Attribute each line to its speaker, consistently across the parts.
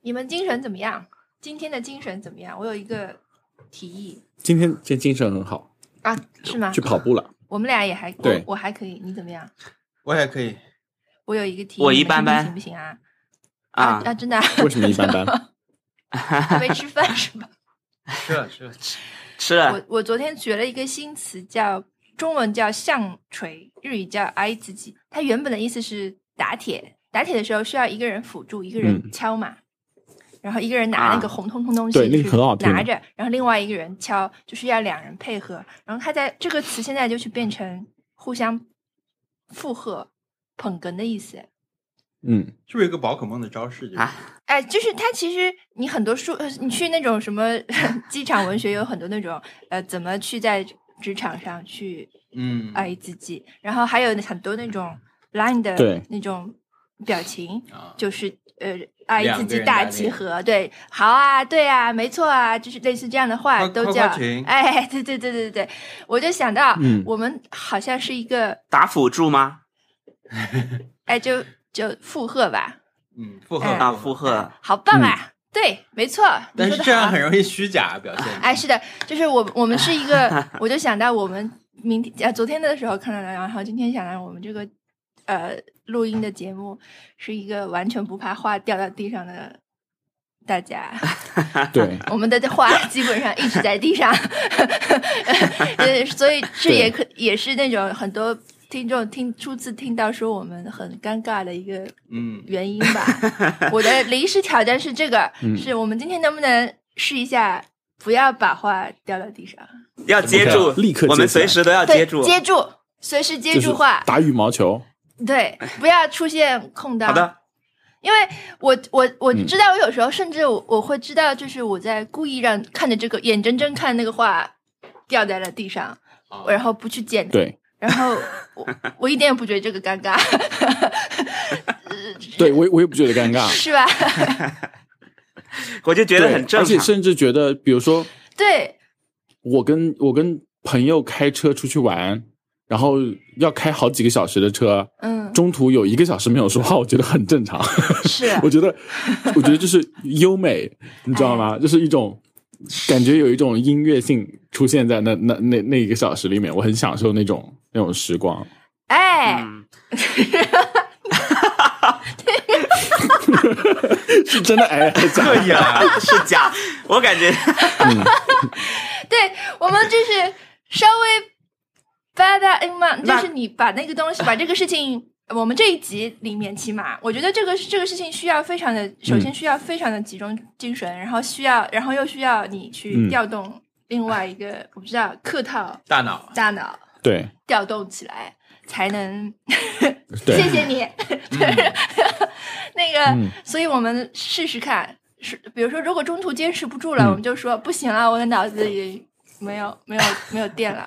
Speaker 1: 你们精神怎么样？今天的精神怎么样？我有一个提议
Speaker 2: 今天这精神很好，
Speaker 1: 啊，是吗
Speaker 2: 去？跑步了。
Speaker 1: 我们俩也还我
Speaker 2: 对
Speaker 1: 我还可以，你怎么样？
Speaker 3: 我也可以，
Speaker 1: 我有一个提议，
Speaker 4: 我
Speaker 1: 你
Speaker 4: 一
Speaker 1: 们
Speaker 4: 般
Speaker 1: 看
Speaker 4: 般
Speaker 1: 行不行啊？
Speaker 4: 啊
Speaker 1: 啊，真的啊
Speaker 2: 为什么一般般？
Speaker 1: 还没吃饭是吧？
Speaker 3: 吃了吃了，
Speaker 4: 吃了
Speaker 1: 我我昨天学了一个新词叫，中文叫项锤，日语叫挨自己。它原本的意思是打铁，打铁的时候需要一个人辅助，一个人
Speaker 2: 嗯
Speaker 1: 敲嘛，然后一个人拿那个
Speaker 4: 啊
Speaker 1: 红彤彤东西，
Speaker 2: 对那个很好听
Speaker 1: 拿着，然后另外一个人敲，就是要两人配合。然后它在这个词现在就是变成互相附和、捧哏的意思。
Speaker 2: 嗯，
Speaker 3: 是不是有个宝可梦的招式？就是
Speaker 4: 啊
Speaker 1: 哎，就是它其实你很多书，呃你去那种什么机场文学有很多那种呃，怎么去在职场上去
Speaker 3: 嗯，
Speaker 1: 爱自己，然后还有很多那种 line
Speaker 2: 对
Speaker 1: 的那种表情，
Speaker 3: 啊，
Speaker 1: 就是呃爱
Speaker 3: 两
Speaker 1: 自
Speaker 3: 个
Speaker 1: 己
Speaker 3: 人
Speaker 1: 大
Speaker 3: 打
Speaker 1: 集
Speaker 3: 那个
Speaker 1: 合，对，好啊，对啊，没错啊，就是类似这样的话
Speaker 3: 夸
Speaker 1: 都
Speaker 3: 夸
Speaker 1: 叫
Speaker 3: 夸群
Speaker 1: 哎，对对对对对，我就想到
Speaker 2: 嗯
Speaker 1: 我们好像是一个
Speaker 4: 打辅助吗？
Speaker 1: 哎，就就附和吧，
Speaker 3: 嗯，附和
Speaker 1: 哎
Speaker 4: 啊，附。和。
Speaker 1: 好
Speaker 2: 嗯
Speaker 1: 棒啊，对，没错，你
Speaker 3: 但
Speaker 1: 说
Speaker 3: 是
Speaker 1: 得
Speaker 3: 这
Speaker 1: 好啊
Speaker 3: 样很容易虚假啊表现。
Speaker 1: 哎，是的，就是我我们是一个，我就想到我们明天呃昨天的时候看到了，然后今天想到我们这个呃录音的节目是一个完全不怕话掉到地上的。大家，
Speaker 2: 对，
Speaker 1: 我们的话基本上一直在地上， 呃，所以这也可也是那种很多听众听初次听到说我们很尴尬的一个
Speaker 3: 嗯，
Speaker 1: 原因吧。我的临时挑战是这个，
Speaker 2: 嗯
Speaker 1: 是我们今天能不能试一下，不要把话掉到地上，
Speaker 4: 要接住，
Speaker 2: 立刻接起来啊
Speaker 4: 我们随时都要
Speaker 1: 对，
Speaker 4: 啊接住。
Speaker 1: 接住，随时接
Speaker 2: 就是
Speaker 1: 住话，
Speaker 2: 打羽毛球，
Speaker 1: 对，不要出现空档。
Speaker 4: 好的，
Speaker 1: 因为我我我
Speaker 2: 嗯
Speaker 1: 知道，我有时候甚至我我会知道，就是我在故意让看着这个，眼睁睁看那个话掉在了地上，
Speaker 3: 啊
Speaker 1: 然后不去捡
Speaker 2: 对
Speaker 1: 然后我 我一点也不觉得这个尴尬，
Speaker 2: 对，我也我也不觉得尴 尬，
Speaker 1: 是吧？
Speaker 4: 我就觉得
Speaker 2: 对，
Speaker 4: 很正
Speaker 2: 而且
Speaker 4: 常。
Speaker 2: 甚至觉得，比如说
Speaker 1: 对，
Speaker 2: 我跟我跟朋友开车出去玩，然后要开好几个小时的车，
Speaker 1: 嗯，
Speaker 2: 中途有一个小时没有说话，我觉得很正常。
Speaker 1: 是
Speaker 2: 我觉得，我觉得就是优美，你知道吗？就是一种感觉，有一种音乐性出现在那那那那一个小时里面，我很享受那种那种时光。
Speaker 1: 哎。
Speaker 4: 嗯，
Speaker 2: 是真的哎，
Speaker 3: 这样啊
Speaker 4: 是假，我感觉
Speaker 1: 对 我们就是稍微 bad in m 就
Speaker 4: 那
Speaker 1: 是你把那个东西，把这个事情，我们这一集里面，起码我觉得这个这个事情需要非常的，首先需要非常的集中精神，然后需要，然后又需要你去
Speaker 2: 嗯
Speaker 1: 调动另外一个，我不知道客套
Speaker 3: 大脑
Speaker 1: 大脑
Speaker 2: 对
Speaker 1: 调动起来，才能。
Speaker 2: 对，
Speaker 1: 谢谢你。 那个，
Speaker 2: 嗯
Speaker 1: 所以我们试试看，是比如说，如果中途坚持不住了，
Speaker 2: 嗯
Speaker 1: 我们就说不行啊了，我的脑子里没有没有没有电 了，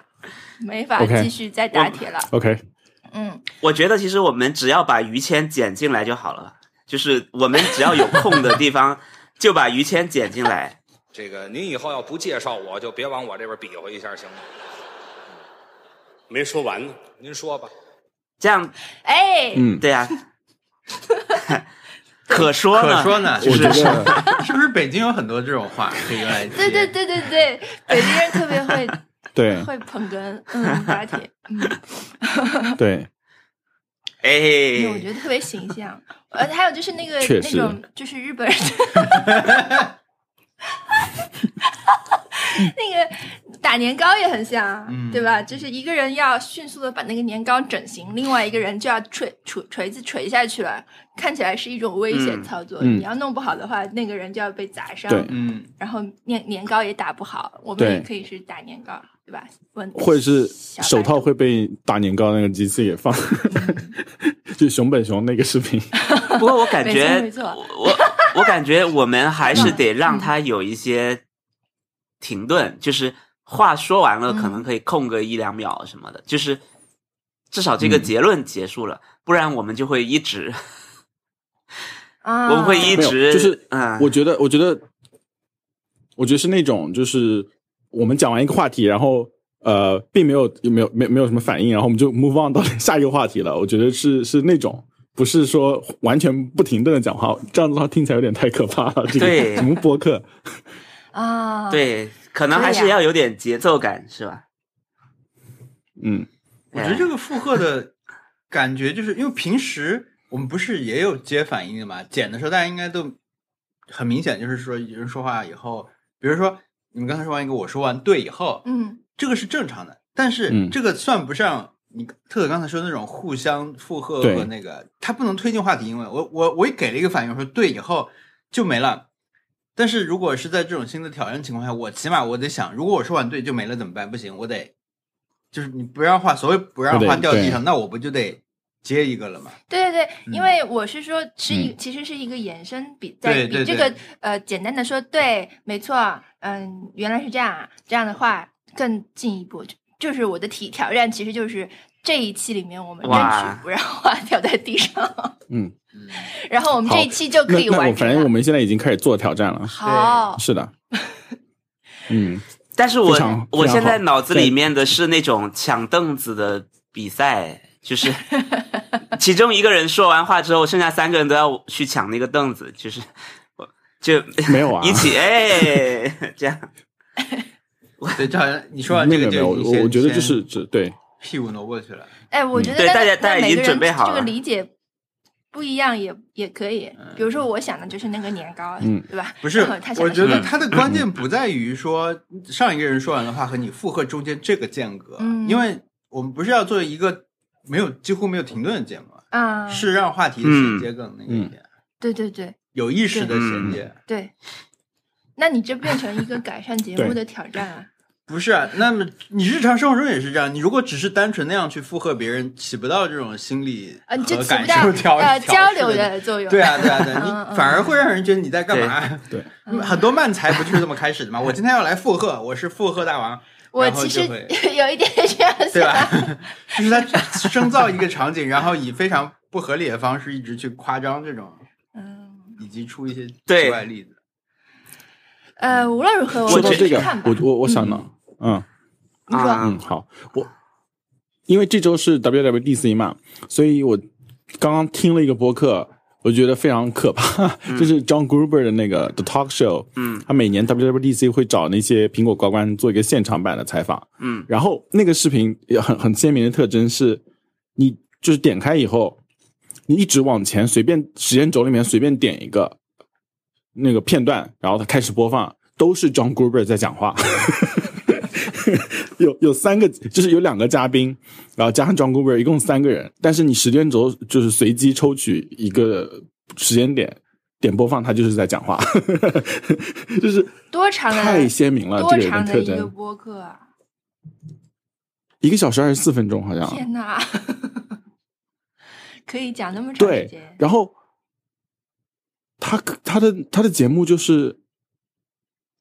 Speaker 1: 没法
Speaker 2: OK
Speaker 1: 继续再打铁了。
Speaker 2: OK，
Speaker 1: 嗯，
Speaker 4: 我觉得其实我们只要把于谦剪进来就好了，就是我们只要有空的地方就把于谦剪进来。
Speaker 5: 这个您以后要不介绍我，就别往我这边比划一下，行吗？
Speaker 6: 没说完呢。
Speaker 5: 您说吧，
Speaker 4: 这样，
Speaker 1: 哎，
Speaker 2: 嗯，
Speaker 4: 对呀、可说呢，
Speaker 3: 可说呢，就
Speaker 2: 我觉
Speaker 3: 是
Speaker 2: 得
Speaker 3: 是不是北京有很多这种话可以用来接？
Speaker 1: 对对对对对，北京人特别会
Speaker 2: 对
Speaker 1: 会捧哏，嗯，打铁，嗯，
Speaker 2: 对，
Speaker 1: 对，我
Speaker 4: 哎，
Speaker 1: 觉得特别形象。呃，还有就是那个
Speaker 2: 嗯确
Speaker 1: 那
Speaker 2: 实
Speaker 1: 种就是日本人。 那个打年糕也很像啊，
Speaker 3: 嗯
Speaker 1: 对吧？就是一个人要迅速的把那个年糕整形，另外一个人就要锤锤锤子锤下去了，看起来是一种危险
Speaker 4: 嗯
Speaker 1: 操作。
Speaker 2: 嗯
Speaker 1: 你要弄不好的话，那个人就要被砸伤，
Speaker 2: 对
Speaker 3: 嗯，
Speaker 1: 然后年年糕也打不好。我们
Speaker 2: 对
Speaker 1: 也可以是打年糕，对吧？文
Speaker 2: 或者是
Speaker 1: 小白
Speaker 2: 手套
Speaker 1: 兔
Speaker 2: 会被打年糕那个机器给放，就熊本熊那个视频。
Speaker 4: 不过我感
Speaker 1: 没
Speaker 4: 觉
Speaker 1: 错没错嗯
Speaker 4: 我我我感觉我们还是得让他有一些停顿，就是话说完了，
Speaker 1: 嗯
Speaker 4: 可能可以空个一两秒什么的，就是至少
Speaker 2: 嗯
Speaker 4: 这个结论结束了，不然我们就会一直
Speaker 1: 啊，
Speaker 4: 我们会一
Speaker 2: 没有
Speaker 4: 直
Speaker 2: 就是
Speaker 4: 嗯，
Speaker 2: 我觉得，我觉得，我觉得是那种，就是我们讲完一个话题，然后呃，并没有没有没有没有什么反应，然后我们就 move on 到下一个话题了。我觉得是是那种，不是说完全不停顿的讲话，这样子的话听起来有点太可怕了。这
Speaker 4: 对
Speaker 2: 个什么播客，
Speaker 1: 啊，，
Speaker 4: 对，可能还是
Speaker 1: 对呀
Speaker 4: 要有点节奏感，是吧？
Speaker 2: 嗯，
Speaker 3: 我
Speaker 1: 哎
Speaker 3: 觉得这个负荷的感觉，就是因为平时我们不是也有接反应的嘛，剪的时候大家应该都很明显，就是说有人说话以后，比如说你们刚才说完一个，我说完对以后，
Speaker 1: 嗯，
Speaker 3: 这个是正常的，但是
Speaker 2: 嗯
Speaker 3: 这个算不上你特特刚才说的那种互相附和
Speaker 2: 对
Speaker 3: 和那个，他不能推进话题，因为我我我也给了一个反应，我说对以后就没了。但是如果是在这种新的挑战情况下，我起码我得想，如果我说完对就没了怎么办？不行，我得就是你不让话，所谓不让
Speaker 2: 我得
Speaker 3: 话掉地上，
Speaker 2: 对
Speaker 3: 那我不就得接一个了吗？
Speaker 1: 对对对，因
Speaker 3: 嗯
Speaker 1: 为我是说是一，其实是一个延伸比，在
Speaker 3: 对
Speaker 1: 比
Speaker 3: 对
Speaker 1: 这
Speaker 3: 对
Speaker 1: 个呃简单的说，对，没错，嗯，原来是这样啊，这样的话更进一步，就就是我的体挑战，其实就是这一期里面我们争
Speaker 4: 哇
Speaker 1: 取不让花掉在地上，
Speaker 3: 嗯，
Speaker 1: 然后我们这一
Speaker 2: 好
Speaker 1: 期就可
Speaker 2: 那
Speaker 1: 以
Speaker 2: 那我
Speaker 1: 完成
Speaker 2: 反正我
Speaker 1: 了。
Speaker 2: 们现在已经开始做挑战了，
Speaker 1: 好，
Speaker 2: 是的，嗯，
Speaker 4: 但是
Speaker 2: 非常
Speaker 4: 我我
Speaker 2: 非常
Speaker 4: 现在
Speaker 2: 好
Speaker 4: 脑子里
Speaker 2: 对
Speaker 4: 面的是那种抢凳子的比赛，就是 其中一个人说完话之后，剩下三个人都要去抢那个凳子，就是 我就
Speaker 2: 没有啊，
Speaker 4: 一 起哎这样。
Speaker 3: 对，这好像你说完啊
Speaker 2: 没
Speaker 3: 这
Speaker 2: 有
Speaker 3: 个
Speaker 2: 没有，我
Speaker 3: 就已经
Speaker 2: 我
Speaker 3: 先
Speaker 2: 我觉得就是这对，
Speaker 3: 先屁股挪过去了。
Speaker 1: 哎，我
Speaker 2: 嗯
Speaker 1: 觉得
Speaker 4: 对
Speaker 1: 那
Speaker 4: 大家
Speaker 1: 那
Speaker 4: 大家
Speaker 1: 每
Speaker 4: 已
Speaker 1: 个
Speaker 4: 经
Speaker 1: 人
Speaker 4: 准备好
Speaker 1: 这个
Speaker 4: 了
Speaker 1: 理解不一样也也可以。比如说我想的就是那个年糕，
Speaker 2: 嗯
Speaker 1: 对吧？
Speaker 3: 不是
Speaker 1: 然后他，想
Speaker 3: 我
Speaker 1: 的是
Speaker 3: 觉得
Speaker 1: 那个
Speaker 3: 它的关键不在于说上一个人说完的话和你附和中间这个间隔，
Speaker 1: 嗯
Speaker 3: 因为我们不是要做一个没有几乎没有停顿的节目啊，
Speaker 1: 啊，
Speaker 3: 是让话题的衔接更那个一点，
Speaker 2: 嗯
Speaker 1: 对对对
Speaker 3: 有意识的衔接。
Speaker 1: 对。那你这变成一个改善节目的挑战 了、
Speaker 3: 不是啊，那么你日常生活中也是这样，你如果只是单纯那样去附和别人，起不到这种心理
Speaker 1: 啊，你就
Speaker 3: 和
Speaker 1: 起不
Speaker 3: 感受
Speaker 1: 到
Speaker 3: 调
Speaker 1: 呃
Speaker 3: 调
Speaker 1: 交
Speaker 3: 试
Speaker 1: 流
Speaker 3: 的。
Speaker 1: 的作用。
Speaker 3: 对啊，对啊，对啊，
Speaker 1: 嗯嗯
Speaker 3: 你反而会让人觉得你在干嘛？
Speaker 2: 对对
Speaker 1: 嗯
Speaker 3: 很多慢才不就是这么开始的吗？我今天要来附和，我是附和大王，
Speaker 1: 我
Speaker 3: 然后
Speaker 1: 其实
Speaker 3: 就会
Speaker 1: 有一点这样
Speaker 3: 对
Speaker 1: 想，
Speaker 3: 吧？ 就是他生造一个场景，然后以非常不合理的方式一直去夸张这种，
Speaker 1: 嗯，
Speaker 3: 以及出一些
Speaker 4: 对
Speaker 3: 奇怪例子。
Speaker 1: 呃，无论如何，
Speaker 2: 说
Speaker 1: 我
Speaker 2: 到
Speaker 1: 们
Speaker 2: 这
Speaker 1: 去
Speaker 2: 个
Speaker 1: 看，吧。
Speaker 2: 我我我想呢，嗯
Speaker 1: 你说
Speaker 4: 啊
Speaker 2: 嗯，好，我因为这周是 WWDC 嘛，所以我刚刚听了一个播客，我觉得非常可怕， 就是 John Gruber 的那个 The Talk Show，
Speaker 4: 嗯
Speaker 2: 他每年 WWDC 会找那些苹果高官做一个现场版的采访，
Speaker 4: 嗯
Speaker 2: 然后那个视频也很很鲜明的特征是，你就是点开以后，你一直往前随便时间轴里面随便点一个那个片段，然后它开始播放，都是 John Gruber 在讲话。 有有三个，就是有两个嘉宾，然后加上 John Gruber，一共三个人。但是你时间轴就是随机抽取一个时间点点播放，他就是在讲话， 就是
Speaker 1: 多长的
Speaker 2: 太鲜明了，
Speaker 1: 多
Speaker 2: 这个人
Speaker 1: 长的
Speaker 2: 的特
Speaker 1: 一个
Speaker 2: 征，
Speaker 1: 播客啊！
Speaker 2: 一个小时二十四分钟好像。
Speaker 1: 天哪， 可以讲那么长时
Speaker 2: 对
Speaker 1: 间，，
Speaker 2: 然后他他的他的节目就是，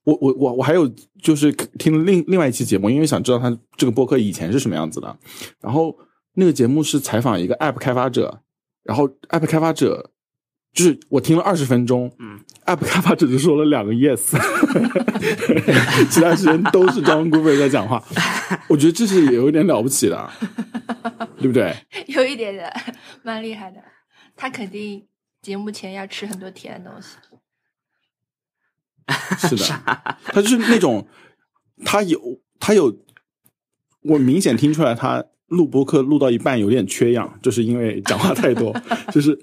Speaker 2: 我我我我还有就是听了另另外一期节目，因为想知道他这个播客以前是什么样子的。然后那个节目是采访一个 App 开发者，然后 App 开发者就是我听了二十分钟，
Speaker 4: 嗯
Speaker 2: ，App 开发者就说了两个 yes，其他时间都是张 g u 在讲话，我觉得这是也有点了不起的，对不对？
Speaker 1: 有一点的，蛮厉害的。他肯定节目前要吃很多甜的东西。
Speaker 2: 是的，他就是那种，他有他有，我明显听出来他录播客录到一半有点缺氧，就是因为讲话太多，就是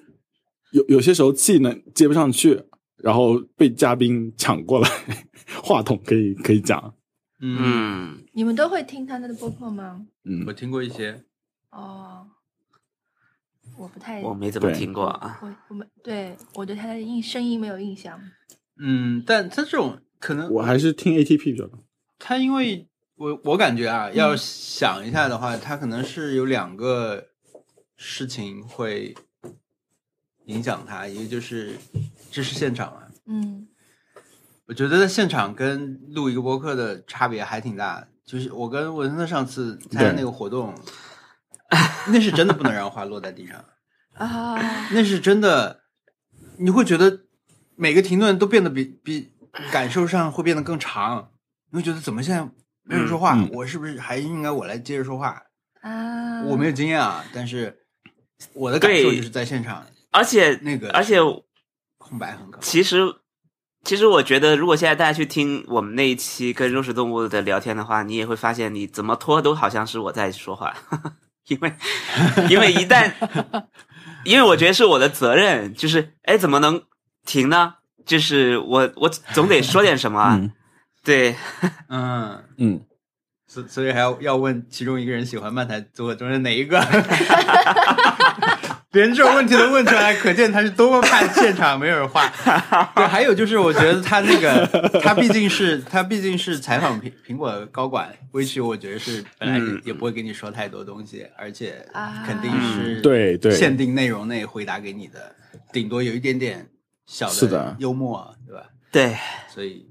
Speaker 2: 有有些时候气呢接不上去，然后被嘉宾抢过来， 话筒可以可以讲，
Speaker 3: 嗯，
Speaker 4: 嗯，
Speaker 1: 你们都会听他的播客吗？
Speaker 2: 嗯
Speaker 3: 我，听过一些，
Speaker 1: 哦，我不太，
Speaker 4: 我没怎么
Speaker 2: 对
Speaker 4: 听过啊。
Speaker 1: 我我们对我对他的印声音没有印象。
Speaker 3: 嗯，但他这种可能
Speaker 2: 我还是听 ATP 比较多，
Speaker 3: 他因为我我感觉啊，要想一下的话，他可能是有两个事情会影响他，一个就是这是现场嘛，啊
Speaker 1: 嗯
Speaker 3: 我觉得在现场跟录一个播客的差别还挺大的。就是我跟文森特上次参加那个活动，那是真的不能让花落在地上，
Speaker 1: 啊，
Speaker 3: 那是真的，你会觉得每个停顿都变得比比感受上会变得更长。你会觉得怎么现在没人说话？
Speaker 2: 嗯嗯
Speaker 3: 我是不是还应该我来接着说话？
Speaker 1: 啊，
Speaker 3: 我没有经验啊，但是我的感受
Speaker 4: 对
Speaker 3: 就是在现场
Speaker 4: 而且
Speaker 3: 那个
Speaker 4: 而且
Speaker 3: 空白很高。
Speaker 4: 其实，其实我觉得，如果现在大家去听我们那一期跟肉食动物的聊天的话，你也会发现，你怎么拖都好像是我在说话， 因为因为一旦，因为我觉得是我的责任，就是哎，怎么能停呢？就是我我总得说点什么啊、
Speaker 2: 嗯
Speaker 4: 对，
Speaker 3: 嗯，
Speaker 2: 嗯，
Speaker 3: 所所以还要要问其中一个人喜欢漫才组合中的哪一个？ 连这种问题都问出来，可见他是多么怕现场没有人话。对，还有就是，我觉得他那个， 他毕竟是他毕竟是采访苹苹果高管，微曲我觉得是本来
Speaker 4: 嗯
Speaker 3: 也不会跟你说太多东西，而且
Speaker 1: 啊
Speaker 3: 肯定是
Speaker 2: 嗯对对
Speaker 3: 限定内容内回答给你的，顶多有一点点小
Speaker 2: 是的
Speaker 3: 幽默，对吧？
Speaker 4: 对，
Speaker 3: 所以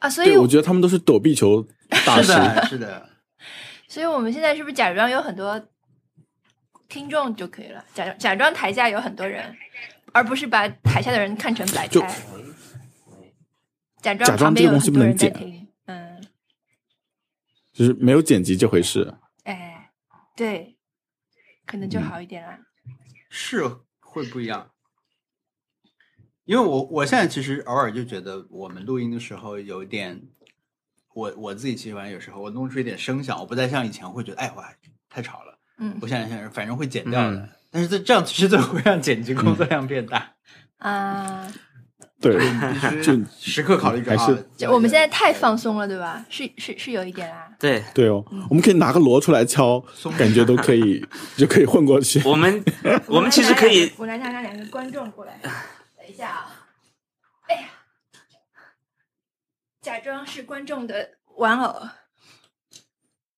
Speaker 1: 啊，所以
Speaker 2: 对，我觉得他们都是躲避球大
Speaker 3: 是
Speaker 2: 师。
Speaker 3: 的，是的。
Speaker 1: 所以我们现在是不是假装有很多听众就可以了？假假装台下有很多人，而不是把台下的人看成白
Speaker 2: 就
Speaker 1: 菜。假
Speaker 2: 假
Speaker 1: 装
Speaker 2: 装
Speaker 1: 旁边
Speaker 2: 这个
Speaker 1: 有
Speaker 2: 东西
Speaker 1: 很多
Speaker 2: 不能
Speaker 1: 人在
Speaker 2: 剪
Speaker 1: 听，嗯，
Speaker 2: 就是没有剪辑这回事。
Speaker 1: 哎，对，可能就
Speaker 2: 嗯
Speaker 1: 好一点啦。
Speaker 3: 是会不一样。因为我我现在其实偶尔就觉得我们录音的时候有一点，我我自己其实反正有时候我弄出一点声响，我不再像以前会觉得哎哇太吵了，
Speaker 1: 嗯
Speaker 3: 我现在现在反正会剪掉的。
Speaker 4: 嗯
Speaker 3: 但是这这样其实就会让剪辑工作量变 大，
Speaker 1: 啊，
Speaker 2: 对，
Speaker 3: 必
Speaker 2: 就
Speaker 3: 须时刻考虑
Speaker 2: 还
Speaker 3: 着
Speaker 2: 是
Speaker 3: 啊
Speaker 1: 就我们现在太
Speaker 3: 放。
Speaker 1: 放松了，对吧？是是是有一点啊啦。
Speaker 4: 对
Speaker 2: 对哦，我们可以拿个锣出来敲
Speaker 3: 松，
Speaker 2: 感觉都可以， 就可以混过去。
Speaker 4: 我们我们其实可以，
Speaker 1: 我来拿两个我来拿两个观众过来，等一下啊。哎呀，假装是观众的玩偶。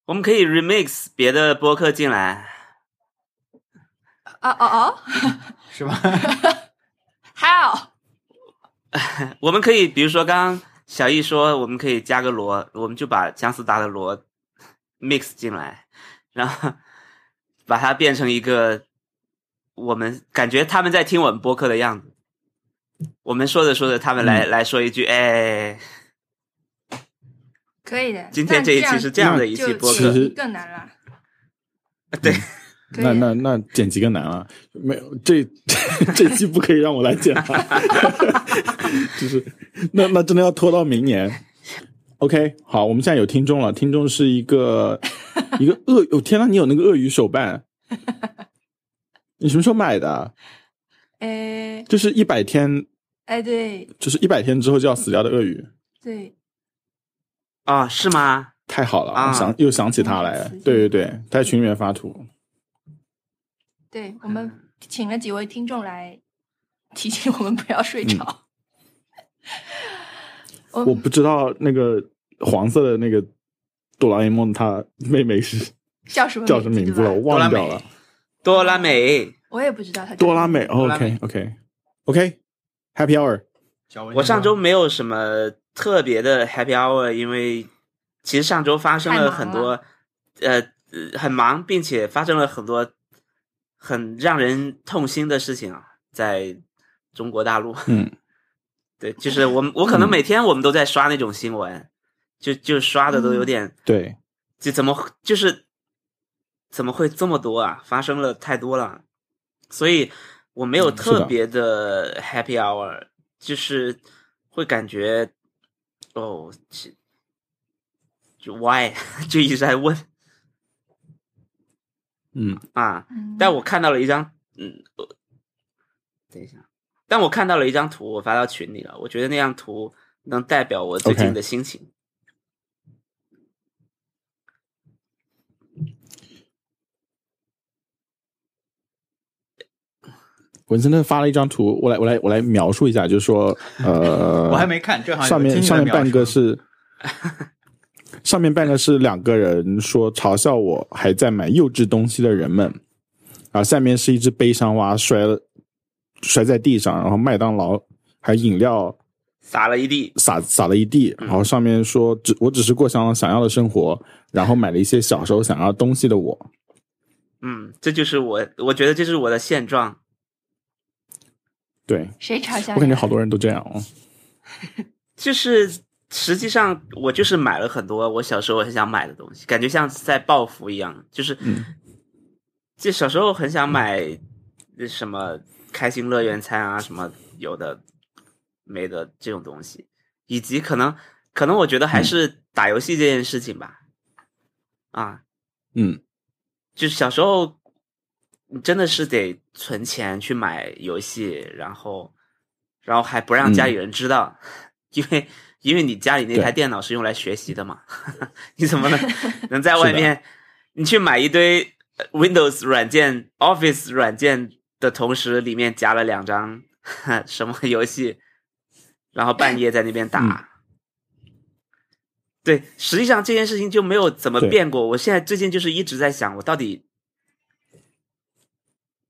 Speaker 4: 我们可以 remix 别的播客进来，
Speaker 1: 哦哦哦
Speaker 3: 是吧？
Speaker 1: ，How？
Speaker 4: 我们可以比如说刚刚小易说我们可以加个罗，我们就把姜思达的罗 mix 进来，然后把它变成一个我们感觉他们在听我们播客的样子。我们说着说着，他们来、来说一句：“哎，
Speaker 1: 可以的。
Speaker 4: 今天这一期是这样的一
Speaker 1: 那
Speaker 4: 期
Speaker 1: 就
Speaker 4: 播
Speaker 2: 那
Speaker 4: 客
Speaker 2: 就。
Speaker 1: 剪辑更难了。
Speaker 4: 对
Speaker 1: 可以
Speaker 2: 那
Speaker 1: 的。
Speaker 2: 那那剪辑更难了，没有这这期不可以让我来剪了， 就是那那真的要拖到明年。OK，好，我们现在有听众了，听众是一个一个鳄，哦天呐，你有那个鳄鱼手办，你什么时候买的？啊
Speaker 1: 哎
Speaker 2: 就是一百天，
Speaker 1: 哎，对
Speaker 2: 就是一百天之后就要死掉的鳄鱼，
Speaker 1: 对，
Speaker 4: 哦，是吗？
Speaker 2: 太好了，
Speaker 4: 啊
Speaker 2: 我想又想起他来了
Speaker 1: 嗯。
Speaker 2: 对对对，他在群里面发图，
Speaker 1: 对我
Speaker 4: 嗯
Speaker 1: 们请了几位听众来提醒我们不要睡着。
Speaker 4: 嗯
Speaker 1: 我
Speaker 2: 我不知道那个黄色的那个哆啦 A 梦他妹妹是
Speaker 1: 叫什么
Speaker 2: 叫什么名字了，我
Speaker 1: 对吧
Speaker 2: 忘掉了。
Speaker 4: 多拉美，
Speaker 1: 我也不知道他叫
Speaker 2: 哆啦美
Speaker 3: 哆啦美
Speaker 2: ，OK OK OK，Happy Hour，
Speaker 3: 小文
Speaker 4: 我上周没有什么特别的 happy hour，因为其实上周发生了很多，呃，呃很忙，并且发生了很多很让人痛心的事情啊，在中国大陆。
Speaker 2: 嗯，
Speaker 4: 对，就是我们，我可能每天我们都在刷那种新闻，就就刷的都有点，
Speaker 2: 对，
Speaker 4: 就怎么就是怎么会这么多啊？发生了太多了，所以我没有
Speaker 2: 嗯是
Speaker 4: 特
Speaker 2: 的
Speaker 4: 别的 happy hour，就是会感觉哦，这就 why 就一直在问
Speaker 2: 嗯，
Speaker 4: 啊。
Speaker 1: 嗯
Speaker 4: 但我看到了一张，嗯，我等一下，但我看到了一张图，我发到群里了。我觉得那张图能代表我最
Speaker 2: OK
Speaker 4: 近的心情。
Speaker 2: 文森特发了一张图，我来我来我来描述一下，就是说，呃，
Speaker 3: 我还没看，正好有
Speaker 2: 上
Speaker 3: 听
Speaker 2: 面
Speaker 3: 你的
Speaker 2: 上面
Speaker 3: 描述
Speaker 2: 半个是上面半个是两个人说嘲笑我还在买幼稚东西的人们，啊，下面是一只悲伤蛙摔了摔在地上，然后麦当劳还有饮料
Speaker 4: 撒了一地，
Speaker 2: 撒撒了一地，然后上面说只我只是过上了想要的生活，然后买了一些小时候想要的东西的我，
Speaker 4: 嗯，这就是我，我觉得这是我的现状。
Speaker 2: 对
Speaker 1: 谁嘲笑你？
Speaker 2: 我感觉好多人都这样哦，
Speaker 4: 就是实际上我就是买了很多我小时候很想买的
Speaker 2: 嗯
Speaker 4: 东西，感觉像在报复一样。就是，这小时候很想买什么开心乐园餐啊，什么有的没的这种东西，以及可能可能我觉得
Speaker 2: 嗯
Speaker 4: 还是打游戏这件事情吧，啊，
Speaker 2: 嗯，
Speaker 4: 就是小时候你真的是得存钱去买游戏，然后然后还不让家里人知道， 因为因为你家里那台
Speaker 2: 嗯对
Speaker 4: 电脑是用来学习的嘛，你怎么能能在外面你去买一堆呃 Windows 软件、Office 软件的同时，里面夹了两张 什么游戏，然后半夜在那边打。
Speaker 2: 嗯
Speaker 4: 对，实际上这件事情就没有怎么
Speaker 2: 对
Speaker 4: 变过。我现在最近就是一直在想，我到底，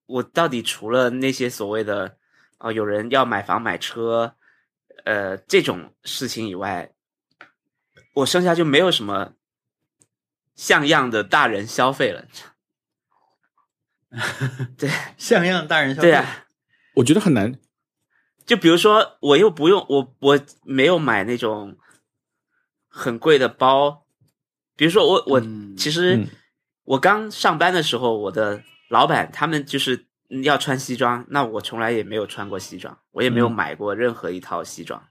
Speaker 4: 我到底除了那些所谓的啊、有人要买房买车，呃，这种事情以外，我剩下就没有什么像样的大人消费了。对
Speaker 3: 像样的大人消费。
Speaker 4: 对啊，
Speaker 2: 我觉得很难。
Speaker 4: 就比如说，我又不用我我没有买那种很贵的包，比如说我我、
Speaker 3: 嗯
Speaker 4: 其实、
Speaker 2: 嗯
Speaker 4: 我刚上班的时候，我的老板他们就是嗯要穿西装，那我从来也没有穿过西装，我也没有
Speaker 2: 嗯
Speaker 4: 买过任何一套西装。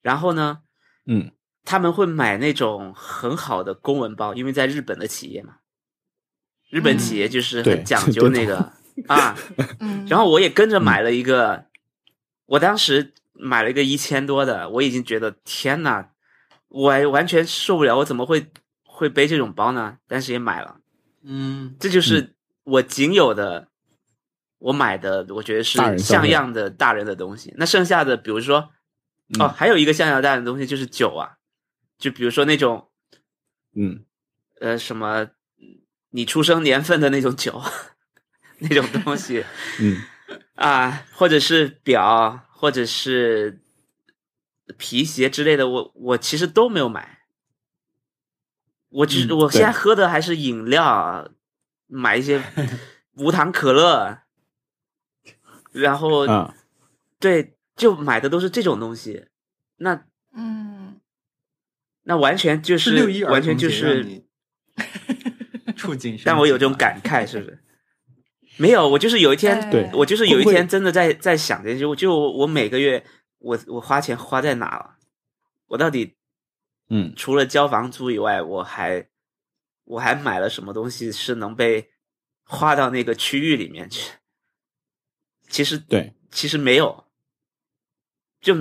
Speaker 4: 然后呢，
Speaker 2: 嗯，
Speaker 4: 他们会买那种很好的公文包，因为在日本的企业嘛，日本企业就是
Speaker 2: 嗯对
Speaker 4: 很讲究那
Speaker 2: 对
Speaker 4: 个、啊。
Speaker 1: 嗯，
Speaker 4: 然后我也跟着买了一个，我当时买了一个一千多的，我已经觉得天呐，我完全受不了，我怎么会会背这种包呢？但是也买了，
Speaker 3: 嗯，
Speaker 4: 这就是我仅有的、我买的，我觉得是
Speaker 2: 大人消费
Speaker 4: 像样的大人的东西。那剩下的，比如说，
Speaker 2: 嗯
Speaker 4: 哦，还有一个像样的大人的东西就是酒啊，就比如说那种
Speaker 2: 嗯，
Speaker 4: 呃什么你出生年份的那种酒， 那种东西。
Speaker 2: 嗯
Speaker 4: 啊，或者是表，或者是皮鞋之类的，我我其实都没有买。我只、
Speaker 3: 嗯
Speaker 4: 我现在
Speaker 2: 对
Speaker 4: 喝的还是饮料，买一些无糖可乐，然后、
Speaker 2: 啊，
Speaker 4: 对，就买的都是这种东西。那
Speaker 1: 嗯，
Speaker 4: 那完全就是是
Speaker 3: 六一儿
Speaker 4: 完全
Speaker 3: 童节
Speaker 4: 就
Speaker 3: 让
Speaker 4: 是
Speaker 3: 你触景生情吧，
Speaker 4: 但我有这种感慨，是不是？没有，我就是有一天，
Speaker 1: 哎
Speaker 2: 对
Speaker 4: 我就是有一
Speaker 2: 会不会
Speaker 4: 天真的在在想这些，我就我每个月我我花钱花在哪了？我到底
Speaker 2: 嗯
Speaker 4: 除了交房租以外，我还我还买了什么东西是能被花到那个区域里面去？其实
Speaker 2: 对，
Speaker 4: 其实没有，就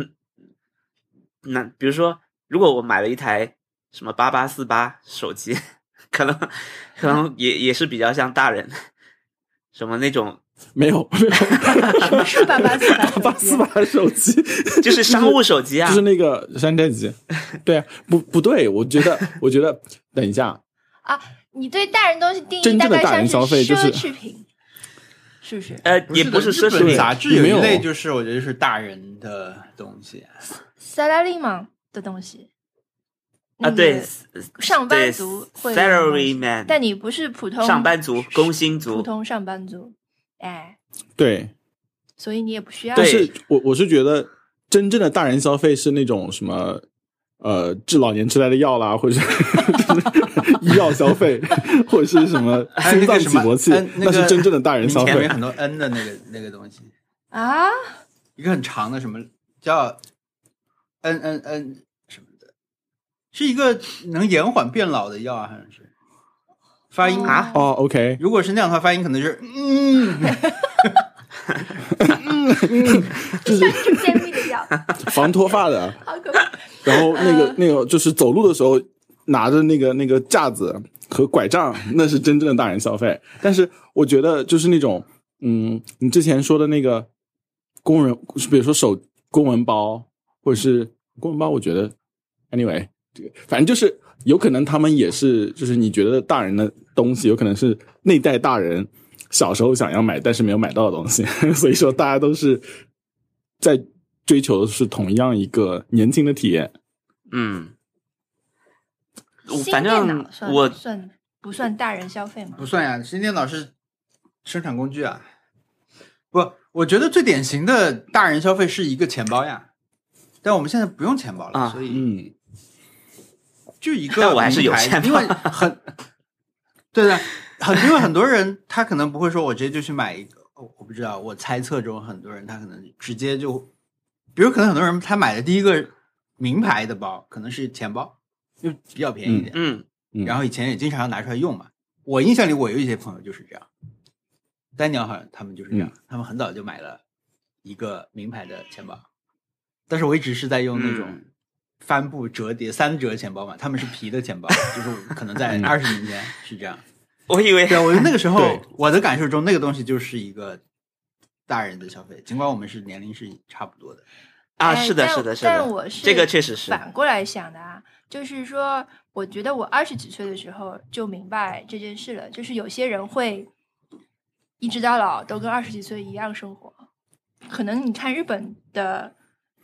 Speaker 4: 那比如说，如果我买了一台什么八八四八手机，可能可能
Speaker 1: 嗯
Speaker 4: 也也是比较像大人，什么那种
Speaker 2: 没有 没有，
Speaker 1: 什么是八八四八
Speaker 2: 八四八手机
Speaker 4: 就是商务手机啊，
Speaker 2: 就是那个山寨机，对啊，不不对，我觉得我觉得，等一下，
Speaker 1: 你对大人东西定义
Speaker 2: 真
Speaker 1: 大
Speaker 2: 正的
Speaker 1: 概
Speaker 2: 大人
Speaker 1: 像
Speaker 2: 消费就
Speaker 1: 奢
Speaker 2: 是
Speaker 1: 侈品，是不是？
Speaker 4: 呃，也
Speaker 3: 不
Speaker 4: 不
Speaker 3: 是
Speaker 4: 是
Speaker 3: 的
Speaker 4: 奢
Speaker 3: 日本
Speaker 4: 侈
Speaker 2: 对
Speaker 4: 品，啊
Speaker 3: 杂志有
Speaker 2: 没
Speaker 3: 一
Speaker 2: 有
Speaker 3: 类就是我觉得是大人的东 西，
Speaker 1: 萨拉利芒的东西
Speaker 4: 啊，对，
Speaker 1: 嗯上班族会用的东西
Speaker 4: salary man，
Speaker 1: 但你不是普通
Speaker 4: 上班族、工薪
Speaker 1: 普
Speaker 4: 族，
Speaker 1: 通上班族，哎，
Speaker 2: 对，
Speaker 1: 所以你也不需要。
Speaker 2: 但
Speaker 4: 对
Speaker 2: 是我我是觉得，真正的大人消费是那种什么，呃，治老年痴呆的药啦，或者是 医药消费，或者是什么
Speaker 3: 还有
Speaker 2: 心脏
Speaker 3: 那个
Speaker 2: 起
Speaker 3: 什么
Speaker 2: 搏器
Speaker 3: 嗯，那
Speaker 2: 那
Speaker 3: 个
Speaker 2: 是真正的大人
Speaker 3: 你
Speaker 2: 消
Speaker 3: 前
Speaker 2: 费。
Speaker 3: 面很多 N 的那个那个东西，
Speaker 1: 啊，
Speaker 3: 一个很长的什么叫 N N N 什么的，是一个能延缓变老的药啊，好像是发音
Speaker 4: 啊
Speaker 2: 哦，OK，
Speaker 3: 如果是那样的话，发音可能就是嗯，
Speaker 1: 是便秘的药，
Speaker 2: 防脱发的，啊
Speaker 1: 好可怕。
Speaker 2: 然后那个那个就是走路的时候拿着那个那个架子和拐杖，那是真正的大人消费。但是我觉得就是那种，嗯，你之前说的那个工人，比如说手公文包或者是公文包，我觉得 anyway，这个反正就是有可能他们也是，就是你觉得大人的东西，有可能是那代大人小时候想要买但是没有买到的东西， 所以说大家都是在追求的是同样一个年轻的体验。
Speaker 4: 嗯，我
Speaker 1: 新
Speaker 4: 反
Speaker 1: 电
Speaker 4: 正
Speaker 1: 脑算
Speaker 4: 我
Speaker 1: 算不算大人消费吗
Speaker 3: 不？算呀，新电脑是生产工具啊。不，我觉得最典型的大人消费是一个钱包呀，但我们现在不用钱包了，
Speaker 4: 啊
Speaker 3: 所以
Speaker 2: 嗯，
Speaker 3: 就一个名牌，
Speaker 4: 但 我还是有钱包
Speaker 3: 因为很对的，很因为很多人他可能不会说我直接就去买一个，哦我不知道，我猜测中很多人他可能直接就，比如可能很多人他买的第一个名牌的包可能是钱包，就比较便宜一点，
Speaker 4: 嗯，
Speaker 2: 嗯
Speaker 3: 然后以前也经常拿出来用嘛。我印象里我有一些朋友就是这样，丹鸟好像他们就是这样，
Speaker 4: 嗯
Speaker 3: 他们很早就买了一个名牌的钱包，但是我一直是在用那种
Speaker 4: 嗯
Speaker 3: 帆布折叠三折钱包嘛，他们是皮的钱 包，就是我可能
Speaker 4: 嗯
Speaker 3: 在二十年前是这样。
Speaker 4: 我以为
Speaker 3: 对，啊我觉得那个时候
Speaker 2: 对
Speaker 3: 我的感受中，那个东西就是一个大人的消费，尽管我们是年龄是差不多的。
Speaker 4: 啊，
Speaker 1: 哎
Speaker 4: 是的，
Speaker 1: 但
Speaker 4: 是的，是
Speaker 1: 但
Speaker 4: 的，
Speaker 1: 我是
Speaker 4: 这个确实是，
Speaker 1: 反过来想的啊，就是说，我觉得我二十几岁的时候就明白这件事了，就是有些人会一直到老都跟二十几岁一样生活，可能你看日本的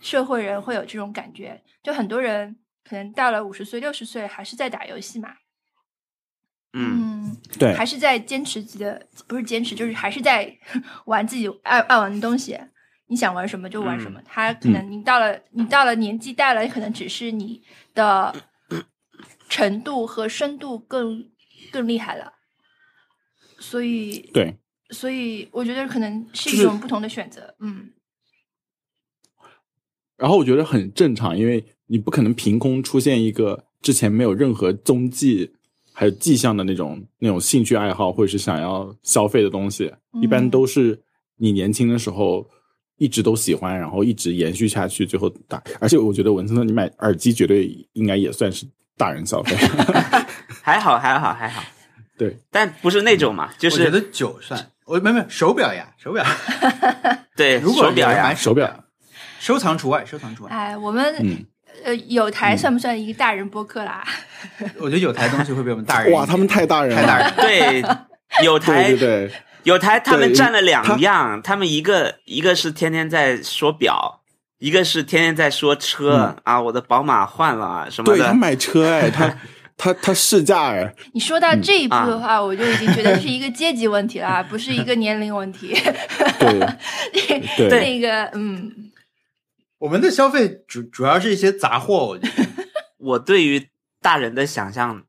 Speaker 1: 社会人会有这种感觉，就很多人可能到了五十岁、六十岁还是在打游戏嘛，
Speaker 4: 嗯，
Speaker 2: 对
Speaker 1: 还是在坚持自己的，不是坚持，就是还是在 玩自己爱爱玩的东西。你想玩什么就玩什么。
Speaker 2: 嗯
Speaker 1: 他可能你到了、你到了年纪大了，可能只是你的程度和深度更更厉害了。所以，
Speaker 2: 对，
Speaker 1: 所以我觉得可能是
Speaker 2: 就
Speaker 1: 一
Speaker 2: 是
Speaker 1: 种不同的选择。嗯，
Speaker 2: 然后我觉得很正常，因为你不可能凭空出现一个之前没有任何踪迹还有迹象的那种那种兴趣爱好或者是想要消费的东西，
Speaker 1: 嗯
Speaker 2: 一般都是你年轻的时候一直都喜欢，然后一直延续下去，最后打。而且我觉得文森特，你买耳机绝对应该也算是大人消费。
Speaker 4: 还好，还好，还好，
Speaker 2: 对，
Speaker 4: 但不是那种
Speaker 1: 嗯
Speaker 4: 嘛，就
Speaker 3: 我觉
Speaker 4: 是
Speaker 3: 得酒算，我没有没有手表呀，手 表，
Speaker 4: 对
Speaker 3: 如果
Speaker 4: 手表
Speaker 3: 有人
Speaker 4: 呀，
Speaker 3: 买手
Speaker 2: 手
Speaker 3: 表，收藏除外，收藏除外。
Speaker 1: 哎，我们、
Speaker 2: 嗯
Speaker 1: 呃有台算不算一个大人播客啦？
Speaker 3: 我觉得有台东西会比我们大人
Speaker 2: 哇，他们太大人了，
Speaker 3: 太大 人了。
Speaker 4: 对，有台
Speaker 2: 对对对，
Speaker 4: 有台他们
Speaker 2: 对
Speaker 4: 占了
Speaker 2: 他
Speaker 4: 两样，他们一个一个是天天在说表，一个是天天在说车、啊，我的宝马换了啊什么
Speaker 2: 嗯对他
Speaker 4: 的。
Speaker 2: 买车哎，他他他试驾哎，
Speaker 1: 你说到这一步
Speaker 4: 啊
Speaker 1: 的话，我就已经觉得是一个阶级问题啦，不是一个年龄问题。
Speaker 2: 对 对
Speaker 1: 那个，嗯，
Speaker 3: 我们的消费主主要是一些杂货， 我觉得
Speaker 4: 我对于大人的想象，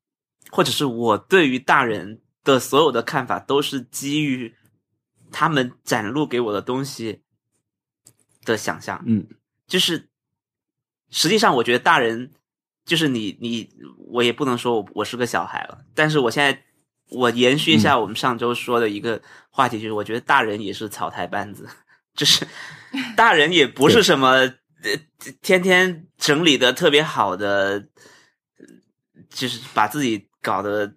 Speaker 4: 或者是我对于大人的所有的看法，都是基于他们展露给我的东西的想象。
Speaker 2: 嗯，
Speaker 4: 就是实际上，我觉得大人就是你你，我也不能说我我是个小孩了，但是我现在我延续一下我们上周说的一个话题，就是我觉得大人也是草台班子， 就是大人也不是什么呃天天整理的特别好的，呃就是把自己搞得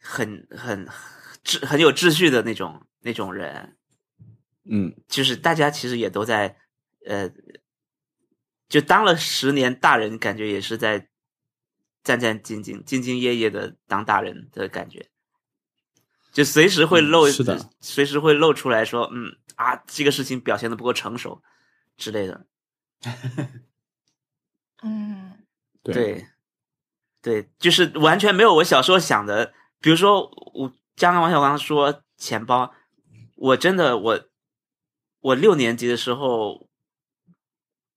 Speaker 4: 很很秩很有秩序的那种那种人，
Speaker 2: 嗯
Speaker 4: 就是大家其实也都在，呃，就当了十年大人，感觉也是在战战兢兢、兢兢业业的当大人的感觉，就随时会露，
Speaker 2: 嗯是的
Speaker 4: 随时会露出来说，嗯啊，这个事情表现的不够成熟之类的，
Speaker 1: 嗯，
Speaker 2: 对
Speaker 4: 对，对，就是完全没有我小时候想的。比如说，我刚刚王小刚说钱包，我真的我我六年级的时候，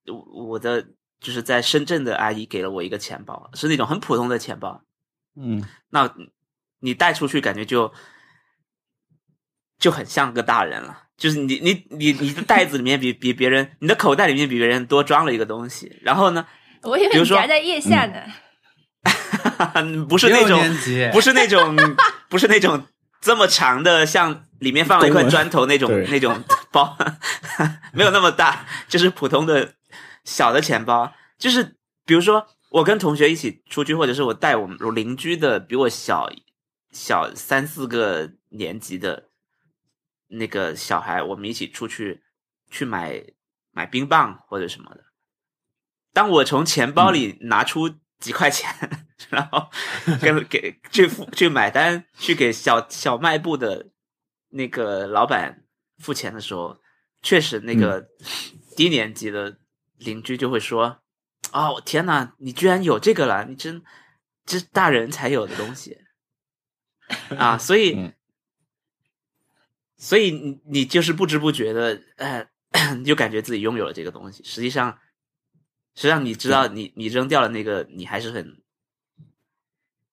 Speaker 4: 我我的就是在深圳的阿姨给了我一个钱包，是那种很普通的钱包。
Speaker 2: 嗯
Speaker 4: 那你带出去，感觉就就很像个大人了。就是你你你你的袋子里面比比别人，你的口袋里面比别人多装了一个东西。然后呢，
Speaker 1: 我以
Speaker 4: 比
Speaker 1: 为
Speaker 4: 如
Speaker 1: 你
Speaker 4: 说嗯
Speaker 1: 夹在腋下呢。
Speaker 4: 不是那
Speaker 3: 六
Speaker 4: 种
Speaker 3: 年级
Speaker 4: 不是那种不是那种这么长的，像里面放了一块砖头那种
Speaker 2: 对
Speaker 4: 那种包， 没有那么大，就是普通的小的钱包。就是比如说我跟同学一起出去，或者是我带我们我邻居的比我小小三四个年级的那个小孩，我们一起出去去买买冰棒或者什么的。当我从钱包里拿出几块钱，然后跟给去付去买单，去给小小卖部的那个老板付钱的时候，确实那个低年级的邻居就会说：“哦，天哪，你居然有这个了！你真这是大人才有的东西啊！”所以，
Speaker 2: 嗯
Speaker 4: 所以你你就是不知不觉的，呃， 你就感觉自己拥有了这个东西。实际上，实际上你知道你，你扔掉了那个，你还是很，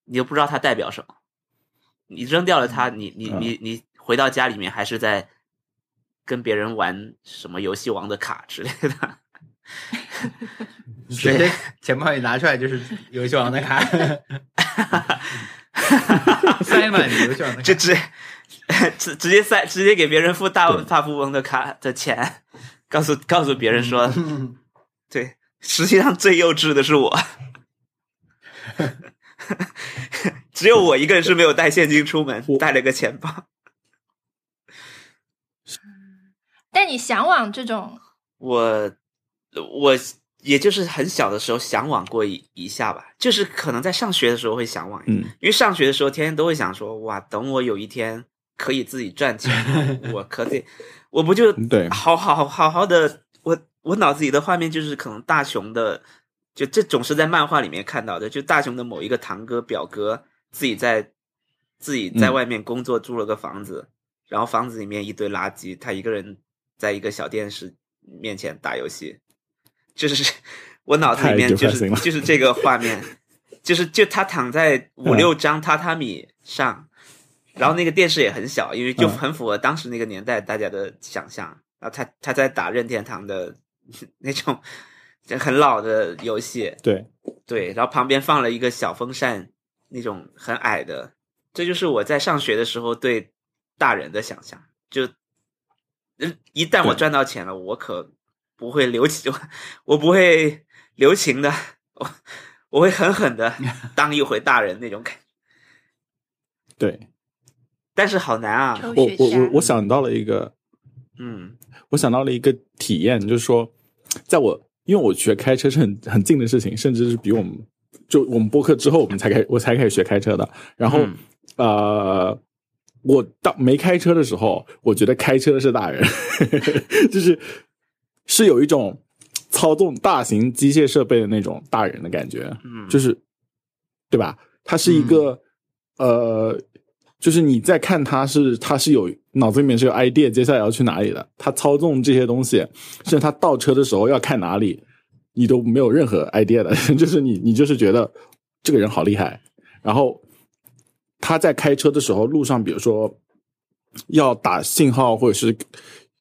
Speaker 4: 你又不知道它代表什么。你扔掉了它，你你
Speaker 2: 嗯
Speaker 4: 你你回到家里面还是在跟别人玩什么游戏王的卡之类 的。
Speaker 3: 直接 钱包里拿出来就是游戏王的卡，塞满游戏王的卡。
Speaker 4: 这直 直直接塞，直接给别人付大大富翁的卡的钱，告诉告诉别人说，
Speaker 2: 嗯
Speaker 4: 对，实际上最幼稚的是 我， 只有我一个人是没有带现金出门，带了个钱包。
Speaker 1: 但你向往这种，
Speaker 4: 我我也就是很小的时候向往过一一下吧，就是可能在上学的时候会向往一下
Speaker 2: 嗯，
Speaker 4: 因为上学的时候天天都会想说，哇，等我有一天可以自己赚钱，我可以，我不就
Speaker 2: 嗯对
Speaker 4: 好好好好的，我我脑子里的画面就是可能大雄的，就这总是在漫画里面看到的，就大雄的某一个堂哥表哥自己在自己在
Speaker 2: 嗯
Speaker 4: 外面工作租了个房子，然后房子里面一堆垃圾，他一个人在一个小电视面前打游戏，就是 我脑子里面
Speaker 2: 太
Speaker 4: 就
Speaker 2: depressing
Speaker 4: 是
Speaker 2: 了
Speaker 4: 就是这个画面，就是就他躺在五
Speaker 2: 嗯
Speaker 4: 六张榻榻米上，然后那个电视也很小，因为就
Speaker 2: 嗯
Speaker 4: 很符合当时那个年代大家的想象。然后他他在打任天堂的 那种就很老的游戏，
Speaker 2: 对，
Speaker 4: 对，然后旁边放了一个小风扇，那种很矮的，这就是我在上学的时候对大人的想象。就，嗯一旦我
Speaker 2: 对
Speaker 4: 赚到钱了，我可不会留情， 我不会留情的，我我会狠 狠的当一回大人那种感觉。
Speaker 2: 对
Speaker 4: 但是好难啊，
Speaker 1: 抽
Speaker 2: 我
Speaker 1: 雪
Speaker 2: 我
Speaker 1: 茄
Speaker 2: 我我想到了一个，
Speaker 4: 嗯
Speaker 2: 我想到了一个体验，就是说，在我因为我学开车是很很近的事情，甚至是比我们就我们播客之后，我们才开我才开始学开车的。然后、
Speaker 4: 嗯
Speaker 2: 呃，我到没开车的时候，我觉得开车的是大人， 就是是有一种操纵大型机械设备的那种大人的感觉。
Speaker 4: 嗯，
Speaker 2: 就是对吧？它是一个、呃，就是你在看它是它是有脑子里面是有 idea，接下来要去哪里的，它操纵这些东西，甚至它倒车的时候要看哪里，你都没有任何 idea 的， 就是你你就是觉得这个人好厉害，然后他在开车的时候，路上比如说要打信号，或者是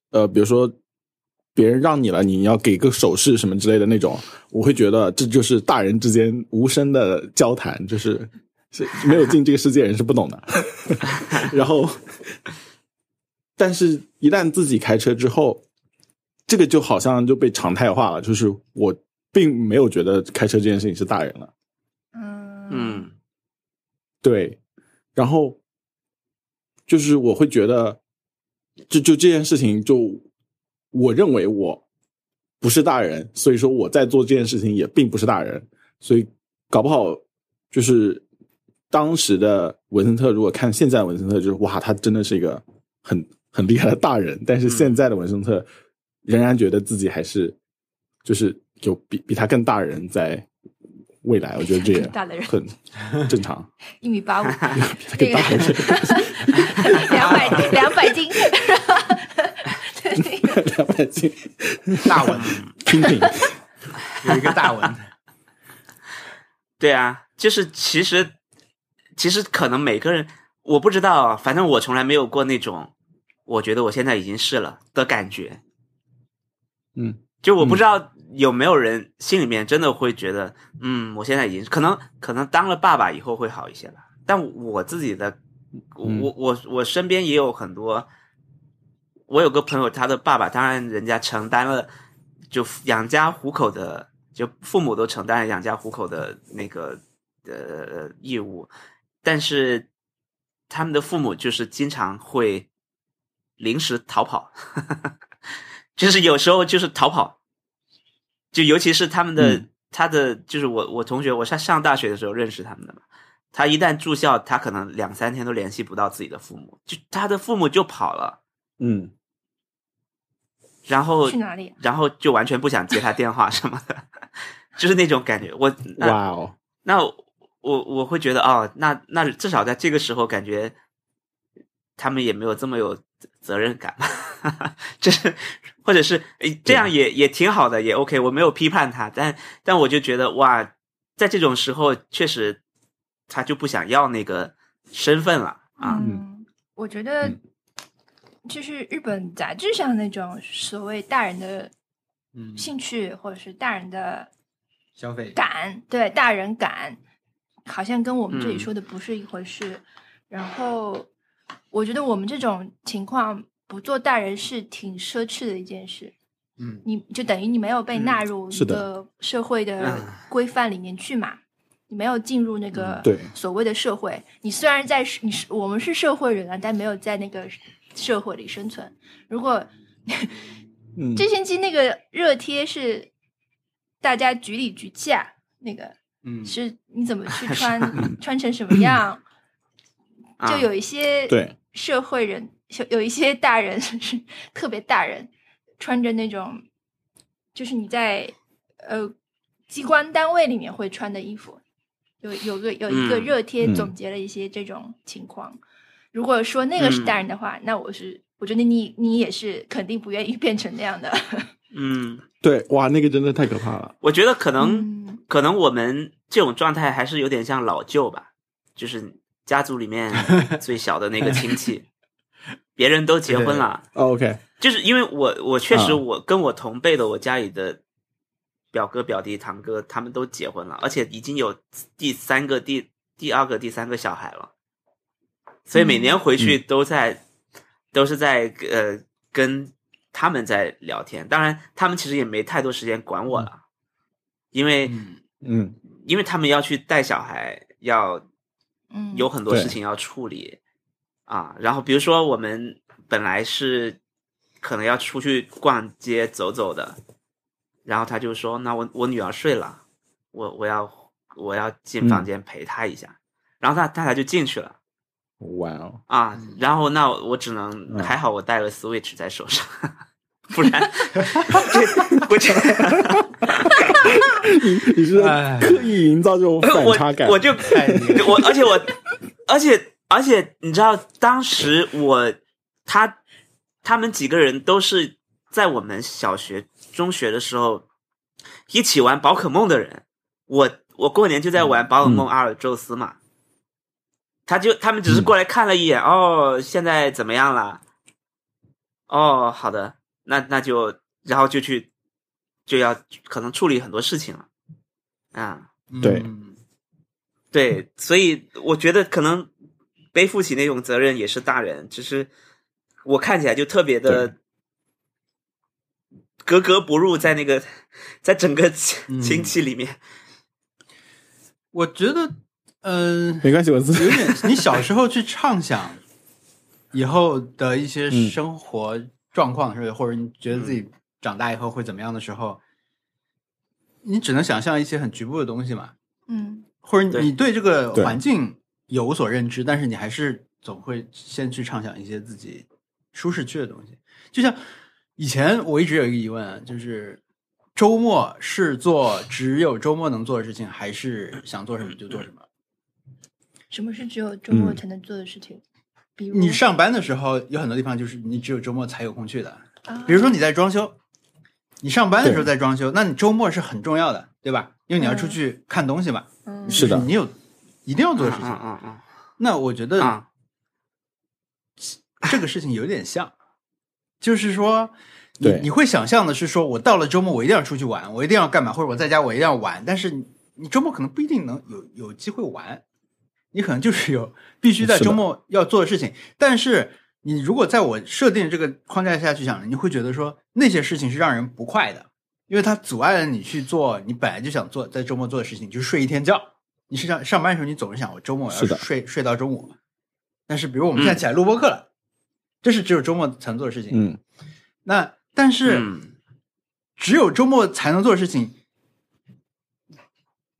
Speaker 2: 呃，比如说别人让你了，你要给个手势什么之类的那种，我会觉得这就是大人之间无声的交谈，就是 是没有进这个世界人是不懂的。 然后，但是一旦自己开车之后，这个就好像就被常态化了，就是我并没有觉得开车这件事情是大人了。
Speaker 1: 嗯
Speaker 4: 嗯
Speaker 2: 对，然后就是我会觉得，就就这件事情就，我认为我不是大人，所以说我在做这件事情也并不是大人，所以搞不好就是当时的文森特，如果看现在的文森特，就是哇，他真的是一个很很厉害的大人，
Speaker 1: 嗯
Speaker 2: 但是现在的文森特仍然觉得自己还是就是有比比他更大人在未来，我觉得这也
Speaker 1: 更 大的人
Speaker 2: 很正常。
Speaker 1: 一米 八五，
Speaker 2: 给大人
Speaker 1: 两百 两百斤，
Speaker 2: 两百斤
Speaker 3: 大文
Speaker 2: 拼 品，
Speaker 3: 有一个大文，
Speaker 4: 对啊，就是其实其实可能每个人我不知道啊，反正我从来没有过那种我觉得我现在已经是了的感觉。
Speaker 2: 嗯，
Speaker 4: 就我不知道有没有人心里面真的会觉得，嗯，我现在已经可能可能当了爸爸以后会好一些了。但我自己的，
Speaker 2: 嗯
Speaker 4: 我我我身边也有很多，我有个朋友，他的爸爸当然人家承担了就养家糊口的，就父母都承担了养家糊口的那个呃义务，但是他们的父母就是经常会临时逃跑，就是有时候就是逃跑，就尤其是他们的、
Speaker 2: 嗯
Speaker 4: 他的就是我我同学，我上上大学的时候认识他们的嘛。他一旦住校，他可能两三天都联系不到自己的父母，就他的父母就跑了，
Speaker 2: 嗯，
Speaker 4: 然 后
Speaker 1: 去哪里？
Speaker 4: 然后就完全不想接他电话什么的， 就是那种感觉。我呃那
Speaker 2: 哇哦，
Speaker 4: 那我我会觉得哦，那那至少在这个时候，感觉他们也没有这么有责任感， 就是或者是诶这样也也挺好的，也 OK。我没有批判他，但但我就觉得哇，在这种时候，确实他就不想要那个身份了啊。
Speaker 1: 嗯，我觉得
Speaker 2: 嗯
Speaker 1: 就是日本杂志上那种所谓大人的
Speaker 3: 嗯，
Speaker 1: 兴趣，或者是大人的
Speaker 3: 消费
Speaker 1: 感，对大人感，好像跟我们这里
Speaker 4: 嗯
Speaker 1: 说的不是一回事。然后，我觉得我们这种情况不做大人是挺奢侈的一件事，
Speaker 3: 嗯
Speaker 1: 你就等于你没有被
Speaker 4: 嗯
Speaker 1: 纳入一
Speaker 2: 是的
Speaker 1: 个社会的规范里面去嘛，你没有进入那个
Speaker 2: 嗯对
Speaker 1: 所谓的社会。你虽然在你是我们是社会人啊，但没有在那个社会里生存。如果
Speaker 2: 嗯，
Speaker 1: 这星期那个热贴是大家局里局下那个。
Speaker 3: 嗯，
Speaker 1: 是你怎么去 穿，穿成什么样，
Speaker 3: 嗯
Speaker 4: 啊
Speaker 1: 嗯就有一些
Speaker 2: 对
Speaker 1: 社会人，有有一些大人是特别大人，穿着那种就是你在呃机关单位里面会穿的衣服，有有个有一个
Speaker 4: 嗯
Speaker 1: 热贴
Speaker 2: 嗯
Speaker 1: 总结了一些这种情况。如果说那个是大人的话，那我是我觉得你你也是肯定不愿意变成那样的。
Speaker 4: 嗯，
Speaker 2: 对，哇，那个真的太可怕了。
Speaker 4: 我觉得可能
Speaker 1: 嗯
Speaker 4: 可能我们这种状态还是有点像老舅吧，就是家族里面最小的那个亲戚，别人都结婚了，
Speaker 2: 哦 OK，
Speaker 4: 就是因为我我确实
Speaker 2: 啊
Speaker 4: 我跟我同辈的我家里的表哥表弟堂哥他们都结婚了，而且已经有第三个第第二个第三个小孩了，所以每年回去都在、都是在呃跟他们在聊天，当然他们其实也没太多时间管我了，因为
Speaker 3: 嗯
Speaker 2: 嗯，
Speaker 4: 因为他们要去带小孩，要
Speaker 1: 嗯，
Speaker 4: 有很多
Speaker 2: 对
Speaker 4: 事情要处理啊。然后比如说我们本来是可能要出去逛街走走的，然后他就说：“那我我女儿睡了，我我要我要进
Speaker 2: 嗯
Speaker 4: 房间陪她一下。然后他他俩就进去了
Speaker 2: 哇哦，
Speaker 4: 啊
Speaker 3: 嗯。
Speaker 4: 然后那我只能
Speaker 2: 嗯
Speaker 4: 还好我带了 Switch 在手上， 不 然 这我这。
Speaker 2: 你是在
Speaker 3: 哎
Speaker 2: 刻意营造这种反差感？
Speaker 4: 我我就
Speaker 3: 厉害
Speaker 4: 我，而且我，而且而且，你知道，当时我他他们几个人都是在我们小学、中学的时候一起玩宝可梦的人。我我过年就
Speaker 2: 嗯
Speaker 4: 在玩宝可梦阿尔宙斯嘛，他就他们只是
Speaker 2: 嗯
Speaker 4: 过来看了一眼，哦，现在怎么样了？哦，好的，那那就然后就去就要可能处理很多事情了，啊、
Speaker 2: 对
Speaker 3: 嗯
Speaker 4: 对，所以我觉得可能背负起那种责任也是大人，只是我看起来就特别的格格不入，在那个在整个亲
Speaker 3: 嗯
Speaker 4: 亲戚里面，
Speaker 3: 我觉得，嗯、
Speaker 2: 没关系，我自己
Speaker 3: 有点你小时候去畅想以后的一些生活状况，是、或者你觉得自己长大以后会怎么样的时候，你只能想象一些很局部的东西嘛，
Speaker 1: 嗯
Speaker 3: 或者
Speaker 4: 对
Speaker 3: 你对这个
Speaker 2: 对
Speaker 3: 环境有所认知，但是你还是总会先去畅想一些自己舒适区的东西。就像以前我一直有一个疑问啊，就是周末是做只有周末能做的事情，还是想做什么就做什么？
Speaker 1: 什么是只有周末
Speaker 2: 嗯
Speaker 1: 才能做的事情？比如
Speaker 3: 你上班的时候有很多地方就是你只有周末才有空去的，
Speaker 1: 啊
Speaker 3: 比如说你在装修，你上班的时候
Speaker 2: 对
Speaker 3: 在装修，那你周末是很重要的，对吧？因为你要出去看东西嘛，
Speaker 1: 嗯
Speaker 2: 是的
Speaker 3: 就你有一定要做的事情。
Speaker 4: 啊啊
Speaker 3: 那我觉
Speaker 4: 啊
Speaker 3: 得
Speaker 4: 啊！
Speaker 3: 这个事情有点像，就是说，你
Speaker 2: 对
Speaker 3: 你会想象的是说，我到了周末我一定要出去玩，我一定要干嘛，或者我在家我一定要玩，但是你你周末可能不一定能有有机会玩，你可能就是有必须在
Speaker 2: 是的
Speaker 3: 周末要做的事情，但是你如果在我设定这个框架下去想，你会觉得说那些事情是让人不快的，因为它阻碍了你去做你本来就想做在周末做的事情，就是睡一天觉。你是上上班的时候，你总是想我周末我
Speaker 2: 是
Speaker 3: 要
Speaker 2: 的
Speaker 3: 睡睡到中午，但是比如我们现在起来录播课了，这是只有周末才能做的事情。
Speaker 2: 嗯，
Speaker 3: 那但是、
Speaker 4: 嗯
Speaker 3: 只有周末才能做的事情，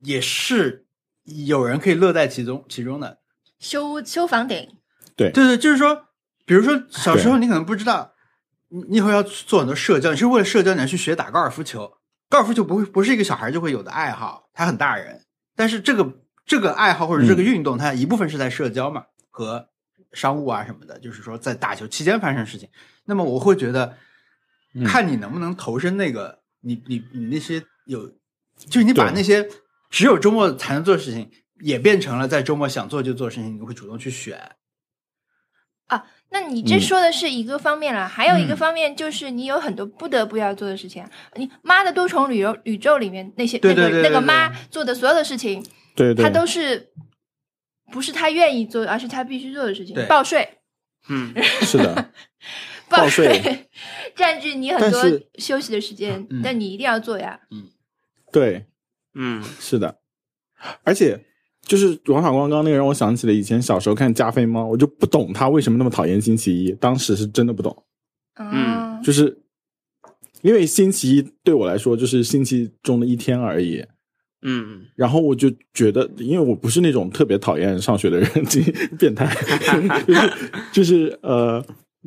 Speaker 3: 也是有人可以乐在其中其中的。
Speaker 1: 修修房顶，
Speaker 3: 对对，就是说，比如说小时候你可能不知道，你你以后要做很多社交，你是为了社交，你要去学打高尔夫球。高尔夫球不会不是一个小孩就会有的爱好，它很大人。但是这个这个爱好或
Speaker 2: 嗯
Speaker 3: 者这个运动，它一部分是在社交嘛和商务啊什么的，就是说在打球期间发生的事情。那么我会觉得，
Speaker 2: 嗯
Speaker 3: 看你能不能投身那个你你你那些有，就是你把
Speaker 2: 对
Speaker 3: 那些只有周末才能做的事情，也变成了在周末想做就做的事情，你会主动去选。
Speaker 1: 那你这
Speaker 2: 嗯
Speaker 1: 说的是一个方面了，还有一个
Speaker 3: 嗯
Speaker 1: 方面就是你有很多不得不要做的事情啊。你妈的多重宇宙宇宙里面那些
Speaker 3: 对对
Speaker 1: 那个那
Speaker 3: 对
Speaker 1: 个
Speaker 3: 对对
Speaker 1: 妈做的所有的事情，
Speaker 2: 对对，
Speaker 1: 她都是不是她愿意做，而是她必须做的事情
Speaker 3: 对。
Speaker 1: 报税，
Speaker 4: 嗯，
Speaker 2: 是 的，
Speaker 1: 报
Speaker 2: 报税
Speaker 1: 占据你很多
Speaker 2: 但是
Speaker 1: 休息的时间，
Speaker 3: 嗯
Speaker 1: 但你一定要做呀。
Speaker 2: 对，
Speaker 4: 嗯，
Speaker 2: 是的，而且就是王小光刚刚那个让我想起了以前小时候看《加菲猫》，我就不懂他为什么那么讨厌星期一，当时是真的不懂，
Speaker 1: 嗯，
Speaker 2: 就是因为星期一对我来说就是星期中的一天而已。
Speaker 4: 嗯，
Speaker 2: 然后我就觉得，因为我不是那种特别讨厌上学的人，这变态，就是就是呃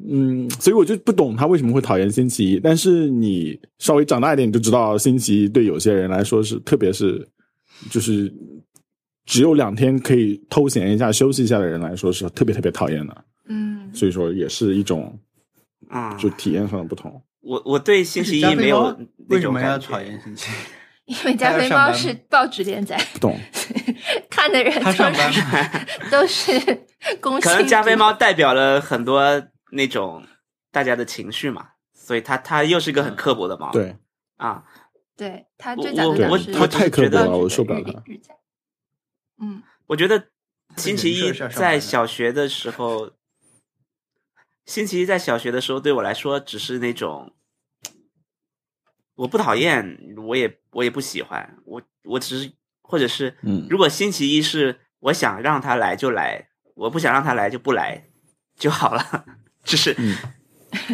Speaker 2: 嗯，所以我就不懂他为什么会讨厌星期一。但是你稍微长大一点，你就知道星期一对有些人来说是，特别是就是只有两天可以偷闲一下、休息一下的人来说是特别特别讨厌的。
Speaker 1: 嗯，
Speaker 2: 所以说也是一种
Speaker 4: 啊、
Speaker 2: 就体验上的不同。
Speaker 4: 我我对星期一
Speaker 3: 加菲猫
Speaker 4: 没有
Speaker 3: 为
Speaker 4: 那
Speaker 3: 什
Speaker 4: 种
Speaker 3: 么要
Speaker 4: 感觉
Speaker 3: 讨厌星期一？
Speaker 1: 因为加菲猫
Speaker 3: 她要上班吗
Speaker 1: 是报纸连载，
Speaker 2: 不懂，
Speaker 1: 看的人
Speaker 3: 他上
Speaker 1: 都
Speaker 3: 班
Speaker 1: 是
Speaker 3: 吗？
Speaker 1: 都是 公
Speaker 4: 可
Speaker 1: 信
Speaker 4: 能加菲
Speaker 1: 力
Speaker 4: 猫代表了很多那种大家的情绪嘛，所以它它又是一个
Speaker 3: 嗯
Speaker 4: 很刻薄的猫。
Speaker 2: 对，
Speaker 4: 啊，
Speaker 1: 对他
Speaker 4: 我
Speaker 1: 最早
Speaker 4: 我
Speaker 1: 的
Speaker 4: 我
Speaker 1: 讲是
Speaker 2: 他太刻薄
Speaker 4: 我只是觉
Speaker 2: 了，
Speaker 4: 得
Speaker 2: 我受不了他。
Speaker 1: 日日载嗯，
Speaker 4: 我觉得星期一
Speaker 3: 人设是要上班
Speaker 4: 在
Speaker 3: 的
Speaker 4: 小学的时候，星期一在小学的时候对我来说只是那种，我不讨厌，我也我也不喜欢，我我只是或者是，
Speaker 2: 嗯
Speaker 4: 如果星期一是我想让他来就来，我不想让他来就不来就好了， 就是
Speaker 2: 嗯，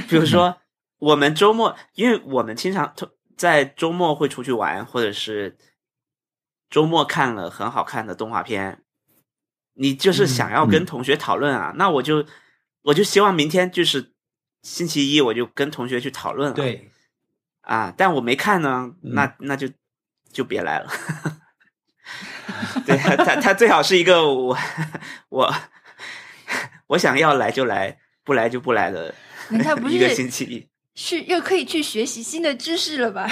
Speaker 4: 比如
Speaker 1: 嗯
Speaker 4: 说我们周末，因为我们经常在周末会出去玩，或者是周末看了很好看的动画片，你
Speaker 1: 嗯
Speaker 4: 就是想要跟同学讨论啊，那我就我就希望明天就是星期一，我就跟同学去讨论了。
Speaker 3: 对，
Speaker 4: 啊，但我没看呢，
Speaker 1: 嗯
Speaker 4: 那那就就别来了。 对啊他， 他他最好是一个我我 我想要来就来，不来就不来的
Speaker 1: 那哎他不
Speaker 4: 一个
Speaker 1: 是
Speaker 4: 星期一。
Speaker 1: 是又可以去学习新的知识了吧？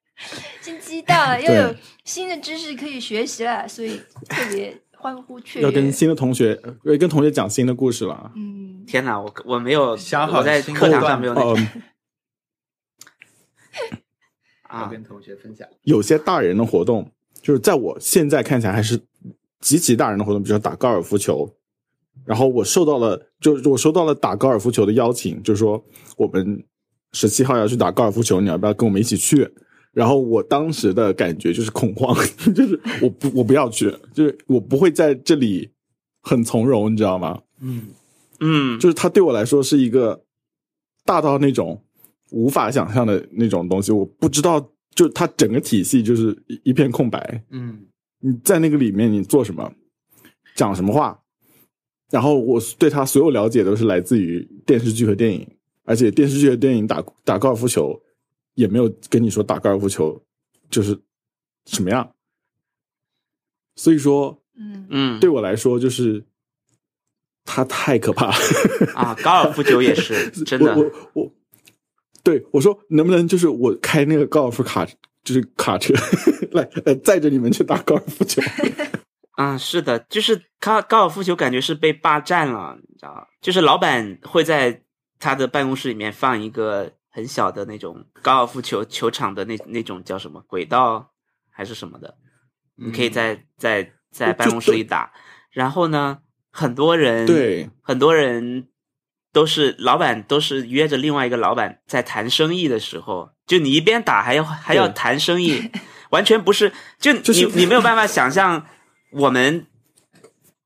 Speaker 1: 星期一到了，又有新的知识可以学习了，所以特别欢呼雀
Speaker 2: 要跟
Speaker 1: 跃。
Speaker 2: 新的同学，呃跟同学讲新的故事了。
Speaker 1: 嗯，
Speaker 4: 天哪，我我没有
Speaker 3: 想好
Speaker 4: 我在
Speaker 3: 新
Speaker 4: 课
Speaker 3: 的哦
Speaker 4: 堂
Speaker 3: 段
Speaker 4: 上没有那个、
Speaker 2: 嗯。
Speaker 3: 要
Speaker 4: 啊，
Speaker 3: 跟同学分享。
Speaker 2: 有些大人的活动，就是在我现在看起来还是极其大人的活动，比如说打高尔夫球。然后我受到了，就是我收到了打高尔夫球的邀请，就是说我们十七号要去打高尔夫球，你要不要跟我们一起去？然后我当时的感觉就是恐慌， 就是我不我不要去，就是我不会在这里很从容，你知道吗？
Speaker 3: 嗯，
Speaker 4: 嗯，
Speaker 2: 就是它对我来说是一个大到那种无法想象的那种东西，我不知道，就它整个体系就是一一片空白。
Speaker 3: 嗯，
Speaker 2: 你在那个里面你做什么，讲什么话，然后我对他所有了解都是来自于电视剧和电影，而且电视剧和电影打打高尔夫球也没有跟你说打高尔夫球就是什么样，所以说
Speaker 1: 嗯，
Speaker 4: 嗯
Speaker 2: 对我来说就是它太可怕了。
Speaker 4: 啊，高尔夫球 也是真的
Speaker 2: 我我我，对我说能不能就是我开那个高尔夫卡，就是卡车 来来载着你们去打高尔夫球？
Speaker 4: 啊、是的，就是高高尔夫球感觉是被霸占了，你知道吗就是老板会在他的办公室里面放一个很小的那种高尔夫球球场的那那种叫什么轨道还是什么的，
Speaker 3: 嗯
Speaker 4: 你可以在在在办公室里打。然后呢，很多人
Speaker 2: 对，
Speaker 4: 很多人都是老板都是约着另外一个老板在谈生意的时候，就你一边打还要还要
Speaker 2: 对
Speaker 4: 谈生 意，完全不是就你、
Speaker 2: 就是
Speaker 4: 你没有办法想象我们。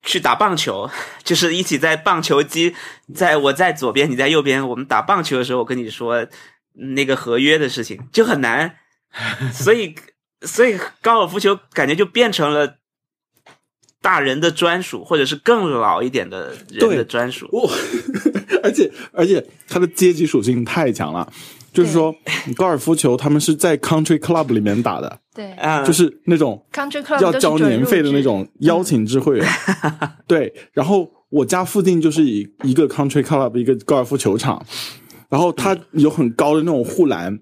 Speaker 4: 去打棒球， 就是一起在棒球机，在我在左边，你在右边。我们打棒球的时候，我跟你说那个合约的事情就很 难，所以所以高尔夫球感觉就变成了大人的专属，或者是更老一点的人的
Speaker 2: 对
Speaker 4: 专属。
Speaker 2: 我 而且而且它的阶级属性太强了，就是说高尔夫球他们是在 country club 里面打的，
Speaker 1: 对
Speaker 4: 啊，
Speaker 2: 就是那种
Speaker 1: Country club
Speaker 2: 要
Speaker 1: 都是
Speaker 2: 交
Speaker 1: 准
Speaker 2: 年
Speaker 1: 入
Speaker 2: 费的
Speaker 1: 制
Speaker 2: 那种邀请制会员。啊 对，然后我家附近就是一一个 country club，一个高尔夫球场，然后它有很高的那种护栏，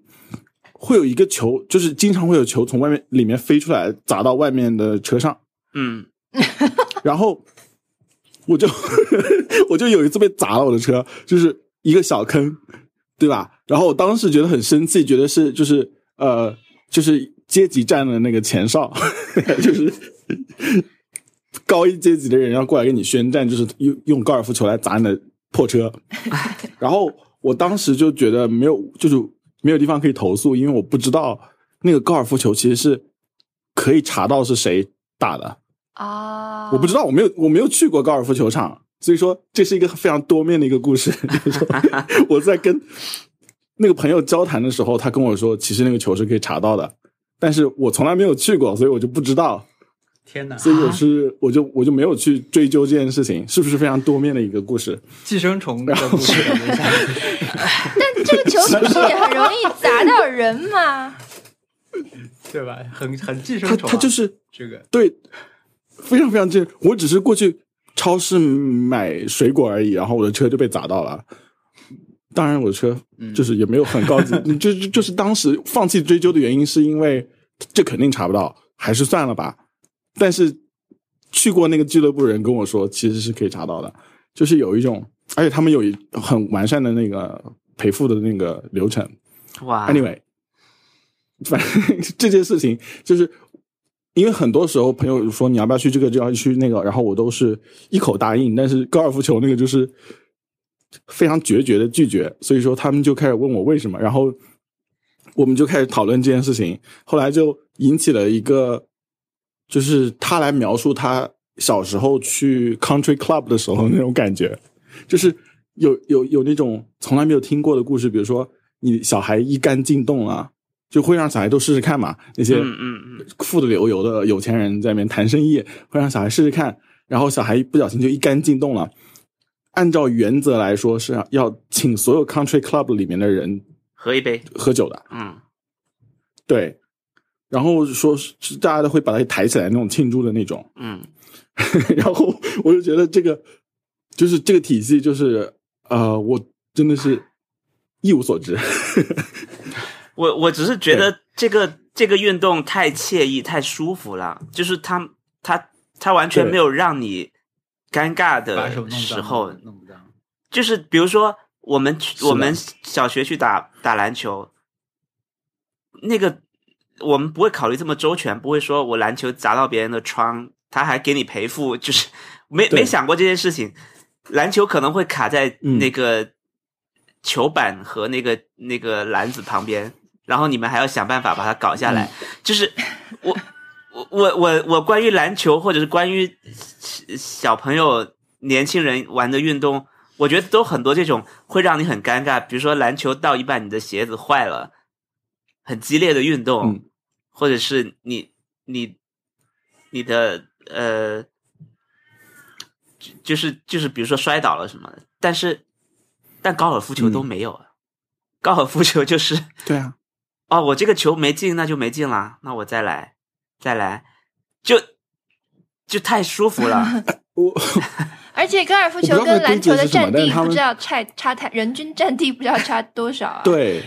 Speaker 2: 会有一个球，就是经常会有球从外面里面飞出来砸到外面的车上，
Speaker 4: 嗯
Speaker 2: 然后我就 我就有一次被砸了我的车，就是一个小坑，对吧？然后我当时觉得很生气，觉得是就是呃就是阶级战的那个前哨， 就是高一阶级的人要过来跟你宣战，就是用用高尔夫球来砸你的破车。然后我当时就觉得没有，就是没有地方可以投诉，因为我不知道那个高尔夫球其实是可以查到是谁打的。
Speaker 1: 啊，
Speaker 2: 我不知
Speaker 1: 道，
Speaker 2: 道，我没有我没有去过高尔夫球场，所以说这是一个非常多面的一个故事。 就是说我在跟那个朋友交谈的时候，他跟我说，其实那个球是可以查到的，但是我从来没有去过，所以我就不知道，
Speaker 3: 天哪，
Speaker 2: 所以我是我就我就没有去追究这件事情，是不是非常多面的一个故事？
Speaker 3: 寄生虫的故 事，等一下
Speaker 1: 但这 个球是不是也很容易砸到人嘛？
Speaker 3: 对吧？很很寄生
Speaker 2: 他
Speaker 3: 虫、啊，
Speaker 2: 他就是
Speaker 3: 这个
Speaker 2: 对，非常非常近。我只是过去超市买水果而已，然后我的车就被砸到了。当然，我的车就是也没有很高级，就就就是当时放弃追究的原因，是因为这肯定查不到，还是算了吧。但是去过那个俱乐部的人跟我说，其实是可以查到的，就是有一种，而且他们有一很完善的那个赔付的那个流程，
Speaker 4: 哇嗯
Speaker 2: Anyway，反正 这件事情就是因为很多时候朋友说你要不要去这个，就要去那个，然后我都是一口答应，但是高尔夫球那个就是非常决绝的拒绝，所以说他们就开始问我为什么，然后我们就开始讨论这件事情，后来就引起了一个，就是他来描述他小时候去 country club 的时候那种感觉，就是有有有那种从来没有听过的故事，比如说你小孩一杆进洞啊，就会让小孩都试试看嘛。那些
Speaker 4: 嗯嗯嗯
Speaker 2: 富的流油的有钱人在那边谈生意，会让小孩试试看，然后小孩一不小心就一杆进洞了。按照原则来说是要请所有 country club 里面的人
Speaker 4: 喝一杯，
Speaker 2: 喝酒的，
Speaker 4: 嗯，
Speaker 2: 对。然后说是大家都会把它给抬起来那种庆祝的那种，
Speaker 4: 嗯，
Speaker 2: 然后我就觉得这个就是这个体系，就是呃，我真的是一无所知。
Speaker 4: 我我只是觉得这个这个运动太惬意、太舒服了，就是它它它完全
Speaker 2: 对
Speaker 4: 没有让你尴尬
Speaker 3: 把手弄
Speaker 4: 的
Speaker 3: 脏，
Speaker 4: 时候，
Speaker 3: 弄不脏，
Speaker 4: 就是比如说我们去
Speaker 2: 的
Speaker 4: 我们小学去打打篮球，那个我们不会考虑这么周全，不会说我篮球砸到别人的窗，他还给你赔付，就是没
Speaker 2: 对
Speaker 4: 没想过这件事情。篮球可能会卡在
Speaker 2: 嗯
Speaker 4: 那个球板和那个、那个篮子旁边，然后你们还要想办法把它搞
Speaker 2: 嗯
Speaker 4: 下来。就是我我我我我关于篮球或者是关于小小朋友年轻人玩的运动，我觉得都很多这种会让你很尴尬，比如说篮球到一半你的鞋子坏了，很激烈的运动，
Speaker 2: 嗯
Speaker 4: 或者是你你你的呃，就就是就是比如说摔倒了什么的，但是但高尔夫球
Speaker 2: 嗯
Speaker 4: 都没有，啊，高尔夫球就是
Speaker 2: 对啊，
Speaker 4: 哦，我这个球没进，那就没进啦，那我再来，再来，就就太舒 服了。
Speaker 2: 我
Speaker 1: 而且高尔夫
Speaker 2: 我
Speaker 1: 球
Speaker 2: 不知道
Speaker 1: 跟
Speaker 2: 它的
Speaker 1: 篮
Speaker 2: 规
Speaker 1: 球
Speaker 2: 则是
Speaker 1: 的
Speaker 2: 什么
Speaker 1: 占
Speaker 2: 但
Speaker 1: 地
Speaker 2: 是他
Speaker 1: 不
Speaker 2: 们
Speaker 1: 知道差差太人均占地不知道差多少啊？，
Speaker 2: 对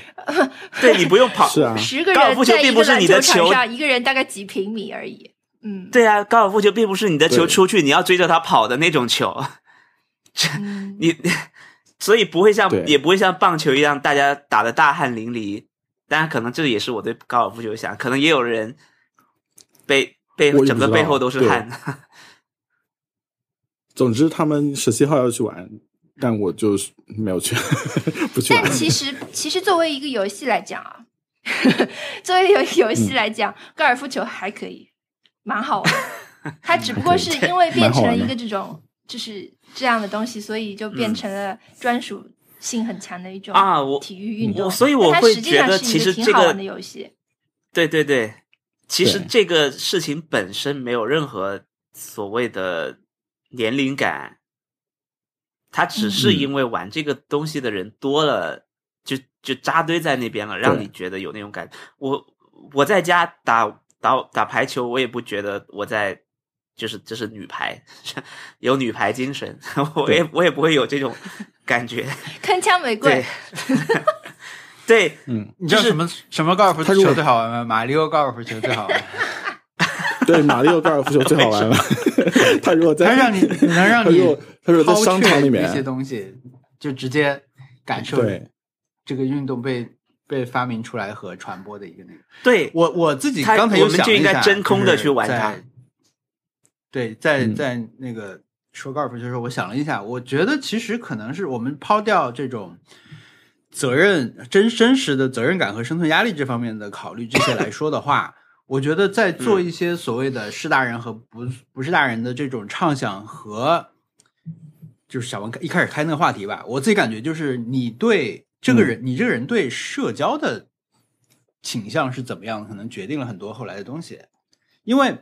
Speaker 4: 对你不用跑，
Speaker 2: 是啊，
Speaker 1: 十个
Speaker 4: 高尔
Speaker 1: 人
Speaker 4: 夫球
Speaker 1: 在一
Speaker 4: 并
Speaker 1: 个
Speaker 4: 不是
Speaker 1: 篮
Speaker 4: 你的
Speaker 1: 球场
Speaker 4: 球
Speaker 1: 上，一个人大概几平米而已。嗯，
Speaker 4: 对啊，高尔夫球并不是你的
Speaker 2: 对
Speaker 4: 球出去，你要追着它跑的那种球，
Speaker 1: 嗯
Speaker 4: 你所以不会像
Speaker 2: 对
Speaker 4: 也不会像棒球一样，大家打的大汗淋漓。当然，可能这也是我对高尔夫球的想，可能也有人背背
Speaker 2: 我也不
Speaker 4: 整个
Speaker 2: 知道
Speaker 4: 背后都是
Speaker 2: 对
Speaker 4: 汗。
Speaker 2: 总之他们十七号要去玩，但我就是没有去， 不去玩
Speaker 1: 但。其实， 其实作为一个游戏来讲啊， 作为游游
Speaker 4: 嗯
Speaker 1: 戏来讲，高尔夫球还可以，蛮好玩的。 它只不过是因为变成了一个这种就是这样的东西，所以就变成了专属性很强的一种
Speaker 4: 嗯啊我
Speaker 1: 体育运动。
Speaker 4: 我所以我
Speaker 1: 但它
Speaker 4: 会
Speaker 1: 实际
Speaker 4: 觉
Speaker 1: 上
Speaker 4: 得
Speaker 1: 是一
Speaker 4: 其实
Speaker 1: 挺
Speaker 4: 这
Speaker 1: 好
Speaker 4: 个
Speaker 1: 玩的游戏。
Speaker 4: 对对对，其实
Speaker 2: 对
Speaker 4: 这个事情本身没有任何所谓的年龄感，它只是
Speaker 2: 嗯
Speaker 4: 因为玩这个东西的人多了，就就扎堆在那边了，让
Speaker 2: 对
Speaker 4: 你觉得有那种感觉。我我在家打打打排球，我也不觉得我在。就是这是女排， 有女排精神，我也我也不会有这种感觉。
Speaker 1: 铿锵玫瑰
Speaker 4: 对， 对，
Speaker 2: 嗯，
Speaker 3: 你知道
Speaker 4: 就是
Speaker 3: 什么什么高尔夫
Speaker 2: 他如
Speaker 3: 球
Speaker 2: 果
Speaker 3: 最好玩吗？马里奥高尔夫球最好玩。
Speaker 2: 对，马里奥高尔夫球最好 玩了。 他如果在，
Speaker 3: 他让你能让
Speaker 2: 他
Speaker 3: 你
Speaker 2: 如果他如果在
Speaker 3: 抛
Speaker 2: 商
Speaker 3: 却
Speaker 2: 场里面
Speaker 3: 一些东西，就直接感受
Speaker 2: 对
Speaker 3: 这个运动被被发明出来和传播的一个那个。
Speaker 4: 对，
Speaker 3: 我我自己
Speaker 4: 他
Speaker 3: 刚才
Speaker 4: 我
Speaker 3: 有
Speaker 4: 们
Speaker 3: 想
Speaker 4: 就
Speaker 3: 了一
Speaker 4: 应该
Speaker 3: 下
Speaker 4: 真空地去玩。
Speaker 3: 就
Speaker 4: 它
Speaker 3: 是在对，在
Speaker 2: 嗯
Speaker 3: 在那个说高尔夫球的时候，我想了一下，我觉得其实可能是我们抛掉这种责任真真实的责任感和生存压力这方面的考虑这些来说的话，我觉得在做一些所谓的是大人和不不是大人的这种畅想和。就是小王一开始开那个话题吧，我自己感觉就是你对这个人，你这个人对社交的倾向是怎么样的，可能决定了很多后来的东西。因为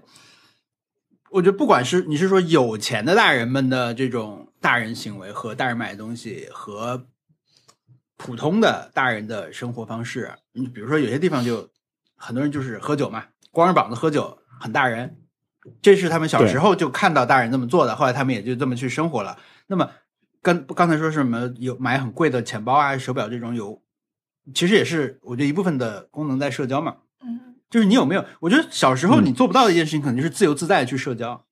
Speaker 3: 我觉得，不管是你是说有钱的大人们的这种大人行为和大人买的东西和普通的大人的生活方式，你比如说有些地方就很多人就是喝酒嘛，光着膀子喝酒很大人，这是他们小
Speaker 2: 对
Speaker 3: 时候就看到大人这么做的，后来他们也就这么去生活了。那么刚刚才说什么有买很贵的钱包啊、手表这种有，其实也是我觉得一部分的功能在社交嘛。
Speaker 1: 嗯，
Speaker 3: 就是你有没有？我觉得小时候
Speaker 2: 嗯
Speaker 3: 你做不到的一件事情，可能就是自由自在的去社交。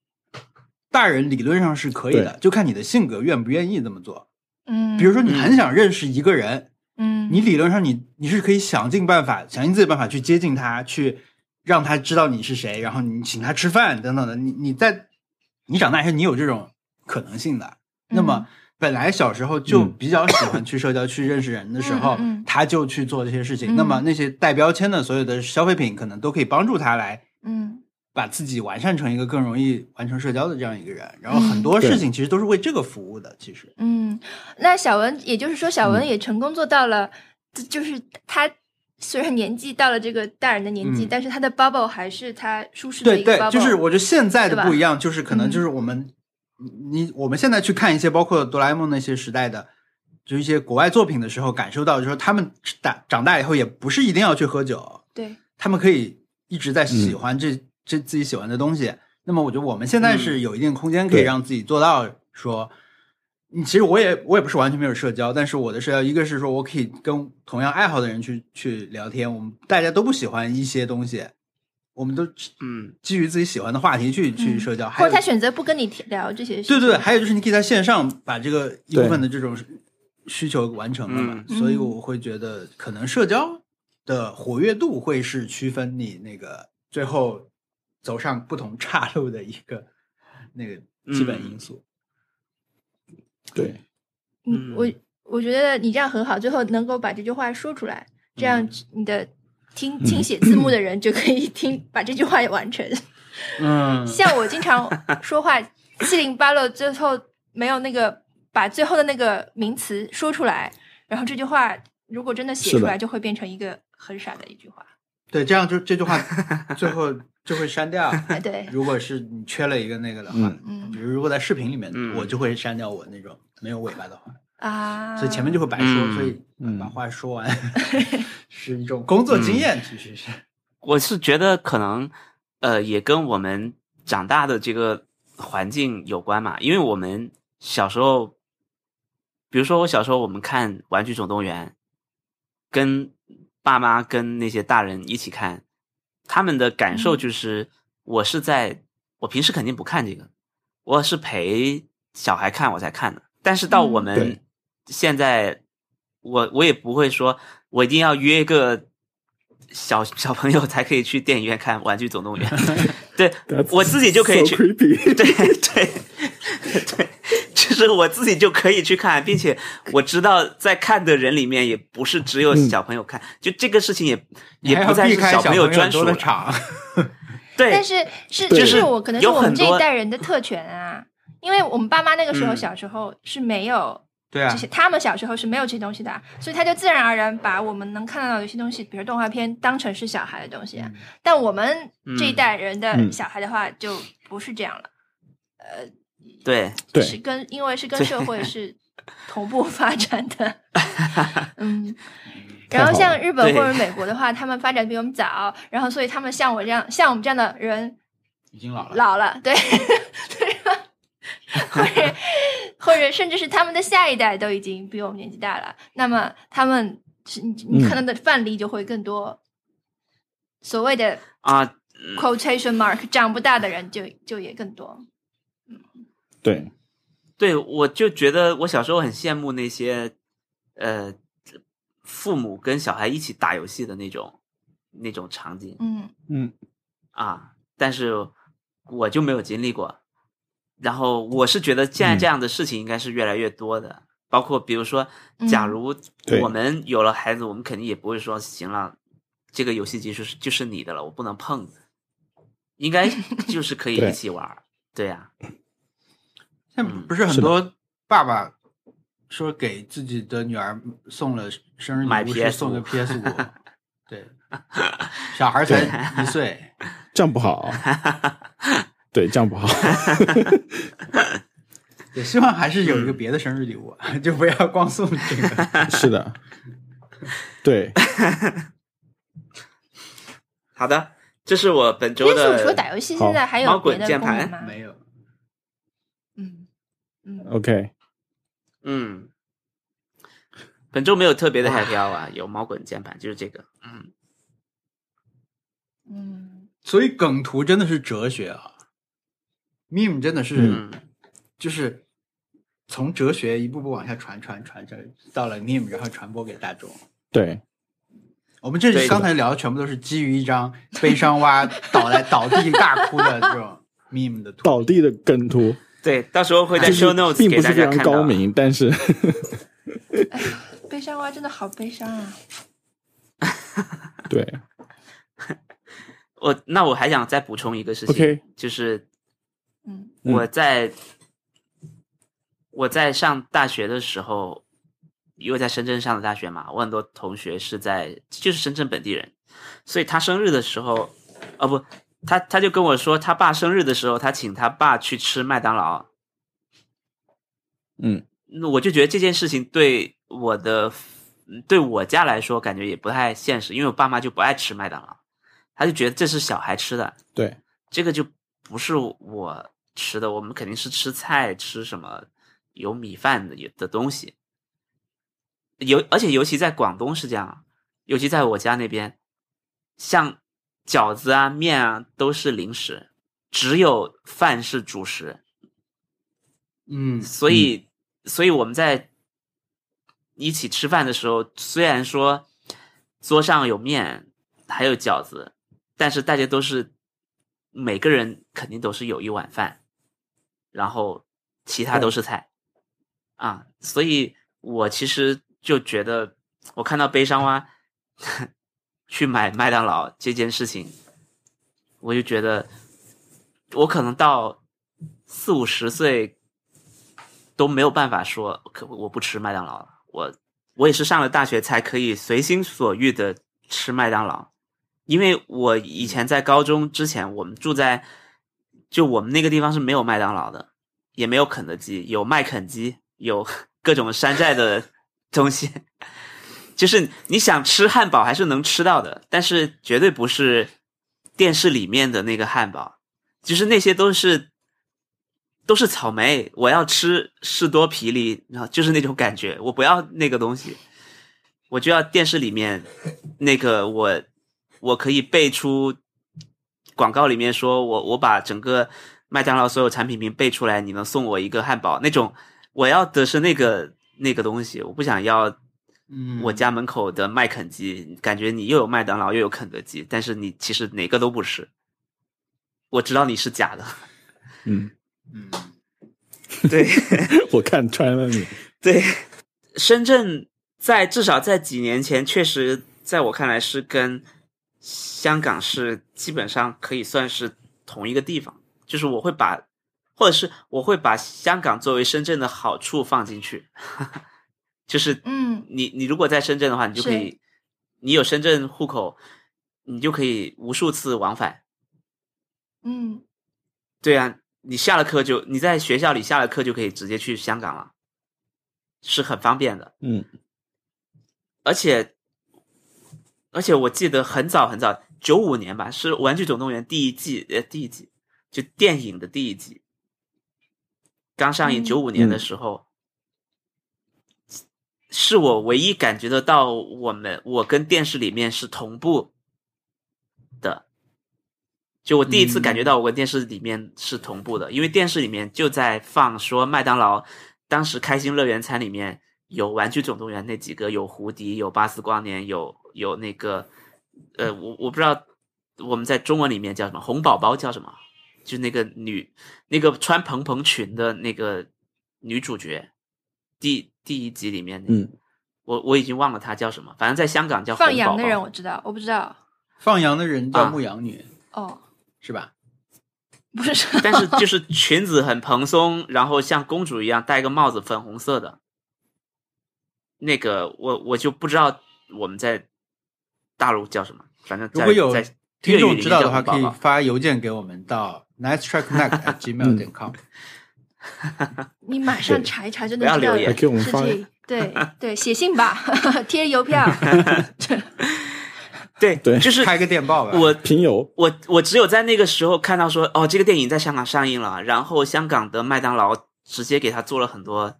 Speaker 3: 大人理论上是可以的，就看你的性格愿不愿意这么做。
Speaker 1: 嗯，
Speaker 3: 比如说，你很想认识一个人，
Speaker 1: 嗯，
Speaker 3: 你理论上你你是可以想尽办法，想尽自己的办法去接近他，去让他知道你是谁，然后你请他吃饭等等的。你你在你长大以后，你有这种可能性的。
Speaker 1: 嗯
Speaker 3: 那么本来小时候就
Speaker 2: 嗯
Speaker 3: 比较喜欢去社交、去认识人的时候，
Speaker 1: 嗯嗯嗯
Speaker 3: 他就去做这些事情。
Speaker 1: 嗯
Speaker 3: 那么那些带标签的所有的消费品，可能都可以帮助他来
Speaker 1: 嗯，
Speaker 3: 把自己完善成一个更容易完成社交的这样一个人。然后很多事情其实都是为这个服务的。其实，
Speaker 1: 嗯嗯，那小文，也就是说，
Speaker 3: 嗯
Speaker 1: 小文也成功做到了，就就是他。虽然年纪到了这个大人的年纪，
Speaker 3: 嗯
Speaker 1: 但是他的包包还是他舒适的
Speaker 3: 对
Speaker 1: 一个包包，
Speaker 3: 对，就是我觉得现在的不一样，就是可能
Speaker 1: 嗯
Speaker 3: 就是我们、你我们现在去看一些包括哆啦 A 梦那些时代的。就一些国外作品的时候，感受到就是说他们大长大以后也不是一定要去喝酒，
Speaker 1: 对，
Speaker 3: 他们可以一直在喜欢这、这自己喜欢的东西。那么我觉得我们现在是有一定空间可以
Speaker 2: 对
Speaker 3: 让自己做到说，你其实我也我也不是完全没有社交，但是我的社交一个是说我可以跟同样爱好的人去去聊天，我们大家都不喜欢一些东西，我们都
Speaker 4: 嗯，
Speaker 3: 基于自己喜欢的话题去、去
Speaker 1: 嗯
Speaker 3: 社交，还
Speaker 1: 或
Speaker 3: 有
Speaker 1: 者他选择不跟你聊这些事情，
Speaker 3: 对对对，还有就是你可以在线上把这个一部
Speaker 2: 对
Speaker 3: 分的这种需求完成了嘛，
Speaker 1: 嗯
Speaker 3: 所以我会觉得可能社交的活跃度会是区分你那个最后走上不同岔路的一个 那个基本因素。
Speaker 2: 对，
Speaker 1: 嗯，
Speaker 4: 嗯
Speaker 1: 我我觉得你这样很好，最后能够把这句话说出来，这样
Speaker 3: 嗯
Speaker 1: 你的听听写字幕的人就可以听把这句话完成。
Speaker 3: 嗯
Speaker 1: 像我经常说话七零八落，最后没有那个把最后的那个名词说出来，然后这句话如果真的写
Speaker 2: 是
Speaker 1: 出
Speaker 2: 的
Speaker 1: 来，就会变成一个很傻的一句话。
Speaker 3: 对，这样就这句话最后就会删掉。
Speaker 1: 哎，对，
Speaker 3: 如果是你缺了一个那个的话，
Speaker 2: 嗯
Speaker 1: 嗯
Speaker 3: 比如如果在视频里面，
Speaker 4: 嗯
Speaker 3: 我就会删掉我那种没有尾巴的话。
Speaker 1: 啊，
Speaker 3: 所以前面就会白说，
Speaker 4: 嗯
Speaker 3: 所以
Speaker 2: 嗯
Speaker 3: 把话说完、 是一种工作经验，其实是。
Speaker 4: 我是觉得可能呃也跟我们长大的这个环境有关嘛，因为我们小时候，比如说我小时候我们看《玩具总动员》，跟爸妈跟那些大人一起看，他们的感受
Speaker 1: 嗯
Speaker 4: 就是、我是在我平时肯定不看这个，我是陪小孩看我才看的，但是到
Speaker 1: 嗯
Speaker 4: 我们
Speaker 2: 对
Speaker 4: 现在，我我也不会说我一定要约个小小朋友才可以去电影院看《玩具总动员》 对，
Speaker 2: That's
Speaker 4: 我自己就可以
Speaker 2: so
Speaker 4: 去。 对
Speaker 2: creepy
Speaker 4: 对对，就是我自己就可以去看，并且我知道在看的人里面也不是只有
Speaker 2: 嗯
Speaker 4: 小朋友看，就这个事情也也
Speaker 3: 还
Speaker 4: 不
Speaker 3: 要
Speaker 4: 再
Speaker 3: 避
Speaker 4: 是
Speaker 3: 开
Speaker 4: 朋
Speaker 3: 朋
Speaker 4: 友
Speaker 3: 友
Speaker 4: 专属
Speaker 3: 多的
Speaker 4: 了
Speaker 3: 场，
Speaker 4: 对，
Speaker 1: 但是是
Speaker 2: 对
Speaker 1: 这
Speaker 2: 就是
Speaker 4: 是
Speaker 1: 我可能是
Speaker 4: 有
Speaker 1: 我们
Speaker 4: 很
Speaker 1: 这一
Speaker 4: 多
Speaker 1: 代人的特权啊，因为我们爸妈那个时候
Speaker 4: 嗯
Speaker 1: 小时候是没有
Speaker 3: 对啊
Speaker 1: 这，些，他们小时候是没有这些东西的啊，所以他就自然而然把我们能看到的一些东西，比如动画片，当成是小孩的东西啊。但我们这一
Speaker 4: 嗯
Speaker 1: 代人的
Speaker 2: 嗯
Speaker 1: 小孩的话，就不是这样了，
Speaker 4: 对，
Speaker 2: 对
Speaker 1: 是跟因为是跟
Speaker 4: 对
Speaker 1: 社会是同步发展 的，嗯。
Speaker 2: 太
Speaker 1: 然后
Speaker 2: 好
Speaker 1: 像
Speaker 2: 了
Speaker 1: 日本
Speaker 4: 对
Speaker 1: 或者美国的话，他们发展比我们早，然后所以他们像我这样，像我们这样的人，
Speaker 3: 已经老了。
Speaker 1: 老了，对， 或者或者甚至是他们的下一代都已经比我们年纪大了，那么他们是你你
Speaker 2: 嗯
Speaker 1: 看到的范例就会更多。所谓的
Speaker 4: 啊，
Speaker 1: quotation mark 长不大的人就就也更多。
Speaker 2: 对，
Speaker 4: 对，我就觉得我小时候很羡慕那些，呃，父母跟小孩一起打游戏的那种那种场景
Speaker 1: 嗯，
Speaker 2: 嗯，
Speaker 4: 啊，但是我就没有经历过。然后我是觉得现在这样的事情应该是越来越多的，包括比如说，假
Speaker 1: 嗯
Speaker 4: 如
Speaker 2: 对
Speaker 4: 我们有了孩子，我们肯定也不会说行了，这个游戏机就是就是你的了，我不能碰，应该就是可以
Speaker 2: 对
Speaker 4: 一起玩儿，对呀、
Speaker 3: 现在不是很
Speaker 2: 是的
Speaker 3: 多爸爸说给自己的女儿送了生日
Speaker 4: 买
Speaker 3: 礼物是
Speaker 4: PS5
Speaker 3: 送个 PS 五，对，小孩才一岁，
Speaker 2: 这样不好，啊 对，这样不好，
Speaker 3: 也希望还是有一个别的生日礼物，啊 就不要光送这个。
Speaker 2: 是的，对，
Speaker 4: 好的，这是我本周
Speaker 1: 天数除了
Speaker 4: 的
Speaker 1: 打游戏，
Speaker 2: 好
Speaker 1: 现在还有
Speaker 4: 猫
Speaker 1: 别
Speaker 4: 滚
Speaker 1: 的
Speaker 4: 键
Speaker 1: 功能
Speaker 4: 盘
Speaker 1: 吗？
Speaker 3: 没有，
Speaker 1: 嗯嗯，
Speaker 2: OK，
Speaker 4: 嗯，本周没有特别的 happy hour，啊有猫滚键盘，就是这个。嗯，
Speaker 1: 嗯，
Speaker 3: 所以梗图真的是哲学啊，meme 真的是、
Speaker 4: 嗯
Speaker 3: 就是从哲学一步步往下传传传传到了 meme，然后传播给大众。
Speaker 2: 对，
Speaker 3: 我们这
Speaker 4: 对的
Speaker 3: 刚才聊的全部都是基于一张悲伤 蛙倒在倒地大哭的这种 meme 的图，
Speaker 2: 倒地的梗图，
Speaker 4: 对，到时候会在
Speaker 2: 就是
Speaker 4: show notes
Speaker 2: 并
Speaker 4: 给
Speaker 2: 不是
Speaker 4: 大
Speaker 2: 非
Speaker 4: 家
Speaker 2: 常
Speaker 4: 看到
Speaker 2: 高
Speaker 4: 啊。
Speaker 2: 明，但 是
Speaker 1: 悲伤蛙真的好悲伤啊！
Speaker 2: 对
Speaker 4: 我那我还想再补充一个事情
Speaker 2: OK
Speaker 4: 就是
Speaker 1: 嗯
Speaker 2: 嗯
Speaker 4: 我在、我在上大学的时候，因为在深圳上的大学嘛，我很多同学是在就是深圳本地人，所以他生日的时候，哦不，他他就跟我说，他爸生日的时候，他请他爸去吃麦当劳。
Speaker 2: 嗯，
Speaker 4: 那我就觉得这件事情对我的对我家来说，感觉也不太现实，因为我爸妈就不爱吃麦当劳，他就觉得这是小孩吃的，
Speaker 2: 对，
Speaker 4: 这个就不是我吃的，我们肯定是吃菜，吃什么有米饭的有的东西。尤而且尤其在广东是这样，啊尤其在我家那边，像饺子啊、面啊都是零食，只有饭是主食。
Speaker 3: 嗯，
Speaker 4: 所以，所以我们在一起吃饭的时候，虽然说桌上有面还有饺子，但是大家都是每个人肯定都是有一碗饭，然后其他都是菜啊。所以我其实就觉得，我看到悲伤蛙 去买麦当劳这件事情，我就觉得我可能到四五十岁都没有办法说，可我不吃麦当劳了。我我也是上了大学才可以随心所欲的吃麦当劳，因为我以前在高中之前，我们住在就我们那个地方是没有麦当劳的，也没有肯德基，有麦肯基，有 各种山寨的东西。 就是你想吃汉堡还是能吃到的，但是绝对不是电视里面的那个汉堡，就是那些都是都是草莓，我要吃士多啤梨，然后就是那种感觉，我不要那个东西，我就要电视里面那个我我可以背出广告里面说我我把整个麦当劳所有产品名背出来，你能送我一个汉堡那种，我要的是那个那个东西，我不想要。
Speaker 3: 嗯
Speaker 4: 我家门口的麦肯基，感觉你又有麦当劳又有肯德基，但是你其实哪个都不是。我知道你是假的，
Speaker 2: 嗯，
Speaker 3: 嗯，
Speaker 4: 对
Speaker 2: 我看穿了你，
Speaker 4: 对。深圳在至少在几年前，确实在我看来是跟香港是基本上可以算是同一个地方，就是我会把，或者是我会把香港作为深圳的好处放进去， 就是
Speaker 1: 嗯
Speaker 4: 你你如果在深圳的话，你就可以，你有深圳户口，你就可以无数次往返。
Speaker 1: 嗯
Speaker 4: 对啊，你下了课就你在学校里下了课就可以直接去香港了，是很方便的。
Speaker 2: 嗯，
Speaker 4: 而且而且我记得很早很早，九五年吧，是《玩具总动员》第一季呃第一季，就电影的第一季刚上映，
Speaker 1: 嗯
Speaker 4: 九五年的
Speaker 2: 嗯
Speaker 4: 时候，是我唯一感觉得到我们我跟电视里面是同步的，就我第一次感觉到我跟电视里面是同步的，因为电视里面就在放说麦当劳当时开心乐园餐里面有《玩具总动员》那几个，有胡迪，有巴斯光年，有有那个呃，我我不知道我们在中文里面叫什么，红宝宝叫什么，就那个女那个穿蓬蓬裙的那个女主角，第第一集里面，
Speaker 2: 嗯，
Speaker 4: 我我已经忘了她叫什么，反正在香港叫
Speaker 1: 放
Speaker 4: 红
Speaker 1: 羊
Speaker 4: 宝
Speaker 1: 的
Speaker 4: 宝
Speaker 1: 人我知道，我不知道
Speaker 3: 放羊的人叫
Speaker 4: 啊
Speaker 3: 牧羊女，
Speaker 1: 哦，
Speaker 3: 是吧？
Speaker 1: 不是，
Speaker 4: 但是就是裙子很蓬松，然后像公主一样戴个帽子，粉红色的。那个我我就不知道我们在大陆叫什么，反正
Speaker 3: 如
Speaker 4: 在
Speaker 3: 果有
Speaker 4: 在
Speaker 3: 听
Speaker 4: 粤语
Speaker 3: 众
Speaker 4: 里
Speaker 3: 知道
Speaker 4: 面
Speaker 3: 的话，可
Speaker 4: 叫红宝
Speaker 3: 以
Speaker 4: 宝嗯
Speaker 3: 发邮件给我们 到 nice track connect at gmail 点 com。
Speaker 1: 你马上查一查，真的
Speaker 4: 不要
Speaker 1: 知道
Speaker 4: 留言
Speaker 2: 还给我们
Speaker 1: 是
Speaker 2: 发
Speaker 1: 这，对对，写信吧， 贴邮 票，
Speaker 4: 对
Speaker 2: 对
Speaker 4: 就是
Speaker 3: 开个电报吧。
Speaker 4: 我
Speaker 2: 平邮，
Speaker 4: 我我只有在那个时候看到说，哦，这个电影在香港上映了，然后香港的麦当劳直接给他做了很多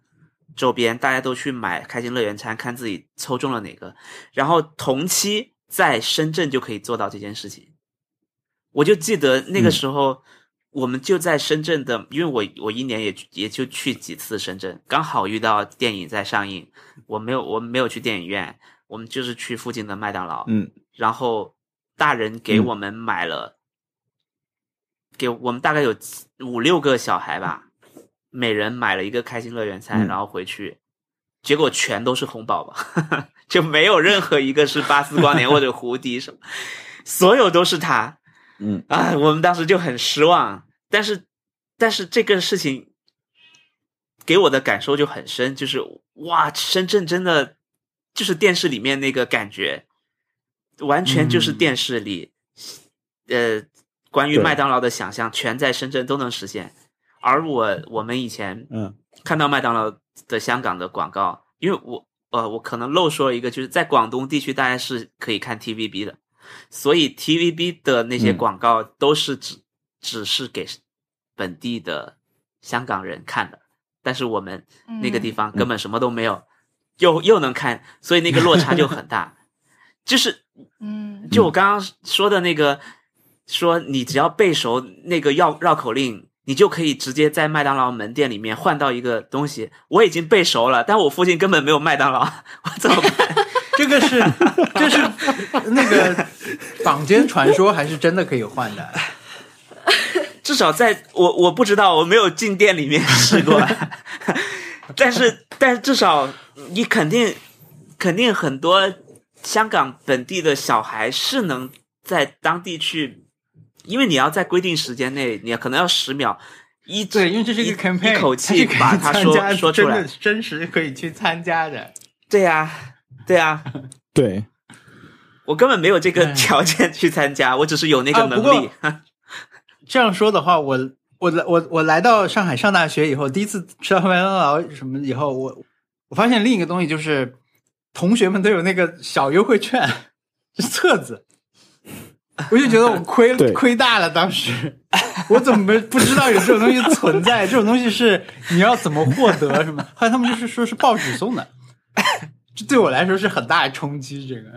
Speaker 4: 周边，大家都去买开心乐园餐，看自己抽中了哪个。然后同期在深圳就可以做到这件事情。我就记得那个时候，我们就在深圳的，因为我我一年也也就去几次深圳，刚好遇到电影在上映，我没有我没有去电影院，我们就是去附近的麦当劳，
Speaker 2: 嗯，
Speaker 4: 然后大人给我们买了，给我们大概有七五六个小孩吧，每人买了一个开心乐园
Speaker 2: 嗯
Speaker 4: 餐，然后回去，结果全都是红宝宝， 就没有任何一个是巴斯光年或者胡迪 什么，所有都是他。
Speaker 2: 嗯，
Speaker 4: 啊，我们当时就很失望，但是但是这个事情给我的感受就很深，就是哇，深圳真的就是电视里面那个感觉，完全就是
Speaker 3: 嗯
Speaker 4: 电视里，呃，关于
Speaker 2: 对
Speaker 4: 麦当劳的想象全在深圳都能实现。而我我们以前
Speaker 2: 嗯
Speaker 4: 看到麦当劳的香港的广告，因为我呃我可能漏说了一个，就是在广东地区大家是可以看 TVB 的，所以 TVB 的那些
Speaker 2: 嗯
Speaker 4: 广告都是只、只是给本地的香港人看的，但是我们那个地方根本什么都没有，又又能看，所以那个落差就很大。 就是
Speaker 1: 嗯，
Speaker 4: 就我刚刚说的那个，说你只要背熟那个绕绕口令，你就可以直接在麦当劳门店里面换到一个东西。我已经背熟了，但我附近根本没有麦当劳， 我怎么办？
Speaker 3: 这个是这 是那个坊间传说，还是真的可以换的？
Speaker 4: 至少在我我不知道，我没有进店里面试 过，但是但是至少你肯定肯定很多香港本地的小孩是能在当地去，因为你要在规定时间内，你可能要十秒一
Speaker 3: 对，因为这是一个 campaign，
Speaker 4: 一口气
Speaker 3: 它是可以
Speaker 4: 把它
Speaker 3: 参加
Speaker 4: 说说出
Speaker 3: 真
Speaker 4: 来
Speaker 3: 的，真实可以去参加的。
Speaker 4: 对呀、对呀、
Speaker 2: 对，
Speaker 4: 我根本没有这个
Speaker 3: 哎
Speaker 4: 条件去参加，我只是有那个
Speaker 3: 啊不
Speaker 4: 能
Speaker 3: 过
Speaker 4: 力。
Speaker 3: 这样说的话，我我来我我来到上海上大学以后，第一次吃到麦当劳什么以后，我我发现另一个东西就是，同学们都有那个小优惠券，是册子，我就觉得 我亏
Speaker 2: 对
Speaker 3: 亏大了。当时我怎么不知道有这种东西存在？这种东西是你要怎么获得什么？后来他们就是说是报纸送的， 这对我来说是很大的冲击。这个。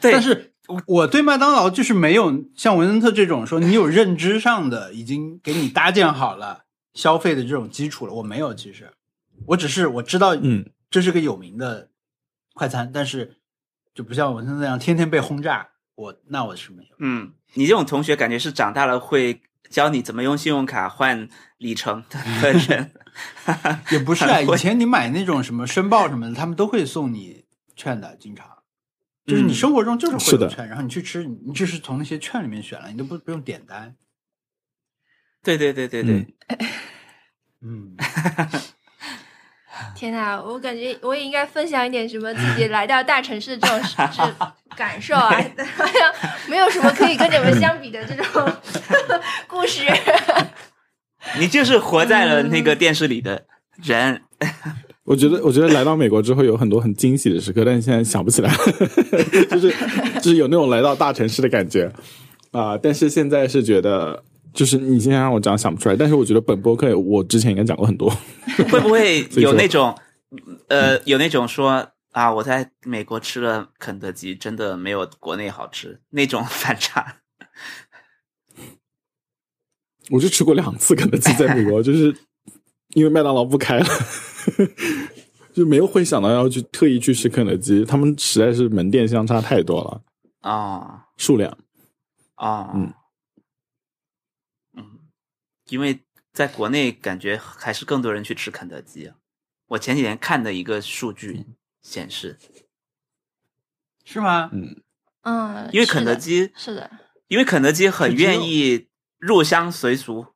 Speaker 4: 对，
Speaker 3: 但是我我对麦当劳就是没有像文森特这种说你有认知上的已经给你搭建好了消费的这种基础了，我没有。其实我只是我知道，
Speaker 2: 嗯，
Speaker 3: 这是个有名的快餐，但是就不像文森特那样天天被轰炸。我那我是没有。
Speaker 4: 嗯，你这种同学感觉是长大了会教你怎么用信用卡换里程 的人，
Speaker 3: 也不是啊，
Speaker 4: 很会
Speaker 3: 以前你买那种什么申报什么的，他们都会送你券的，经常。就是你生活中就是
Speaker 2: 是
Speaker 3: 会
Speaker 2: 的
Speaker 3: 有券，然后你去吃，你你就是从那些券里面选了，你都不不用点单。
Speaker 4: 对对对对对，
Speaker 2: 嗯
Speaker 3: 嗯，
Speaker 1: 天哪，我感觉我也应该分享一点什么自己来到大城市这种是 是感受啊， 好像没有什么可以跟你们相比的这 种故事。
Speaker 4: 你就是活在了那个电视里的人。
Speaker 2: 我觉得，我觉得来到美国之后有很多很惊喜的时刻，但是现在想不起来， 就是就是有那种来到大城市的感觉啊、但是现在是觉得，就是你现在让我讲想不出来，但是我觉得本播客我之前应该讲过很多，
Speaker 4: 会不会
Speaker 2: 所以
Speaker 4: 有
Speaker 2: 说嗯
Speaker 4: 那种，呃，有那种说啊，我在美国 吃了肯德基，真的没有国内好吃那种反差？
Speaker 2: 我就吃过两次肯德基，在美 国就是因为麦当劳不开了， 就没有会想到要去特意去吃肯德基，他们实在是门店相差太多了，
Speaker 4: 哦
Speaker 2: 数量。
Speaker 4: 哦，
Speaker 2: 嗯
Speaker 4: 嗯因为在国内感觉还是更多人去吃肯德基啊。我前几天看的一个数据显示，
Speaker 3: 是吗？
Speaker 1: 嗯，
Speaker 4: 因为
Speaker 1: 是
Speaker 4: 肯德
Speaker 1: 的
Speaker 4: 基，
Speaker 1: 是的，
Speaker 4: 因为肯德基很
Speaker 3: 就只有
Speaker 4: 愿意入乡随俗，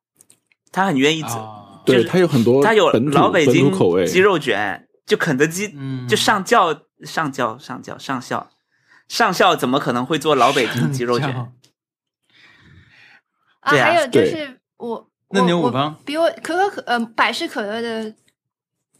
Speaker 4: 他很愿意走，
Speaker 3: 啊，
Speaker 4: 就是
Speaker 2: 对，它有很多
Speaker 4: 他有
Speaker 2: 本土
Speaker 4: 老北京
Speaker 2: 本土口味，
Speaker 4: 鸡肉卷，就肯德基
Speaker 3: 嗯，
Speaker 4: 就上校上校上校上校上校怎么可能会做老北 京鸡肉
Speaker 3: 上
Speaker 4: 卷
Speaker 3: 校？
Speaker 1: 啊，
Speaker 4: 对啊
Speaker 1: 还有就
Speaker 2: 对
Speaker 1: 是我，
Speaker 3: 那
Speaker 1: 我
Speaker 3: 牛
Speaker 1: 我
Speaker 3: 五方
Speaker 1: 比我可口可呃百事可乐的，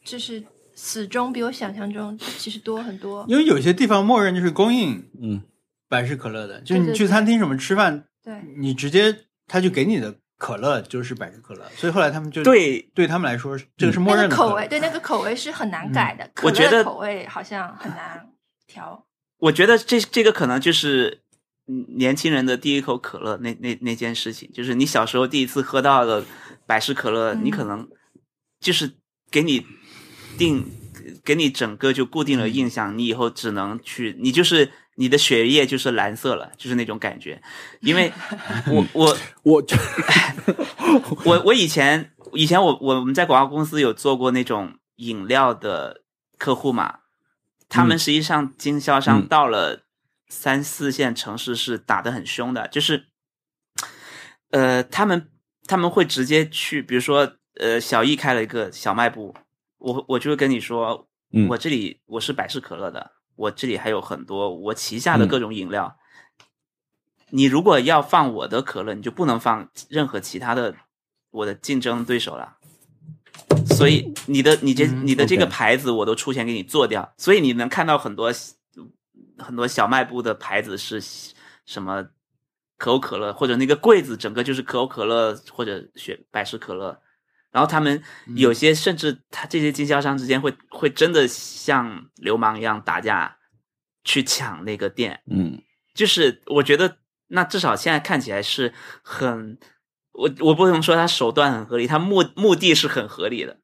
Speaker 1: 就是死忠比我想象中其实多很多。
Speaker 3: 因为有些地方默认就是供应
Speaker 2: 嗯，
Speaker 3: 百事可乐的，就是
Speaker 1: 对
Speaker 3: 你
Speaker 1: 对
Speaker 3: 去
Speaker 1: 对
Speaker 3: 餐厅什么吃饭，
Speaker 1: 对，
Speaker 3: 你直接他就给你的可乐就是百事可乐，所以后来他们就
Speaker 4: 对，
Speaker 3: 对他们来说这个是默
Speaker 1: 那
Speaker 3: 认
Speaker 1: 个
Speaker 3: 的
Speaker 1: 口
Speaker 3: 可乐
Speaker 1: 味，对那个口味是很难改的。可
Speaker 4: 我觉
Speaker 1: 乐的
Speaker 4: 得
Speaker 1: 口味好像很难调。
Speaker 4: 我觉得这这个可能就是嗯年轻人的第一口可乐那那那件事情，就是你小时候第一次喝到的百事可乐，
Speaker 1: 嗯
Speaker 4: 你可能就是给你定给你整个就固定了印象，你以后只能去，你就是你的血液就是蓝色了，就是那种感觉，因为我我。
Speaker 2: 我
Speaker 4: 我我以前以前我我们在广告公司有做过那种饮料的客户嘛，他们实际上经销商
Speaker 2: 嗯
Speaker 4: 到了三四线城市是打得很凶的，就是呃，他们他们会直接去，比如说呃，小易开了一个小卖部，我我就会跟你说，
Speaker 2: 嗯
Speaker 4: 我这里我是百事可乐的，我这里还有很多我旗下的各种饮料。你如果要放我的可乐，你就不能放任何其他的我的竞争对手了。所以你的你这
Speaker 3: 嗯
Speaker 4: 你的这个
Speaker 2: OK
Speaker 4: 牌子我都出钱给你做掉，所以你能看到很多很多小卖部的牌子是什么可口可乐，或者那个柜子整个就是可口可乐或者雪百事可乐，然后他们有些甚至他这些经销商之间会会真的像流氓一样打架，去抢那个店，
Speaker 2: 嗯
Speaker 4: 就是我觉得那至少现在看起来是很，我我不能说他手段很合理，他目目的是很合理的，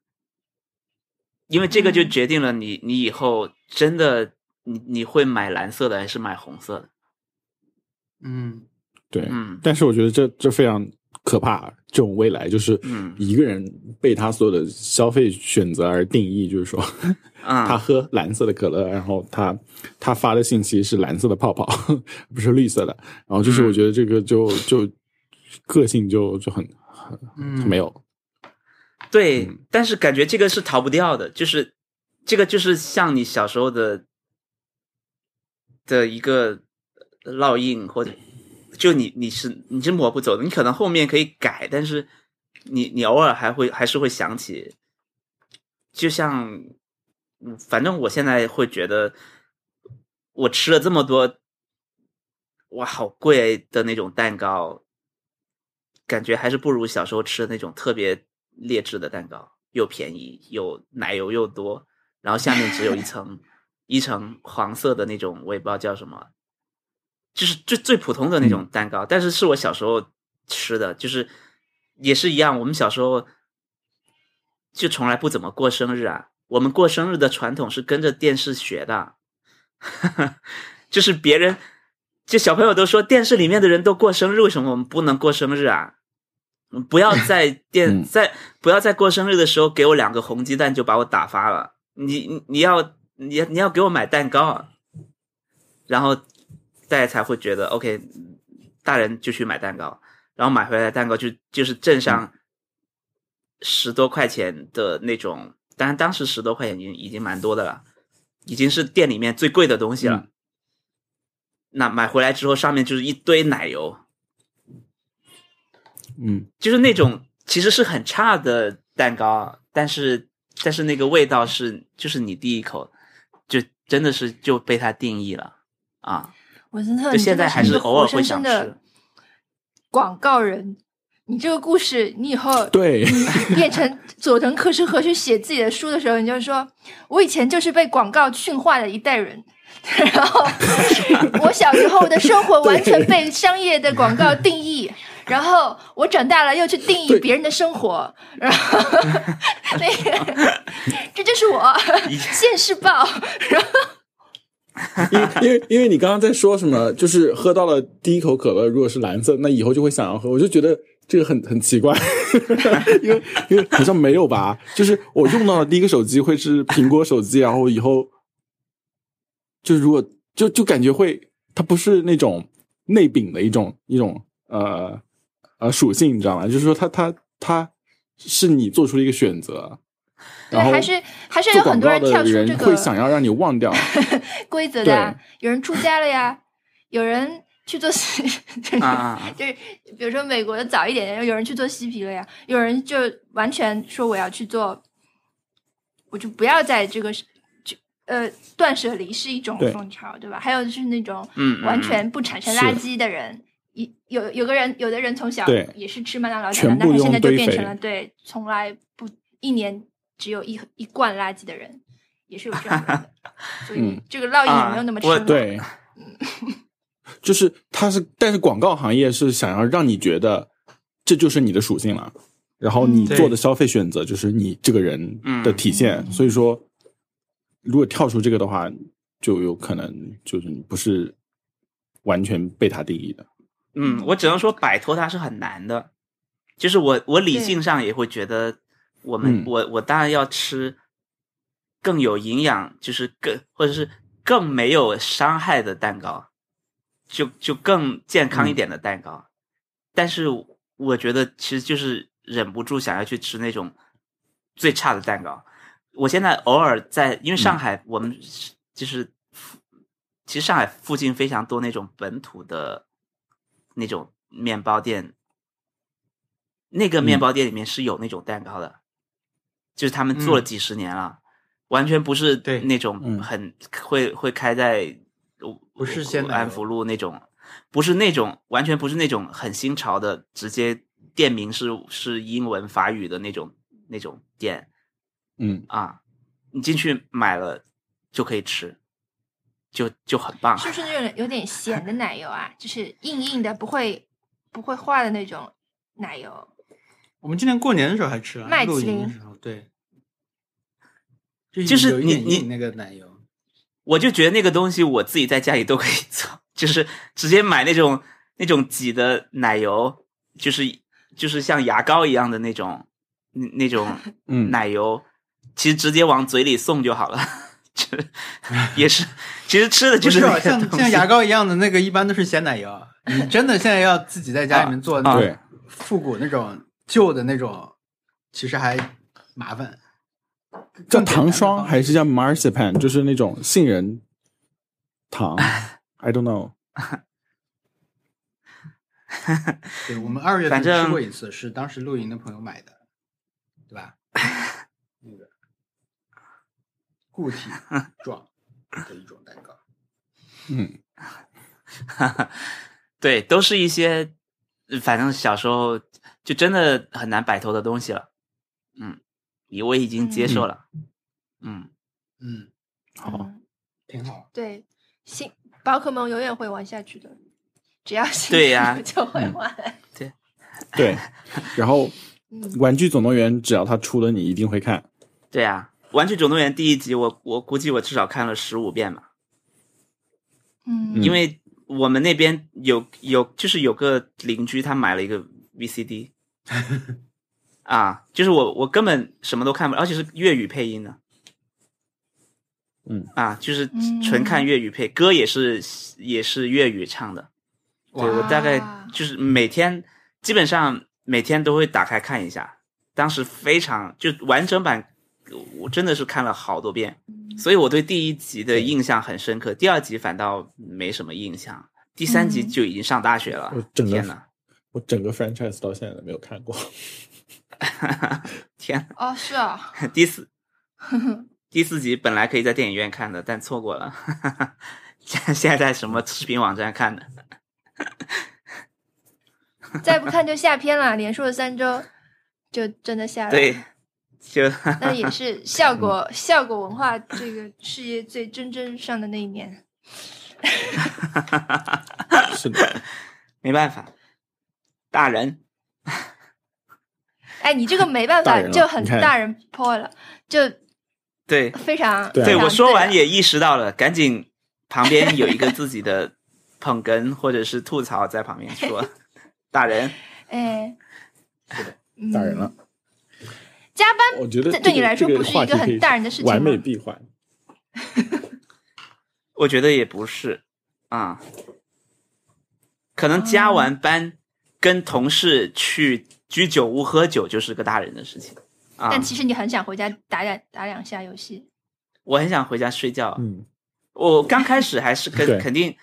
Speaker 4: 因为这个就
Speaker 1: 嗯
Speaker 4: 决定了你你以后真的你你会买蓝色的还是买红色的，
Speaker 3: 嗯，
Speaker 2: 对，
Speaker 4: 嗯
Speaker 2: 但是我觉得这这非常可怕，这种未来就是
Speaker 4: 嗯
Speaker 2: 一个人被他所有的消费选择而定义，就是说他
Speaker 4: 嗯
Speaker 2: 喝蓝色的可乐，然后他他发的信息是蓝色的泡 泡，不是绿色的，然后就是
Speaker 4: 嗯
Speaker 2: 我觉得这个就就个性就就很很很
Speaker 3: 嗯
Speaker 2: 没有，
Speaker 4: 对，但是感觉这个是逃不掉的，就是这个就是像你小时候的的一个烙印，或者就你你是你是抹不走的，你可能后面可以改，但是你你偶尔还会还是会想起，就像嗯反正我现在会觉得我吃了这么多。哇，好贵的那种蛋糕，感觉还是不如小时候吃的那种特别劣质的蛋糕，又便宜又奶油又多，然后下面只有一层一层黄色的那种，我也不知道叫什么，就是最最普通的那种蛋糕，但是是我小时候吃的，就是也是一样，我们小时候就从来不怎么过生日啊，我们过生日的传统是跟着电视学的， 就是别人。就小朋友都说电视里面的人都过生日，为什么我们不能过生日啊？不要在电
Speaker 2: 嗯
Speaker 4: 在不要在过生日的时候给我两个红鸡蛋就把我打发了。你你你要你你要给我买蛋糕，啊，然后大家才会觉得 OK，大人就去买蛋糕，然后买回来的蛋糕就就是镇上十多块钱的那种，当然当时十多块钱已经已经蛮多的了，已经是店里面最贵的东西了。
Speaker 2: 嗯
Speaker 4: 那买回来之后，上面就是一堆奶油，
Speaker 2: 嗯
Speaker 4: 就是那 种其实是很差的蛋糕，但是但是那个味道是就是你第一口就真的是就被它定义了啊！
Speaker 1: 文森特，
Speaker 4: 就
Speaker 1: 你
Speaker 4: 现
Speaker 1: 真的
Speaker 4: 在还是
Speaker 1: 是
Speaker 4: 偶尔会
Speaker 1: 活生
Speaker 4: 想
Speaker 1: 生
Speaker 4: 吃
Speaker 1: 的广告人。你这个故事，你以后
Speaker 2: 对，
Speaker 1: 你变成 佐藤可士和去写自己的书的时候，你就说：“我以前就是被广告驯化的一代人， 然后我小时候的生活完全被商业的广告定义，然后我长大了又去定义
Speaker 2: 对
Speaker 1: 别人的生活，然 后那个这就是我现世报，
Speaker 2: 因为因为因为你刚刚在说什么，就是喝到了第一口可乐，如果是蓝色，那以后就会想要喝。我就觉得这个很很奇怪， 因为因为好像没有吧？就是我用到的第一个手机会是苹果手机，然后以后就如果就就感觉会，它不是那种内饼的一种一种呃呃属性，你知道吗？就是说它它它是你做出了一个选择，
Speaker 1: 对，
Speaker 2: 然后
Speaker 1: 还是还是有
Speaker 2: 做
Speaker 1: 很
Speaker 2: 广
Speaker 1: 多
Speaker 2: 告
Speaker 1: 人跳
Speaker 2: 的
Speaker 1: 出这
Speaker 2: 人
Speaker 1: 个
Speaker 2: 会想要让你忘掉。
Speaker 1: 规则的、啊，有人出家了呀，有人去做 西，就是、
Speaker 4: 啊啊
Speaker 1: 就是比如说美国的早一点，有人去做嬉皮了呀，有人就完全说我要去做，我就不要在这个是就呃断舍离是一种
Speaker 2: 对
Speaker 1: 风潮，对吧？还有就是那种
Speaker 3: 嗯嗯
Speaker 1: 完全不产生垃
Speaker 2: 是
Speaker 1: 圾的人。一有有个人，有的人从小
Speaker 2: 对
Speaker 1: 也是吃麦当劳长
Speaker 2: 全
Speaker 1: 大，但
Speaker 2: 部
Speaker 1: 他现
Speaker 2: 用
Speaker 1: 在就
Speaker 2: 堆
Speaker 1: 变成
Speaker 2: 肥
Speaker 1: 了对从来不一年只有一一罐垃圾的人，也是有这样的 人的。所以
Speaker 2: 嗯
Speaker 1: 这个烙印也没有那么
Speaker 4: 啊
Speaker 1: 深、
Speaker 4: 我
Speaker 1: 了。
Speaker 2: 对，就是它是，但是广告行业是想要让你觉得这就是你的属性了，然后你
Speaker 1: 嗯
Speaker 2: 做的消费选择就是你这个人的体现。
Speaker 1: 嗯
Speaker 2: 所以说，如果跳出这个的话，就有可能就是你不是完全被它定义的。
Speaker 4: 嗯，我只能说摆脱它是很难的，就是我我理
Speaker 1: 对
Speaker 4: 性上也会觉得，我们、
Speaker 2: 嗯
Speaker 4: 我我当然要吃更有营养，就是更或者是更没有伤害的蛋糕，就就更健康一点的蛋糕。但是我觉得其实就是忍不住想要去吃那种最差的蛋糕。我现在偶尔在，因为
Speaker 3: 嗯
Speaker 4: 上海我们是就是，其实上海附近非常多那种本土的那种面包店，那个面
Speaker 2: 嗯
Speaker 4: 包店里面是有那种蛋糕的，就是他们做了
Speaker 3: 嗯
Speaker 4: 几十年了，完全不是
Speaker 3: 对
Speaker 4: 那种
Speaker 2: 嗯
Speaker 4: 很、会会开在
Speaker 3: 不是鲜奶油
Speaker 4: 安福路那种，不是那种完全不是那种很新潮的，直接店名是是英文法语的那种那种店
Speaker 2: 嗯，
Speaker 4: 啊，你进去买了就可以吃，就就很棒。啊
Speaker 1: 是不是那种有点咸的奶油啊？就是硬硬的，不会不会化的那种奶
Speaker 2: 哦
Speaker 1: 油。
Speaker 3: 我们今年过年的时候还吃了，
Speaker 1: 麦
Speaker 3: 露
Speaker 1: 淇
Speaker 3: 营的
Speaker 1: 淋
Speaker 3: 时候，对，就
Speaker 4: 就是
Speaker 3: 有一
Speaker 4: 你
Speaker 3: 点
Speaker 4: 你
Speaker 3: 硬那个奶油，
Speaker 4: 我就觉得那个东西我自己在家里都可以做，就是直接买那种那种挤的奶油，就是就是像牙膏一样的那种那那种
Speaker 2: 嗯
Speaker 4: 奶油，其实直接往嘴里送就好了。 这也是，其实吃的
Speaker 3: 不
Speaker 4: 就
Speaker 3: 是啊
Speaker 4: 那个
Speaker 3: 像
Speaker 4: 东
Speaker 3: 像
Speaker 4: 西
Speaker 3: 牙膏一样的那个，一般都是咸奶油。你真的现在要自己在家里面做那
Speaker 4: 啊
Speaker 3: 种
Speaker 2: 对，
Speaker 3: 复古那种旧的那种，其实还麻烦。
Speaker 2: 叫
Speaker 3: 更简单的
Speaker 2: 糖霜
Speaker 3: 方式
Speaker 2: 还是叫 marzipan，就是那种杏仁 糖，I don't know。
Speaker 3: 对，我们二月份
Speaker 4: 反正
Speaker 3: 吃过一次，是当时露营的朋友买的，对吧？那 个固体状的一种蛋糕，
Speaker 2: 嗯，
Speaker 4: 对，都是一些，呃反正小时候就真的很难摆脱的东西了。嗯，也我已经接受了。嗯，
Speaker 3: 嗯，
Speaker 2: 好，
Speaker 1: 嗯，
Speaker 3: 挺好。
Speaker 1: 对，新宝可梦永远会玩下去的，只要新
Speaker 4: 对呀
Speaker 1: 出 就会
Speaker 2: 嗯
Speaker 1: 玩。
Speaker 2: 对，然后《
Speaker 1: 嗯，
Speaker 2: 玩具总动员》只要它出了，你一定会看。
Speaker 4: 对啊，《玩具总动员》第一集我我估计我至少看了十五遍吧。
Speaker 1: 嗯
Speaker 4: 因为我们那边有有就是有个邻居他买了一个 VCD，啊，就是我我根本什么都看不，而且是粤语配音的，
Speaker 2: 嗯
Speaker 4: 啊，就是纯看粤语配，歌也是也是粤语唱的，对我大概
Speaker 1: 哇
Speaker 4: 就是每天基本上每天都会打开看一下，当时非常就完整版，我真的是看了好多遍，所以我对第一集的印象很深刻，第二集反倒没什么印象，第三集
Speaker 1: 嗯
Speaker 4: 就已经上大学了，
Speaker 2: 我整个
Speaker 4: 天哪，
Speaker 2: 我整个 franchise 到现在都没有看过。
Speaker 4: 天
Speaker 1: 哦是啊，
Speaker 4: 哪，第四第四集本来可以在电影院看的，但错过了，现现在在什么视频网站看的？
Speaker 1: 再不看就下片了，连说了三周，就真的下了。
Speaker 4: 对，就
Speaker 1: 那也是
Speaker 2: 嗯
Speaker 1: 效果效果文化这个事业最蒸蒸日上的那一年。
Speaker 2: 是的，
Speaker 4: 没办法，大人，
Speaker 1: 哎，你这个没办
Speaker 2: 大
Speaker 1: 法
Speaker 2: 人，了
Speaker 1: 就很
Speaker 2: 你看
Speaker 1: 大人 p 了，就
Speaker 4: 对
Speaker 1: 非常
Speaker 2: 对啊
Speaker 1: 非
Speaker 4: 对，
Speaker 1: 常
Speaker 4: 我说完
Speaker 1: 了
Speaker 4: 也意识到了，赶紧旁边有一个自己的捧哏或者是吐槽在旁边 说，大人，
Speaker 1: 哎，
Speaker 2: 大人了。
Speaker 1: 加班
Speaker 2: 我觉得
Speaker 1: 这
Speaker 2: 这
Speaker 1: 对你
Speaker 2: 个
Speaker 1: 来说
Speaker 2: 这
Speaker 1: 不是一
Speaker 2: 话
Speaker 1: 个
Speaker 2: 题
Speaker 1: 很
Speaker 2: 可以
Speaker 1: 大人的事情
Speaker 2: 完美
Speaker 1: 吗
Speaker 2: 闭环。
Speaker 4: 我觉得也不是啊、可能加完班跟同事去居酒屋喝酒就是个大人的事情啊、
Speaker 1: 但其实你很想回家打两打两下游戏，
Speaker 4: 我很想回家睡觉，
Speaker 2: 嗯，
Speaker 4: 我刚开始还是
Speaker 2: 对
Speaker 4: 肯肯定，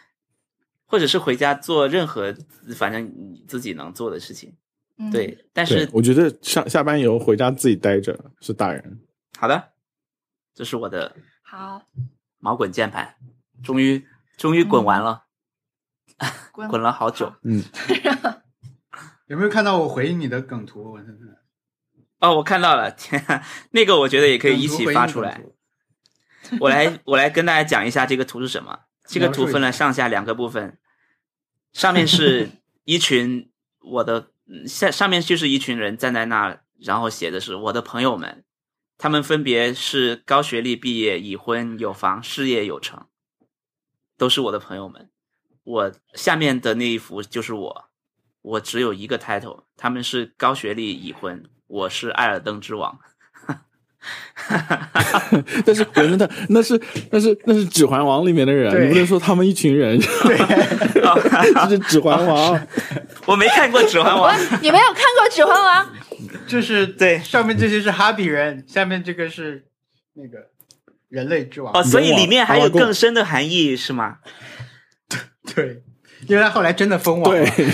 Speaker 4: 或者是回家做任何反正你自己能做的事情，
Speaker 1: 嗯，
Speaker 4: 对，但
Speaker 2: 对
Speaker 4: 是，
Speaker 2: 我觉得上下班以后回家自己待着是大人。
Speaker 4: 好的，这是我的
Speaker 1: 好，
Speaker 4: 毛滚键盘，终于终于滚完了，
Speaker 1: 滚，
Speaker 4: 滚了好久。
Speaker 2: 嗯，
Speaker 3: 有没有看到我回应你的梗图？我真的
Speaker 4: 哦，我看到了，天啊，那个我觉得也可以一起发出来
Speaker 3: 梗。图
Speaker 4: 我来我来跟大家讲一下这个图是什么。这个
Speaker 3: 描述
Speaker 4: 图分了上下两个部分，上面是一群我的嗯下上面就是一群人站在那儿，然后写的是我的朋友们，他们分别是高学历毕业、已婚有房、事业有成，都是我的朋友们。我下面的那一幅就是我，我只有一个 title，他们是高学历已婚，我是艾尔登之王。
Speaker 2: 但是我真的那是那是那是《指环王》里面的人，
Speaker 3: 对
Speaker 2: 你不能说他们一群人。这是《指环王》
Speaker 4: 我没看过《指环王》
Speaker 1: 你没有看过《指环王》？
Speaker 3: 就是
Speaker 4: 对
Speaker 3: 上面这些是哈比人，下面这个是那个人类之王。
Speaker 4: 哦，所以
Speaker 2: 勇往
Speaker 4: 里面还
Speaker 2: 达
Speaker 4: 有
Speaker 2: 瓦贡
Speaker 4: 更深的含义 是吗？
Speaker 3: 对，因为他后来真的封王了。
Speaker 2: 对，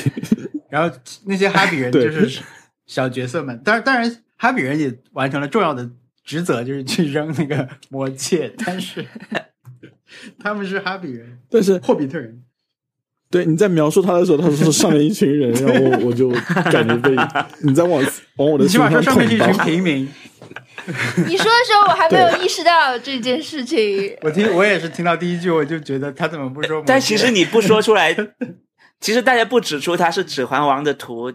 Speaker 3: 然后那些哈比人
Speaker 2: 对
Speaker 3: 就是小角色们，当然当然哈比人也完成了重要的职责，就是去扔那个魔戒， 但是他们是哈比人，
Speaker 2: 但是
Speaker 3: 霍比特人。
Speaker 2: 对你在描述他的时候，他说是上面一群人，然后我我就感觉被你在往往我的
Speaker 3: 你起
Speaker 2: 心
Speaker 3: 码说上
Speaker 2: 捅
Speaker 3: 面是一群
Speaker 2: 刀。
Speaker 3: 平民，。
Speaker 1: 你说的时候我还没有意识到这件事情
Speaker 3: 我听我也是听到第一句我就觉得他怎么不说魔戒？
Speaker 4: 但其实你不说出来， 其实大家不指出它是《指环王》的图，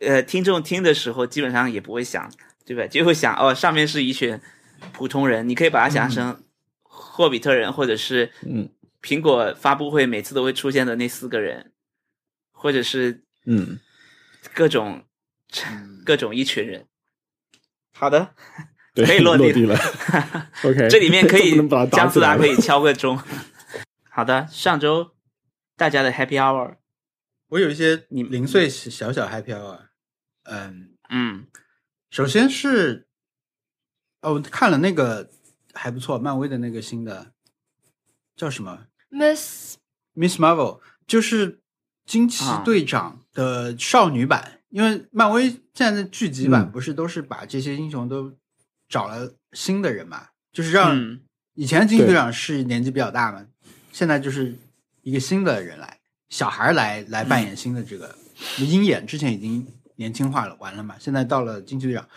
Speaker 4: 呃，听众听的时候基本上也不会想，对吧？就会想哦，上面是一群普通人，你可以把它想象成霍比特人，或者是
Speaker 2: 嗯
Speaker 4: 苹果发布会每次都会出现的那四个人，或者是
Speaker 2: 嗯，
Speaker 4: 各种各种一群人。好的，
Speaker 2: 对，
Speaker 4: 可以落
Speaker 2: 落
Speaker 4: 地
Speaker 2: 地了。OK，
Speaker 4: 这里面可 以
Speaker 2: 不能把它打
Speaker 4: 姜
Speaker 2: 死
Speaker 4: 思达
Speaker 2: 打
Speaker 4: 可以敲个钟。 好的，上周大家的 Happy Hour，
Speaker 3: 我有一些
Speaker 4: 你
Speaker 3: 零碎小小嗨飘啊，嗯，
Speaker 4: 嗯，
Speaker 3: 首先是，哦，我看了那个还不错，漫威的那个新的叫什么
Speaker 1: Miss
Speaker 3: Miss Marvel，就是惊奇
Speaker 4: 啊
Speaker 3: 队长的少女版，因为漫威现在的剧集版
Speaker 2: 嗯
Speaker 3: 不是都是把这些英雄都找了新的人嘛，就是让、
Speaker 4: 嗯
Speaker 3: 以前的惊奇
Speaker 2: 对
Speaker 3: 队长是年纪比较大嘛，现在就是一个新的人来，小孩儿来来扮演新的这个。鹰眼之前已经年轻化了，完了嘛，现在到了惊奇队长，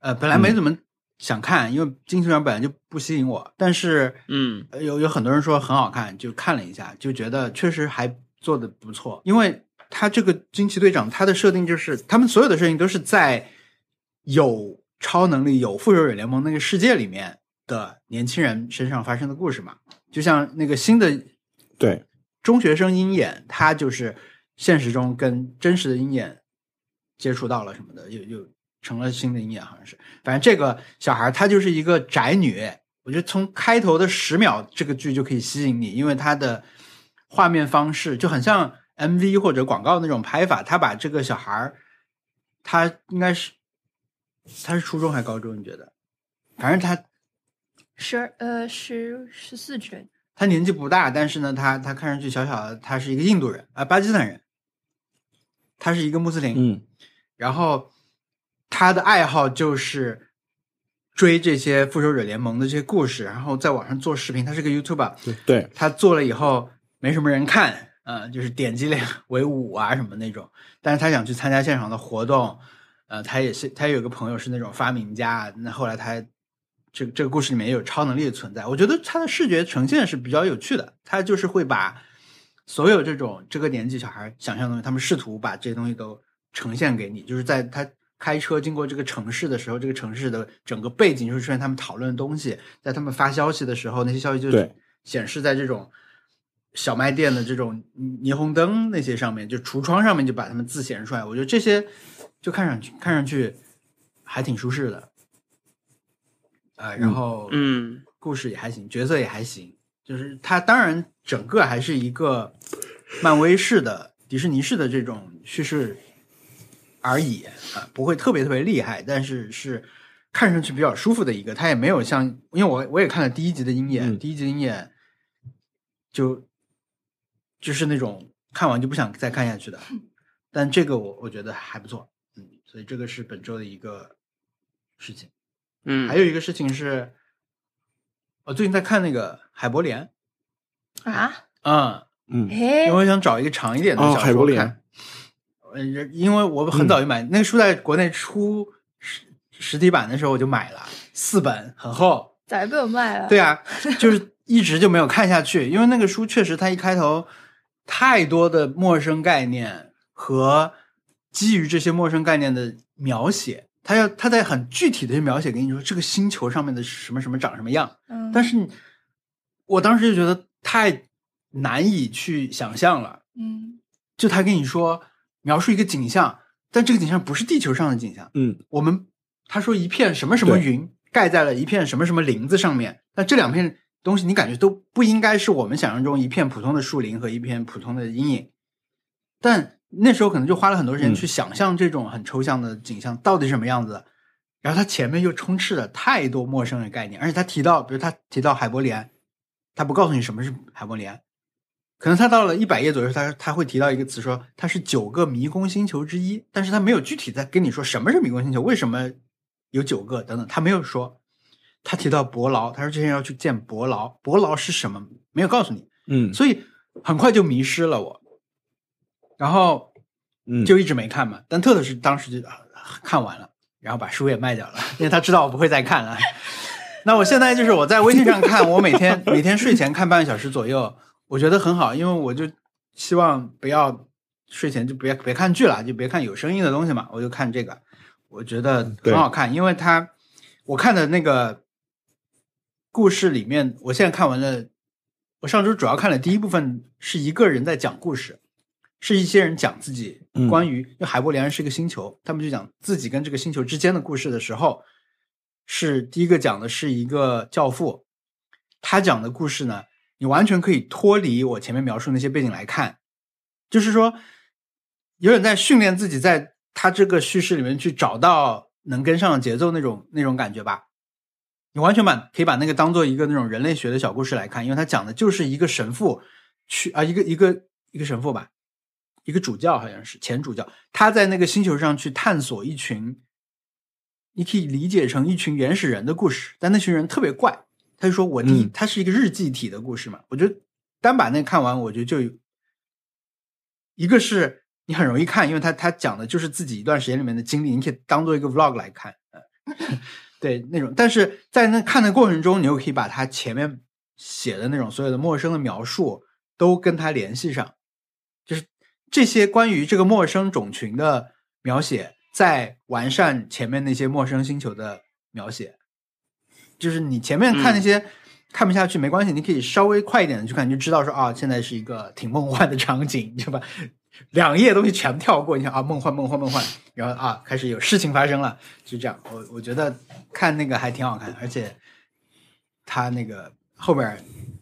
Speaker 3: 呃，本来没怎么想看，因为惊奇队长本来就不吸引我，但是
Speaker 4: 嗯
Speaker 3: 呃有有很多人说很好看，就看了一下，就觉得确实还做的不错，因为他这个惊奇队长他的设定就是他们所有的设定都是在有超能力、有复仇者联盟那个世界里面的年轻人身上发生的故事嘛，就像那个新的
Speaker 2: 对，
Speaker 3: 中学生鹰眼，他就是现实中跟真实的鹰眼接触到了什么的，又又成了新的鹰眼，好像是。反正这个小孩她就是一个宅女，我觉得从开头的十秒这个剧就可以吸引你，因为它的画面方式就很像 MV 或者广告那种拍法，他把这个小孩儿，他应该是他是初中还是高中？你觉得？反正他
Speaker 1: 十二呃十十四之类的，
Speaker 3: 他年纪不大，但是呢，他他看上去小小的，他是一个印度人啊、巴基斯坦人，他是一个穆斯林，
Speaker 2: 嗯
Speaker 3: 然后他的爱好就是追这些复仇者联盟的这些故事，然后在网上做视频，他是个 YouTuber，
Speaker 2: 对，
Speaker 3: 他做了以后没什么人看，呃，就是点击量为五啊什么那种，但是他想去参加现场的活动，呃，他也是他有个朋友是那种发明家，那后来他这这个故事里面也有超能力的存在，我觉得他的视觉呈现是比较有趣的，他就是会把所有这种这个年纪小孩想象的东西，他们试图把这些东西都呈现给你，就是在他开车经过这个城市的时候，这个城市的整个背景就是出现他们讨论的东西，在他们发消息的时候，那些消息就
Speaker 2: 对
Speaker 3: 显示在这种小卖店的这种霓虹灯那些上面，就橱窗上面就把他们字显示出来。我觉得这些就看上去看上去还挺舒适的，啊、然后
Speaker 4: 嗯，
Speaker 3: 故事也还行，角色也还行，就是它当然整个还是一个漫威式的、迪士尼式的这种叙事而已啊，不会特别特别厉害，但是是看上去比较舒服的一个。它也没有像，因为我我也看了第一集的鹰眼，
Speaker 2: 嗯
Speaker 3: 第一集的鹰眼就就是那种看完就不想再看下去的，但这个我我觉得还不错，嗯，所以这个是本周的一个事情。
Speaker 4: 嗯，
Speaker 3: 还有一个事情是，我最近在看那个《海伯莲》
Speaker 1: 啊，
Speaker 3: 嗯，
Speaker 2: 嗯，
Speaker 1: 哎
Speaker 3: 因为，我想找一个长一点的
Speaker 2: 哦
Speaker 3: 小说看。
Speaker 2: 海伯莲嗯
Speaker 3: 呃，因为我很早就买、那个书，在国内出实实体版的时候我就买了四本，很厚。
Speaker 1: 早就被我卖了。
Speaker 3: 对啊，就是一直就没有看下去，因为那个书确实它一开头太多的陌生概念和基于这些陌生概念的描写，它要它在很具体的去描写给你说这个星球上面的什么什么长什么样，
Speaker 1: 嗯，
Speaker 3: 但是你我当时就觉得太难以去想象了。
Speaker 1: 嗯
Speaker 3: 就他跟你说描述一个景象，但这个景象不是地球上的景象。
Speaker 2: 嗯，
Speaker 3: 我们他说一片什么什么
Speaker 2: 对
Speaker 3: 云盖在了一片什么什么林子上面，那这两片东西你感觉都不应该是我们想象中一片普通的树林和一片普通的阴影，但那时候可能就花了很多时间
Speaker 2: 嗯
Speaker 3: 去想象这种很抽象的景象到底是什么样子的。然后他前面又充斥了太多陌生的概念，而且他提到，比如他提到海伯莲，他不告诉你什么是海伯莲，可能他到了一百页左右，他他会提到一个词说它是九个迷宫星球之一，但是他没有具体在跟你说什么是迷宫星球，为什么有九个等等，他没有说。他提到伯劳，他说这些人要去见伯劳，伯劳是什么没有告诉你，
Speaker 2: 嗯
Speaker 3: 所以很快就迷失了我。然后
Speaker 2: 嗯，
Speaker 3: 就一直没看嘛。但特特是当时就啊看完了，然后把书也卖掉了，因为他知道我不会再看了。那我现在就是我在微信上看，我每天每天睡前看半个小时左右，我觉得很好，因为我就希望不要睡前就别别看剧了，就别看有声音的东西嘛，我就看这个，我觉得很好看，因为它我看的那个故事里面，我现在看完了，我上周主要看了第一部分，是一个人在讲故事，是一些人讲自己
Speaker 2: 嗯
Speaker 3: 关于、因为海伯联是一个星球，他们就讲自己跟这个星球之间的故事的时候，是第一个讲的是一个教父，他讲的故事呢，你完全可以脱离我前面描述那些背景来看，就是说，有点在训练自己，在他这个叙事里面去找到能跟上的节奏那种那种感觉吧。你完全把可以把那个当做一个那种人类学的小故事来看，因为他讲的就是一个神父去啊，一个一个一个神父吧，一个主教好像是前主教，他在那个星球上去探索一群，你可以理解成一群原始人的故事，但那群人特别怪，他就说我第一，
Speaker 2: 嗯
Speaker 3: 它是一个日记体的故事嘛，我觉得单把那个看完，我觉得就有一个是你很容易看，因为他他讲的就是自己一段时间里面的经历，你可以当做一个 vlog 来看，呃 对那种。但是在那看的过程中，你又可以把他前面写的那种所有的陌生的描述都跟他联系上，就是这些关于这个陌生种群的描写，在完善前面那些陌生星球的描写。就是你前面看那些看不下去没关系，你可以稍微快一点的去看，你就知道说啊，现在是一个挺梦幻的场景，对吧？两页东西全跳过，你想啊，梦幻梦幻梦幻，然后啊，开始有事情发生了，就这样。我我觉得看那个还挺好看，而且他那个后边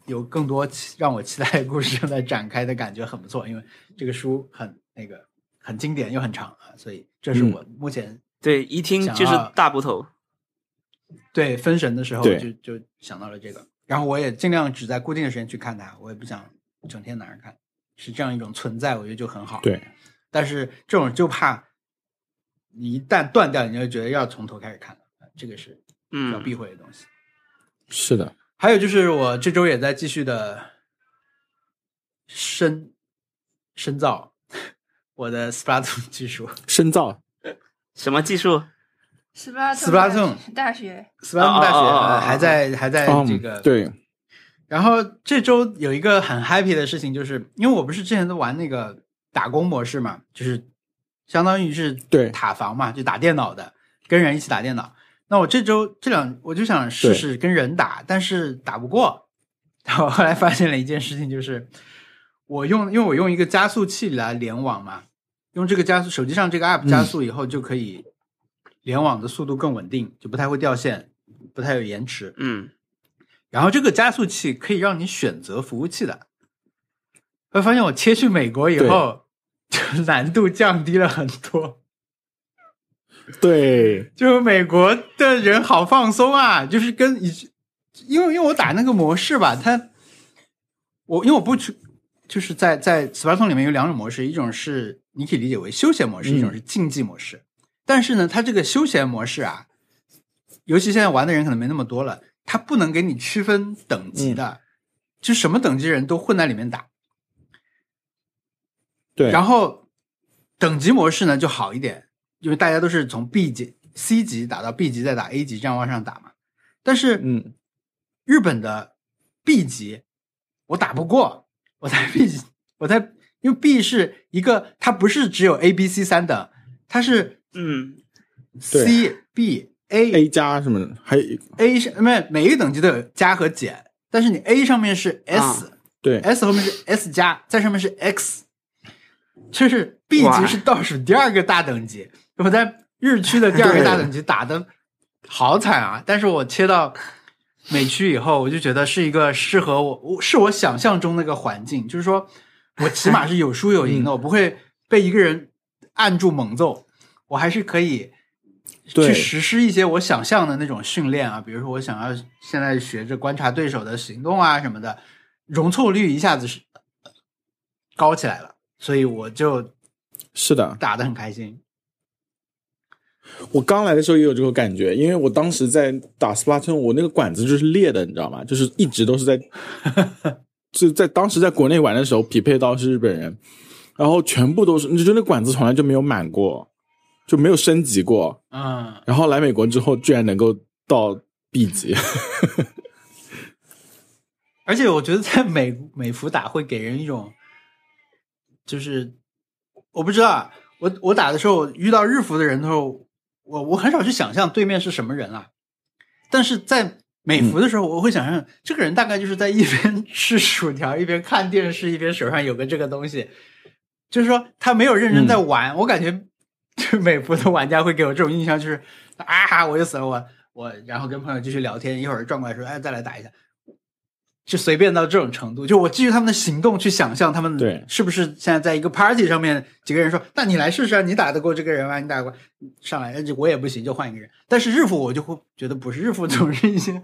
Speaker 3: 有更多期让我期待的故事正在展开的感觉很不错，因为这个书很那个很经典又很长啊，所以这是
Speaker 2: 嗯
Speaker 3: 我目前
Speaker 4: 对，一听
Speaker 3: 想
Speaker 4: 就是
Speaker 3: 要
Speaker 4: 大部头。
Speaker 3: 对分神的时候
Speaker 2: 对
Speaker 3: 就就想到了这个，然后我也尽量只在固定的时间去看它，我也不想整天拿着看，是这样一种存在，我觉得就很好。，
Speaker 2: 对，
Speaker 3: 但是这种就怕你一旦断掉，你就觉得要从头开始看了，呃这个是比较
Speaker 4: 嗯
Speaker 3: 避讳的东西。
Speaker 2: 是的，
Speaker 3: 还有就是我这周也在继续的深深造 我的 Splatoon 技术
Speaker 2: 深造，
Speaker 4: 什么技术？
Speaker 1: 斯巴特
Speaker 3: Splatoon
Speaker 1: 大学，
Speaker 3: ，Splatoon 大学
Speaker 4: 哦哦哦哦
Speaker 3: 呃还在还在这
Speaker 2: 嗯
Speaker 3: 个，
Speaker 2: 对，
Speaker 3: 然后这周有一个很 happy 的事情，就是因为我不是之前都玩那个打工模式嘛，就是相当于是
Speaker 2: 对
Speaker 3: 塔防嘛，就打电脑的，跟人一起打电脑。那我这周这两我就想试试跟人打，但是打不过。然后后来发现了一件事情，就是我用因为我用一个加速器来联网嘛，用这个加速手机上这个 app 加速以后就可以联网的速度更稳定，就不太会掉线，不太有延迟。
Speaker 4: 嗯，
Speaker 3: 然后这个加速器可以让你选择服务器的。会发现我切去美国以后，就难度降低了很多。
Speaker 2: 对，
Speaker 3: 就美国的人好放松啊，就是跟以因为因为我打那个模式吧，它我因为我不去，就是在在 Splatoon 里面有两种模式，一种是你可以理解为休闲模式，
Speaker 2: 嗯
Speaker 3: 一种是竞技模式。但是呢，它这个休闲模式啊，尤其现在玩的人可能没那么多了，它不能给你区分等级的，就什么等级人都混在里面打。
Speaker 2: 对，
Speaker 3: 然
Speaker 2: 后
Speaker 3: 后等级模式呢就好一点，因为大家都是从 B 级、C 级打到 B 级，再打 A 级，这样往上打嘛。但是
Speaker 2: 嗯，
Speaker 3: 日本的 B 级我打不过，我在 B 级，我在因为 B 是一个，它不是只有 A、B、C 三等，它是
Speaker 4: 嗯，
Speaker 3: C、B、A、
Speaker 2: A 加什么的，还有
Speaker 3: A 是每每一个等级都有加和减，但是你 A 上面是
Speaker 2: 啊
Speaker 3: S，、
Speaker 2: 对
Speaker 3: S 后面是 S 加，再上面是 X，就是 B
Speaker 4: 哇
Speaker 3: 级是倒数第二个大等级。我在日区的第二个大等级打的好惨啊！但是我切到美区以后，我就觉得是一个适合我，我是我想象中那个环境，就是说我起码是有输有赢的，我不会被一个人按住猛揍，我还是可以。去
Speaker 2: 对
Speaker 3: 实施一些我想象的那种训练啊，比如说我想要现在学着观察对手的行动啊什么的，容错率一下子是高起来了，所以我就
Speaker 2: 是的，
Speaker 3: 打得很开心。
Speaker 2: 我刚来的时候也有这个感觉，因为我当时在打 Splatoon，我那个管子就是裂的，你知道吗？就是一直都是 在，就在当时在国内玩的时候匹配到是日本人，然后全部都是，就那管子从来就没有满过，就没有升级过，
Speaker 3: 嗯，
Speaker 2: 然后来美国之后居然能够到 B 级，
Speaker 3: 而且我觉得在美美服打会给人一种，就是我不知道啊，我我打的时候遇到日服的人的时候，我我很少去想象对面是什么人啊，但是在美服的时候，我会想象这个人大概就是在一边吃薯条，一边看电视，一边手上有个这个东西，就是说他没有认真在玩。我感觉就美服的玩家会给我这种印象，就是啊哈，我就死了我我，然后跟朋友继续聊天，一会儿转过来说哎再来打一下，就随便到这种程度。就我基于他们的行动去想象他们
Speaker 2: 对
Speaker 3: 是不是现在在一个 party 上面，几个人说那你来试试啊，你打得过这个人吗？你打得过上来，呃我也不行，就换一个人。但是日服我就会觉得不是日服，总是一些。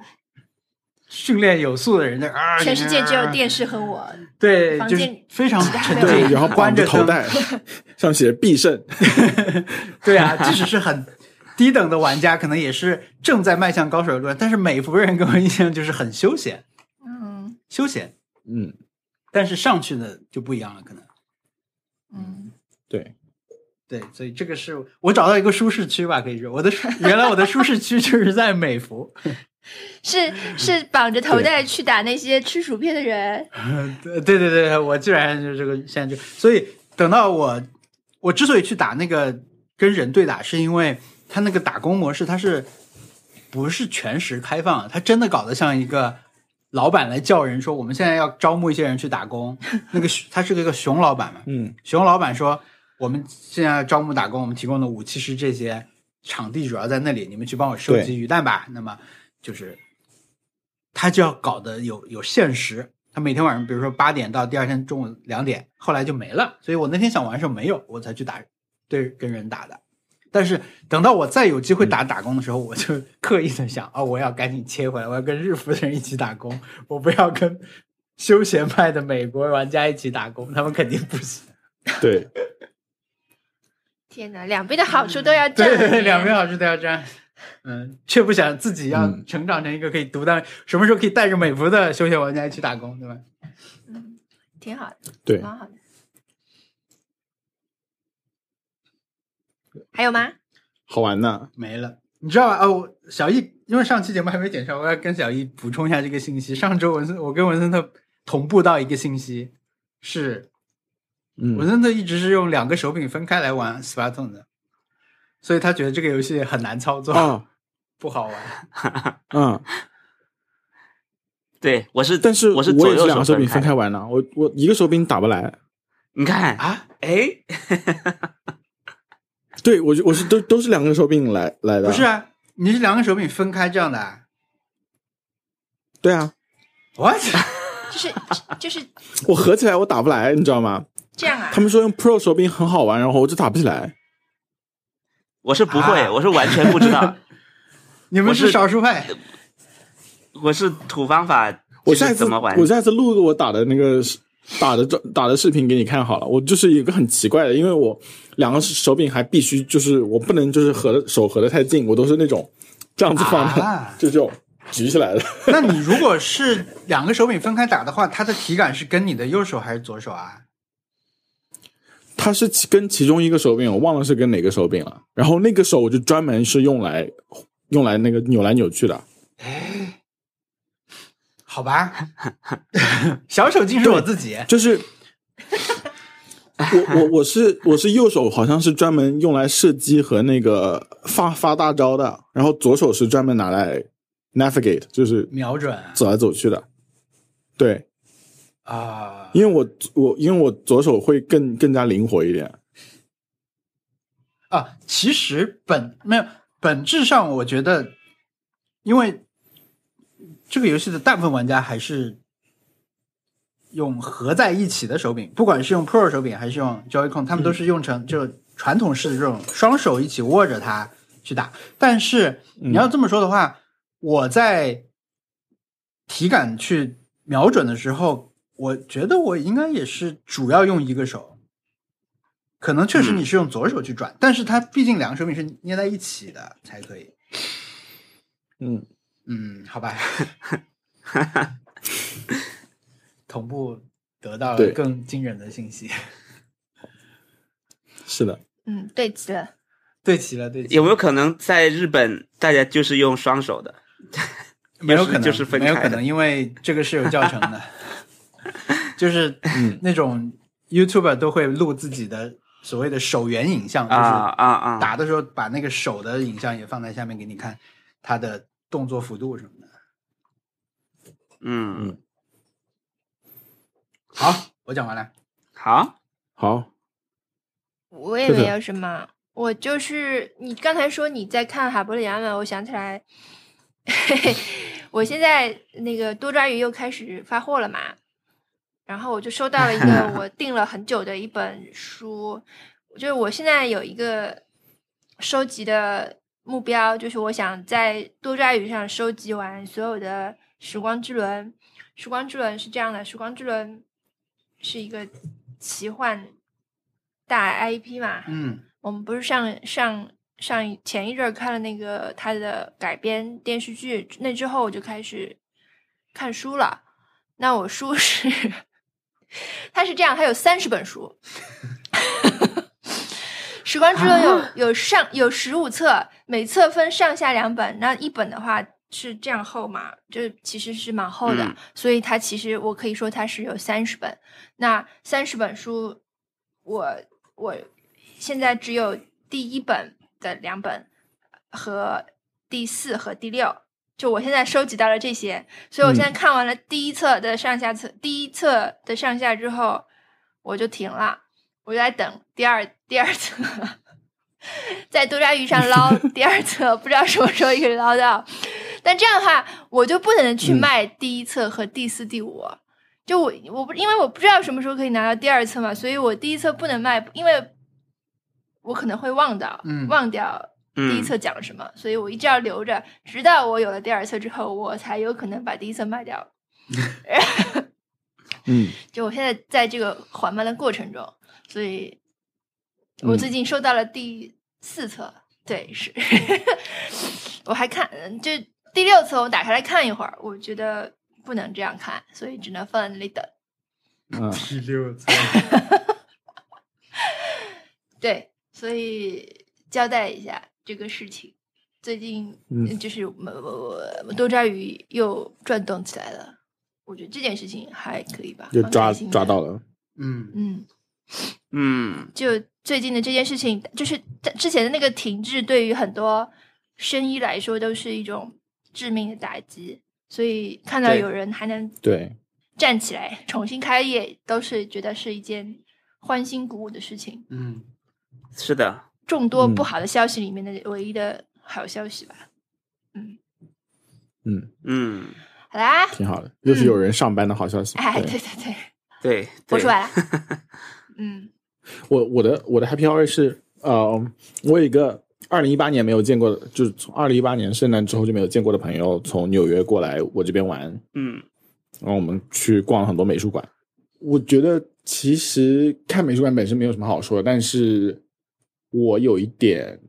Speaker 3: 训练有素的人在啊，
Speaker 1: 全世界只有
Speaker 3: 电。
Speaker 1: 电视和我。
Speaker 3: 对，
Speaker 1: 房
Speaker 3: 就
Speaker 1: 间
Speaker 3: 是非常
Speaker 1: 其他
Speaker 3: 沉
Speaker 1: 没有
Speaker 2: 对，
Speaker 1: 人
Speaker 3: 静，
Speaker 2: 然后绑
Speaker 3: 关
Speaker 2: 着
Speaker 3: 着
Speaker 2: 头
Speaker 3: 灯，
Speaker 2: 带，上写必胜，
Speaker 3: 对啊，即使是很低等的玩家，可能也是正在迈向高手的路上。但是美服人给我印象就是很休闲，
Speaker 1: 嗯
Speaker 3: 休闲，
Speaker 2: 嗯，
Speaker 3: 但是上去的就不一样了，可能
Speaker 1: 嗯，
Speaker 2: 对，
Speaker 3: 对，所以这个是我找到一个舒适区吧，可以说我的舒原来我的舒适区就是在美服，
Speaker 1: 是是绑着头带去打那些吃薯片的人。
Speaker 3: 对对对对，我居然就这个现在就，所以等到我我之所以去打那个跟人对打，是因为他那个打工模式它是不是全时开放的？啊他真的搞得像一个老板来叫人说，我们现在要招募一些人去打工。那个熊他是个熊老板嘛，
Speaker 2: 嗯，
Speaker 3: 熊老板说，我们现在招募打工，我们提供的武器是这些，场地主要啊在那里，你们去帮我收集
Speaker 2: 对
Speaker 3: 鱼蛋吧。那么就是他就要搞得有有限时，他每天晚上比如说八点到第二天中午两点，后来就没了。所以我那天想玩的时候没有，我才去打对跟人打的。但是等到我再有机会打打工的时候，我就刻意的想，哦，我要赶紧切回来，我要跟日服的人一起打工，我不要跟休闲派的美国玩家一起打工，他们肯定不行。
Speaker 2: 对，
Speaker 1: 天哪，两边的好处都要占
Speaker 3: 对
Speaker 1: 了
Speaker 3: 对对，
Speaker 1: 你
Speaker 3: 两边老师都要占。嗯，却不想自己要
Speaker 2: 嗯
Speaker 3: 成长成一个可以独当，什么时候可以带着美服的休闲玩家去打工，对吧？
Speaker 1: 挺好的，
Speaker 2: 对，
Speaker 1: 蛮好的。还有吗？
Speaker 2: 好玩呢，
Speaker 3: 没了，你知道吧？哦，我小易，因为上期节目还没剪出来，我要跟小易补充一下这个信息。上周文森，我跟文森特同步到一个信息，是我
Speaker 2: 嗯，
Speaker 3: 真的一直是用两个手柄分开来玩 Splatoon 的，所以他觉得这个游戏很难操作，
Speaker 2: 啊，
Speaker 3: 不好玩。
Speaker 2: 嗯，
Speaker 4: 对我是，
Speaker 2: 但是
Speaker 4: 我是
Speaker 2: 我
Speaker 4: 左
Speaker 2: 也是
Speaker 4: 右
Speaker 2: 两个手
Speaker 4: 手
Speaker 2: 柄
Speaker 4: 分
Speaker 2: 分开
Speaker 4: 开的。
Speaker 2: 玩呢，我我一个手柄打不来，
Speaker 4: 你看
Speaker 3: 啊，
Speaker 4: 哎，
Speaker 2: 对我就我是都都是两个手柄来来的，
Speaker 3: 不是啊，你是两个手柄分开这样的、啊、
Speaker 2: 对啊，
Speaker 3: ？What？
Speaker 1: 就是就是
Speaker 2: 我合起来我打不来，你知道吗？
Speaker 1: 这样啊
Speaker 2: 他。们说用 Pro 手柄很好玩，然后我就打不起来。
Speaker 4: 我是不会，
Speaker 3: 啊
Speaker 4: 我是完全不 知道，
Speaker 3: 你们
Speaker 4: 我
Speaker 3: 是
Speaker 4: 是
Speaker 3: 少数派，
Speaker 4: 我是土方法，
Speaker 2: 我
Speaker 4: 就
Speaker 2: 下
Speaker 4: 是
Speaker 2: 一次
Speaker 4: 怎么玩？
Speaker 2: 我下一次录个我打的那个视打的照打的视频给你看好了。我就是有一个很奇怪的，因为我两个手柄还必须就是我不能就是合手合的太近，我都是那种这样子放的，
Speaker 3: 啊
Speaker 2: 就这种举起来的。
Speaker 3: 那你如果是两个手柄分开打的话，它的体感是跟你的右手还是左手啊？
Speaker 2: 它是其跟其中一个手柄，我忘了是跟哪个手柄了。然后那个手我就专门是用来用来那个扭来扭去的。
Speaker 3: 好吧，小手竟是我自己。
Speaker 2: 就是我我我是我是右手好像是专门用来射击和那个发发大招的，然后左手是专门拿来 navigate，就是
Speaker 3: 瞄准啊、
Speaker 2: 走来走去的。对，
Speaker 3: 啊
Speaker 2: 因为我我因为我左手会更更加灵活一点。
Speaker 3: 啊，其实本没有本质上，我觉得，因为这个游戏的大部分玩家还是用合在一起的手柄，不管是用 Pro 手柄还是用 Joy-Con，他们都是用成就传统式的这种双手一起握着它去打。但是你要这么说的话，我在体感去瞄准的时候，我觉得我应该也是主要用一个手，可能确实
Speaker 4: 嗯
Speaker 3: 你是用左手去转，但是它毕竟两个手柄是捏在一起的才可以。
Speaker 2: 嗯，
Speaker 3: 嗯，好 吧，同步得到了
Speaker 2: 对
Speaker 3: 更惊人的信息，
Speaker 2: 是的，
Speaker 1: 嗯，对齐了。
Speaker 3: 对齐了，对齐了，
Speaker 4: 有没有可能在日本大家就是用双手的？
Speaker 3: 没有可能，
Speaker 4: 就是分
Speaker 3: 没有
Speaker 4: 开
Speaker 3: 可
Speaker 4: 的
Speaker 3: 能，因为这个是有教程的， 就是
Speaker 4: 嗯
Speaker 3: 那种 YouTuber 都会录自己的所谓的手缘影像，就
Speaker 4: 啊
Speaker 3: 是
Speaker 4: 啊啊！
Speaker 3: 打的时候把那个手的影像也放在下面给你看，它的动作幅度什么的。
Speaker 4: 嗯，
Speaker 3: 好，我讲完了。
Speaker 4: 好，
Speaker 2: 好，
Speaker 1: 我也
Speaker 2: 是的
Speaker 1: 没有什么，我就是你刚才说你在看《哈伯利安嘛，我想起来，嘿嘿，我现在那个多抓鱼又开始发货了嘛，然后我就收到了一个我订了很久的一本书，就是我现在有一个收集的目标，就是我想在多抓鱼上收集完所有的时光之轮。时光之轮是这样的，时光之轮是一个奇幻大 IP 嘛，
Speaker 3: 嗯
Speaker 1: 我们不是上上上一前一阵儿看了那个他的改编电视剧，那之后我就开始看书了。那我书是， 它是这样，它有三十本书，《时光之轮》有有上有十五册，每册分上下两本。那一本的话是这样厚嘛，就是其实是蛮厚的，
Speaker 4: 嗯
Speaker 1: 所以它其实我可以说它是有三十本。那三十本书，我我现在只有第一本的两本和第四和第六，就我现在收集到了这些，所以我现在看完了第一册的上下册，第一册的上下之后，我就停了，我就在等第二第二册， 在多抓鱼上捞第二册，不知道什么时候可以捞到。但这样的话，我就不能去
Speaker 2: 嗯
Speaker 1: 卖第一册和第四、第五。就我我不因为我不知道什么时候可以拿到第二册嘛，所以我第一册不能卖，因为我可能会忘掉，
Speaker 3: 嗯
Speaker 1: 忘掉第一
Speaker 4: 嗯，
Speaker 1: 册讲了什么，所以我一直要留着，直到我有了第二册之后，我才有可能把第一册卖掉。
Speaker 2: 嗯，
Speaker 1: 就我现在在这个缓慢的过程中，所以我最近收到了第四册，对，是， 我还看，嗯就第六册我打开来看一会儿，我觉得不能这样看，所以只能放在那里等。
Speaker 2: 啊，
Speaker 3: 第六 册，
Speaker 1: 对，所以交代一下这个事情。最近，
Speaker 2: 嗯
Speaker 1: 嗯，就是我们我我多抓鱼又转动起来了，我觉得这件事情还可以吧，
Speaker 2: 就
Speaker 1: 蛮
Speaker 2: 抓
Speaker 1: 开心的啊
Speaker 2: 抓到。了。
Speaker 3: 嗯，
Speaker 1: 嗯，
Speaker 4: 嗯，
Speaker 1: 就最近的这件事情，就是之前的那个停滞，对于很多生医来说都是一种致命的打击。所以看到
Speaker 3: 对
Speaker 1: 有人还能
Speaker 2: 对，
Speaker 1: 站起来重新开业，都是觉得是一件欢欣鼓舞的事情。
Speaker 3: 嗯，
Speaker 4: 是的，
Speaker 1: 众多
Speaker 2: 嗯
Speaker 1: 不好的消息里面的唯一的好消息吧。
Speaker 2: 嗯，
Speaker 4: 嗯，
Speaker 1: 好啦，
Speaker 2: 挺好的，又是有人上班的好消息。
Speaker 1: 嗯哎，
Speaker 2: 对
Speaker 1: 对对对，
Speaker 4: 对，
Speaker 1: 播
Speaker 4: 对
Speaker 1: 出 来了。嗯，
Speaker 2: 我我的我的 Happy Hour 是呃，我有一个二零一八年没有见过的，就是从二零一八年圣诞之后就没有见过的朋友从纽约过来我这边玩，
Speaker 4: 嗯
Speaker 2: 然后我们去逛了很多美术馆。我觉得其实看美术馆本身没有什么好说的，但是我有一点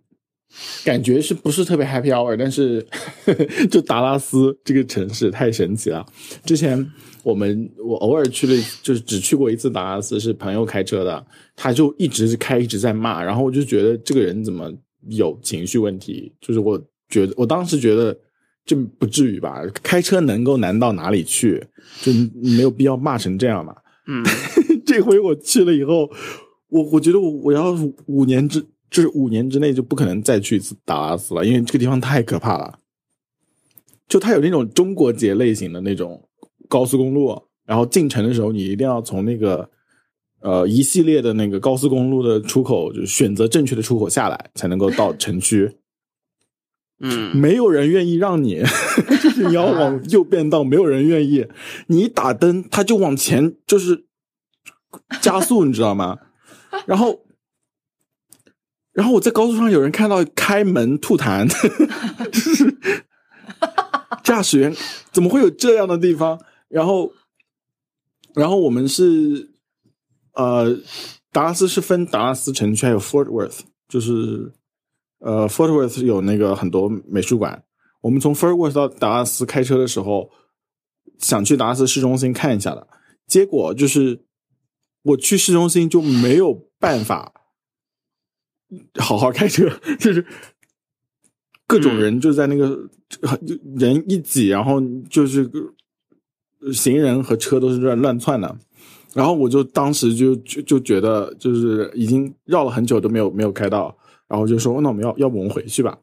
Speaker 2: 感觉是不是特别 happy hour？但是 就达拉斯这个城市太神奇了。之前我们我偶尔去了，就是只去过一次达拉斯，是朋友开车的，他就一直开一直在骂，然后我就觉得这个人怎么有情绪问题？就是我觉得我当时觉得。这不至于吧？开车能够难到哪里去？就没有必要骂成这样吧。
Speaker 4: 嗯，
Speaker 2: 这回我去了以后，我我觉得我我要是五年之就是五年之内就不可能再去一次达拉斯了，因为这个地方太可怕了。就它有那种中国节类型的那种高速公路，然后进城的时候你一定要从那个呃一系列的那个高速公路的出口，就是选择正确的出口下来，才能够到城区。
Speaker 4: 嗯，
Speaker 2: 没有人愿意让你， 就是你要往右变道，没有人愿意。你一打灯，他就往前就是加速，你知道吗？然后，然后我在高速上有人看到开门吐痰，就是驾驶员怎么会有这样的地方？然后，然后我们是呃，达拉斯是分达拉斯城区还有 Fort Worth，就是呃 Fort Worth 有那个很多美术馆。我们从 Fort Worth 到达拉斯开车的时候，想去达拉斯市中心看一下的，结果就是我去市中心就没有办法好好开车，就是各种人就在那个、就人一挤，然后就是呃行人和车都是乱乱窜的。然后我就当时就就就觉得就是已经绕了很久都没有没有开到，然后就说哦那我们要要不我们回去吧。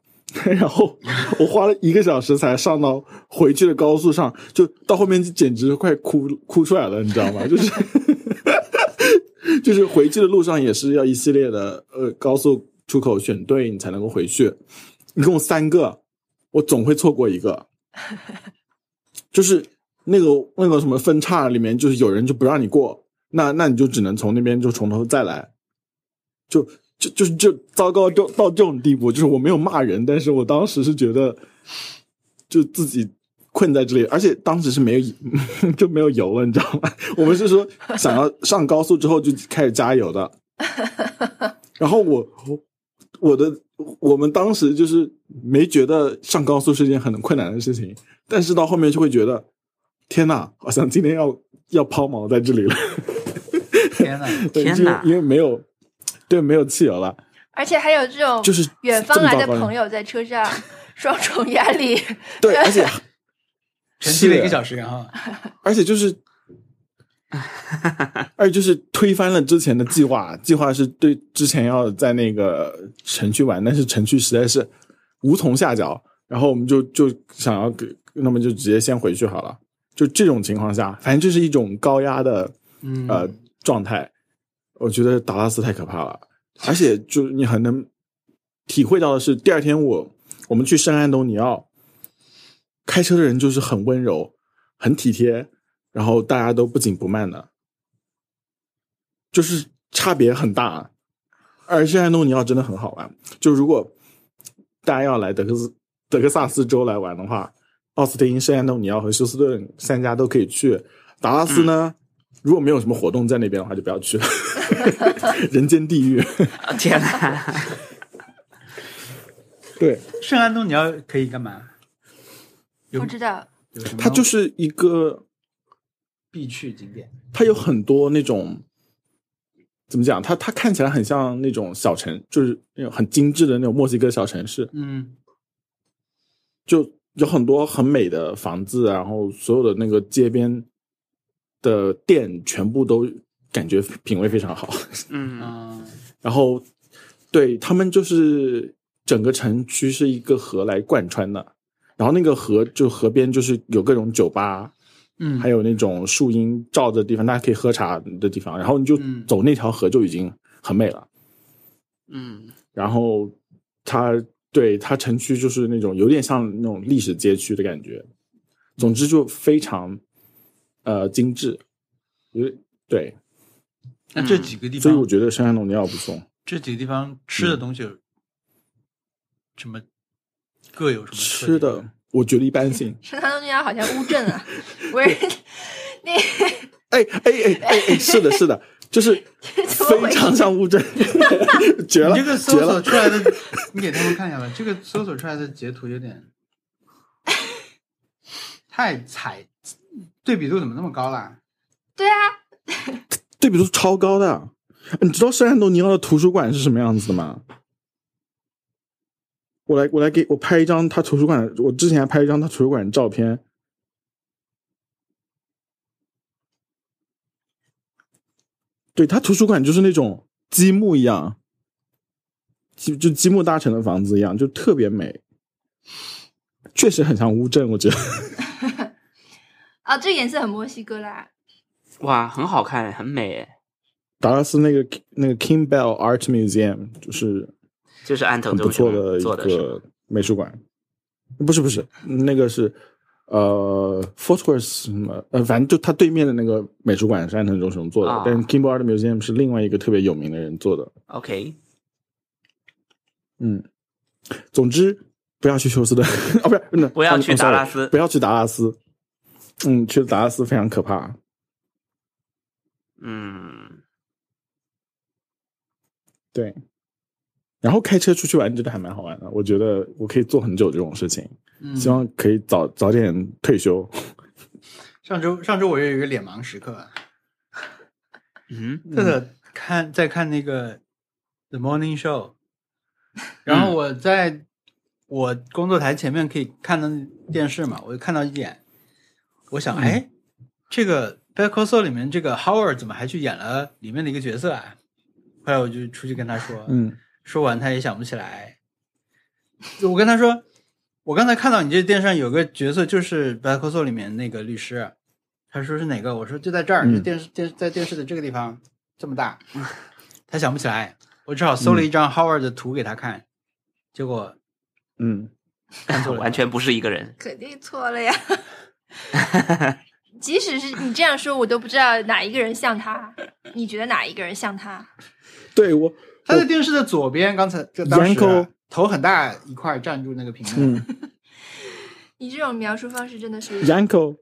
Speaker 2: 然后我花了一个小时才上到回去的高速上，就到后面简直快哭哭出来了，你知道吗？就是 就是回去的路上也是要一系列的呃高速出口选对你才能够回去，一共三个，我总会错过一个，就是那个那个什么分叉里面，就是有人就不让你过，那那你就只能从那边就从头再来，就就就就糟糕到到这种地步，就是我没有骂人，但是我当时是觉得就自己。困在这里，而且当时是没有 就没有油了，你知道吗？ 我们是说想要上高速之后就开始加油的， 然后我我的我们当时就是没觉得上高速是件很困难的事情，但是到后面就会觉得，天呐，好像今天要要抛锚在这里了，
Speaker 3: 天哪，
Speaker 2: 对
Speaker 4: 天
Speaker 2: 就
Speaker 4: 呐
Speaker 2: 因为没有对没有汽油了，
Speaker 1: 而且还有这种
Speaker 2: 就是
Speaker 1: 哦远
Speaker 2: 这
Speaker 1: 方
Speaker 2: 么
Speaker 1: 来
Speaker 2: 糟
Speaker 1: 的
Speaker 2: 糕的
Speaker 1: 朋友在车上， 双重压力。
Speaker 2: 对，而且
Speaker 3: 沉寂了一
Speaker 2: 是
Speaker 3: 个小时啊哈，
Speaker 2: 而且 就是，而且就是推翻了之前的计划。计划是对之前要在那个城区玩，但是城区实在是无从下脚，然后我们就就想要给，那么就直接先回去好了。就这种情况下，反正就是一种高压的
Speaker 3: 嗯
Speaker 2: 呃状态。我觉得达拉斯太可怕了，而且就是你很能体会到的是，第二天我我们去圣安东尼奥，开车的人就是很温柔、很体贴，然后大家都不紧不慢的，就是差别很大。而圣安东尼奥真的很好玩，就如果大家要来德克斯德克萨斯州来玩的话，奥斯汀、圣安东尼奥和休斯顿三家都可以去。达拉斯呢，如果没有什么活动在那边的话，就不要去了， 人间地狱。
Speaker 4: 啊天哪，
Speaker 2: 对，
Speaker 3: 圣安东尼奥可以干嘛？有
Speaker 1: 不知道，
Speaker 3: 有什么
Speaker 2: 它就是一个，
Speaker 3: 必去景点。
Speaker 2: 它有很多那种怎么讲，它它看起来很像那种小城，就是那种很精致的那种墨西哥小城市，
Speaker 3: 嗯，
Speaker 2: 就有很多很美的啊房子，然后所有的那个街边的店全部都感觉品味非常好。
Speaker 4: 嗯
Speaker 3: 嗯
Speaker 2: 然后对他们就是整个城区是一个河来贯穿的，然后那个河就河边就是有各种酒吧，
Speaker 3: 嗯，
Speaker 2: 还有那种树荫照的地方，大家可以喝茶的地方，然后你就
Speaker 3: 嗯
Speaker 2: 走那条河就已经很美了。
Speaker 4: 嗯
Speaker 2: 然后它对它城区就是那种有点像那种历史街区的感觉，总之就非常呃精致，有点对，
Speaker 3: 那这几个地
Speaker 2: 所以
Speaker 3: 方
Speaker 2: 我嗯觉得山山龙尿不错。
Speaker 3: 这几个地方吃的东西有什么各有什么特
Speaker 2: 吃
Speaker 3: 点
Speaker 2: 的，我觉得一般性。
Speaker 1: 山东那家好像乌镇 啊，不是那
Speaker 2: 哎哎哎哎哎，是的，是的，就是
Speaker 1: 怎么
Speaker 2: 非
Speaker 1: 回事
Speaker 2: 常像乌镇， 绝
Speaker 3: 你
Speaker 2: 了
Speaker 3: 这个，
Speaker 2: 绝
Speaker 3: 搜索
Speaker 2: 了！
Speaker 3: 出来的， 你给他们看一下吧。这个搜索出来的截图有点太彩，对比度怎么那么高啦？
Speaker 1: 对啊，
Speaker 2: 对比度超高的。你知道圣安东尼奥的图书馆是什么样子的吗？我来，我来给我拍一张他图书馆的，我之前还拍一张他图书馆的照片。对他图书馆就是那种积木一样，就就积木搭成的房子一样，就特别美，确实很像乌镇，我觉得。
Speaker 1: 啊，这个颜色很墨西哥啦，
Speaker 4: 哇，很好看，很美耶，
Speaker 2: 达拉斯那个那个 King Bell Art Museum 就是
Speaker 4: 就是安藤
Speaker 2: 很不
Speaker 4: 忠
Speaker 2: 错
Speaker 4: 雄
Speaker 2: 的一
Speaker 4: 做的是吗
Speaker 2: 个美术馆，不是不是，那个是呃 Foursquare 什么呃，反正就他对面的那个美术馆是安藤忠雄做的，
Speaker 4: 啊
Speaker 2: 但是 King Bell Art Museum 是另外一个特别有名的人做的。
Speaker 4: ？OK，
Speaker 2: 嗯，总之不要去休斯顿 哦，不是，那
Speaker 4: 不要去
Speaker 2: I'm
Speaker 4: 达
Speaker 2: sorry，
Speaker 4: 拉斯
Speaker 2: 不要去达拉斯。嗯，去达拉斯非常可怕。
Speaker 4: 嗯，
Speaker 2: 对，然后开车出去玩真的还蛮好玩的，我觉得我可以做很久这种事情。
Speaker 3: 嗯，
Speaker 2: 希望可以早早点退休。
Speaker 3: 上周上周我也有一个脸盲时刻，
Speaker 4: 嗯
Speaker 3: 这个看在看那个《The Morning Show》，然后我在我工作台前面可以看到电视嘛，我就看到一点，我想，哎，这个《b a c k s o 里面这个 Howard 怎么还去演了里面的一个角色啊？后来我就出去跟他说，
Speaker 2: 嗯
Speaker 3: 说完他也想不起来。我跟他说，我刚才看到你这电视上有个角色，就是《白客颂》里面那个律师。他说是哪个？我说就在这儿，
Speaker 2: 嗯
Speaker 3: 就电视电在电视的这个地方这么大。 他想不起来，我只好搜了一张 Howard 的图给他看，结果
Speaker 2: 嗯，
Speaker 3: 看错了
Speaker 4: 完全不是一个人。
Speaker 1: 肯定错了呀。即使是你这样说，我都不知道哪一个人像他。你觉得哪一个人像他？
Speaker 2: 对我
Speaker 3: 他在电视的左边。刚才就当时啊
Speaker 2: Yanko
Speaker 3: 头很大一块占住那个屏幕，
Speaker 2: 嗯
Speaker 1: 你这种描述方式真的是
Speaker 2: Yanko，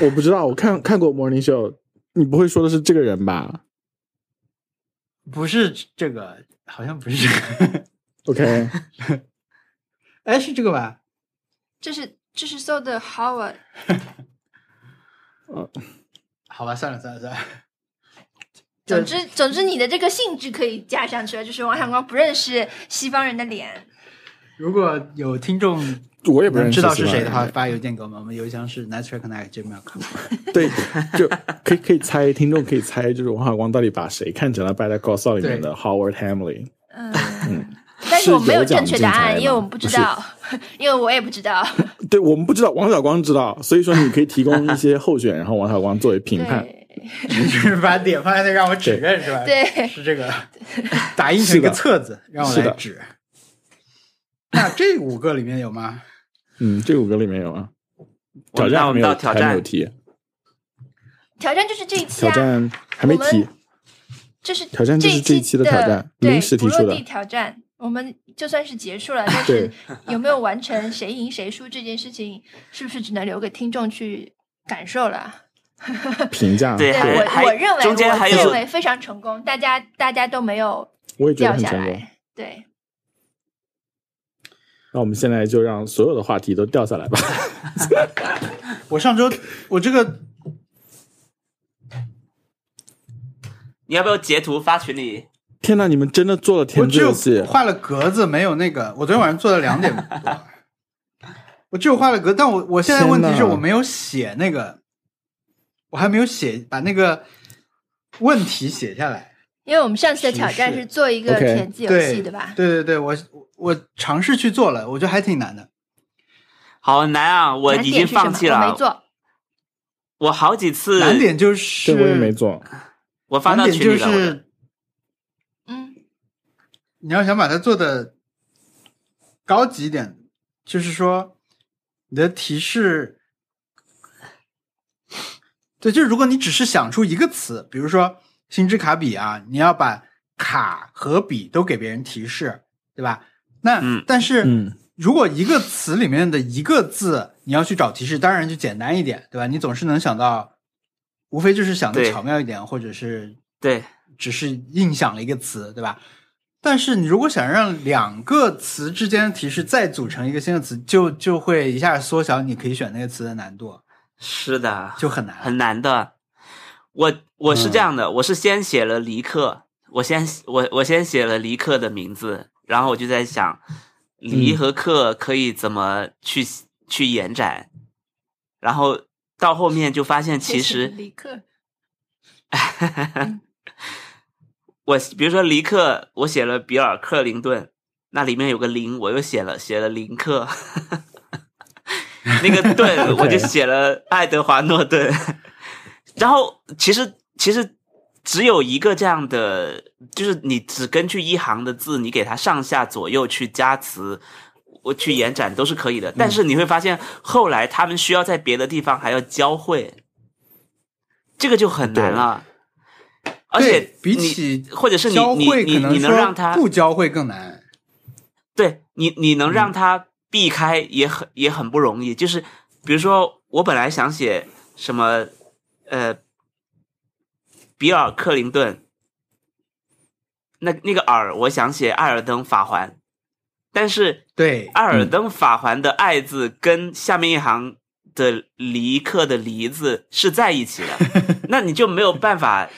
Speaker 2: 我不知道，我看看过 Morning Show，你不会说的是这个人吧
Speaker 3: 不是这个，好像不是这个，
Speaker 2: ？OK，
Speaker 3: 哎，是这个吧？
Speaker 1: 这是这是搜的 Howard，
Speaker 3: 好吧，算了算了算了。
Speaker 1: 总之总之你的这个性质可以加上去了，就是王小光不认识西方人的脸，
Speaker 3: 如果有听众
Speaker 2: 我也不认
Speaker 3: 能
Speaker 2: 识
Speaker 3: 知道是谁的话，
Speaker 2: 是吧
Speaker 3: 发邮件给我们，我们邮箱是 naturalconnect@gmail.com。
Speaker 2: 对，就可以可以猜，听众可以猜，就是王小光到底把谁看成了《b a t t e r Call Saul》里面的 Howard Hamlin。
Speaker 1: 嗯， 但是我们没有正确答
Speaker 2: 是有奖竞猜吗
Speaker 1: 案，因为我们不知道， 因为我也不知 道。
Speaker 2: 对我们不知道，王小光知道，所以说你可以提供一些候选，然后王小光作为评判。
Speaker 1: 对
Speaker 3: 就是把点放在那让我指认是吧？，
Speaker 1: 对，
Speaker 3: 是 这个，打印成一个册子让我
Speaker 2: 是
Speaker 3: 来
Speaker 2: 的
Speaker 3: 指。那这五个里面有吗？
Speaker 2: 嗯，这五个里面有啊，
Speaker 4: 我
Speaker 2: 挑
Speaker 4: 们
Speaker 2: 战
Speaker 4: 那我
Speaker 2: 没
Speaker 4: 们
Speaker 2: 有
Speaker 4: 到挑
Speaker 2: 还没有
Speaker 4: 战，
Speaker 2: 提，
Speaker 1: 挑战就是这一期
Speaker 2: 挑
Speaker 1: 啊，
Speaker 2: 战还没
Speaker 1: 我们
Speaker 2: 提。
Speaker 1: 这是
Speaker 2: 挑战就是这一期的
Speaker 1: 这
Speaker 2: 挑战
Speaker 1: 对
Speaker 2: 临时提出的
Speaker 1: 不落地挑战。我们就算是结 束了，但 是有没有完成谁赢谁输这件事情，是不是只能留给听众去感受了？
Speaker 2: 评价，
Speaker 4: 对还
Speaker 1: 我
Speaker 4: 还
Speaker 1: 我认为
Speaker 4: 中间还有
Speaker 1: 我认为非常成功，大家大家都没有
Speaker 2: 我也觉
Speaker 1: 掉
Speaker 2: 得很
Speaker 1: 下
Speaker 2: 成功。
Speaker 1: 来。对，
Speaker 2: 那我们现在就让所有的话题都掉下来吧。
Speaker 3: 我上周我 这个
Speaker 4: 你要不要截图发群里？
Speaker 2: 天哪，你们真的做了
Speaker 3: 我
Speaker 2: 填
Speaker 3: 只
Speaker 2: 字
Speaker 3: 有
Speaker 2: 游戏？
Speaker 3: 画了格子，没有那个。我昨天晚上做到两 点多，我只有画了格，但我我现在问题是
Speaker 2: 天哪
Speaker 3: 我没有写那个，我我还没有写把那个问题写下来。
Speaker 1: 因为我们上次的挑战
Speaker 3: 是
Speaker 1: 是做一个
Speaker 2: OK
Speaker 1: 填字游
Speaker 3: 对
Speaker 1: 戏，对吧？
Speaker 3: 对对对，我我我尝试去做了，我觉得还挺难的。
Speaker 4: 好难啊！我
Speaker 1: 难
Speaker 4: 已
Speaker 1: 点
Speaker 4: 经
Speaker 1: 是什么
Speaker 4: 放弃
Speaker 1: 我
Speaker 4: 了
Speaker 1: 没。做。
Speaker 4: 我好几次，
Speaker 3: 难点就是
Speaker 2: 这我也没做。
Speaker 4: 我发
Speaker 3: 难
Speaker 4: 到
Speaker 3: 点
Speaker 4: 群
Speaker 3: 就
Speaker 4: 里了。我的
Speaker 3: 是
Speaker 1: 嗯，
Speaker 3: 你要想把它做的高级一点，就是说你的提示，对，就是如果你只是想出一个词，比如说“星之卡比”啊，你要把卡和笔都给别人提示，对吧？那、
Speaker 4: 嗯
Speaker 3: 但是、
Speaker 2: 嗯
Speaker 3: 如果一个词里面的一个字你要去找提示，当然就简单一点，对吧？你总是能想到，无非就是想的
Speaker 4: 对
Speaker 3: 巧妙一点，或者是
Speaker 4: 对，
Speaker 3: 只是硬想了一个词，对吧？但是你如果想让两个词之间的提示再组成一个新的词，就就会一下缩小你可以选那个词的难度，
Speaker 4: 是的，
Speaker 3: 就很难。
Speaker 4: 很难的。我我是这样的，我是先写了离克，我先我我先写了离克的名字，然后我就在想，离和克可以怎么去、去延展，然后到后面就发现其实
Speaker 1: 立刻，
Speaker 4: 我比如说离克，我写了比尔克林顿，那里面有个林，我又写了写了林克， 那个顿
Speaker 2: OK
Speaker 4: 我就写了爱德华诺顿， 然后其实其实只有一个这样的，就是你只根据一行的字，你给它上下左右去加词。我去延展都是可以的，但是你会发现后来他们需要在别的地方还要交汇，这个就很难了。而且
Speaker 3: 对比
Speaker 4: 你
Speaker 3: 起
Speaker 4: 或者是你
Speaker 3: 交
Speaker 4: 你
Speaker 3: 汇
Speaker 4: 你
Speaker 3: 可
Speaker 4: 你
Speaker 3: 能
Speaker 4: 能让
Speaker 3: 说
Speaker 4: 他
Speaker 3: 不嗯交汇更难。
Speaker 4: 对你你能让他避开也很、也很不容易。就是比如说，我本来想写什么呃，比尔克林顿，那那个尔，我想写艾尔登法环，但是
Speaker 3: 对，
Speaker 4: 艾尔登法环的“艾”字跟下面一行的“离克”的“离”字是在一起 的，那你就没有办法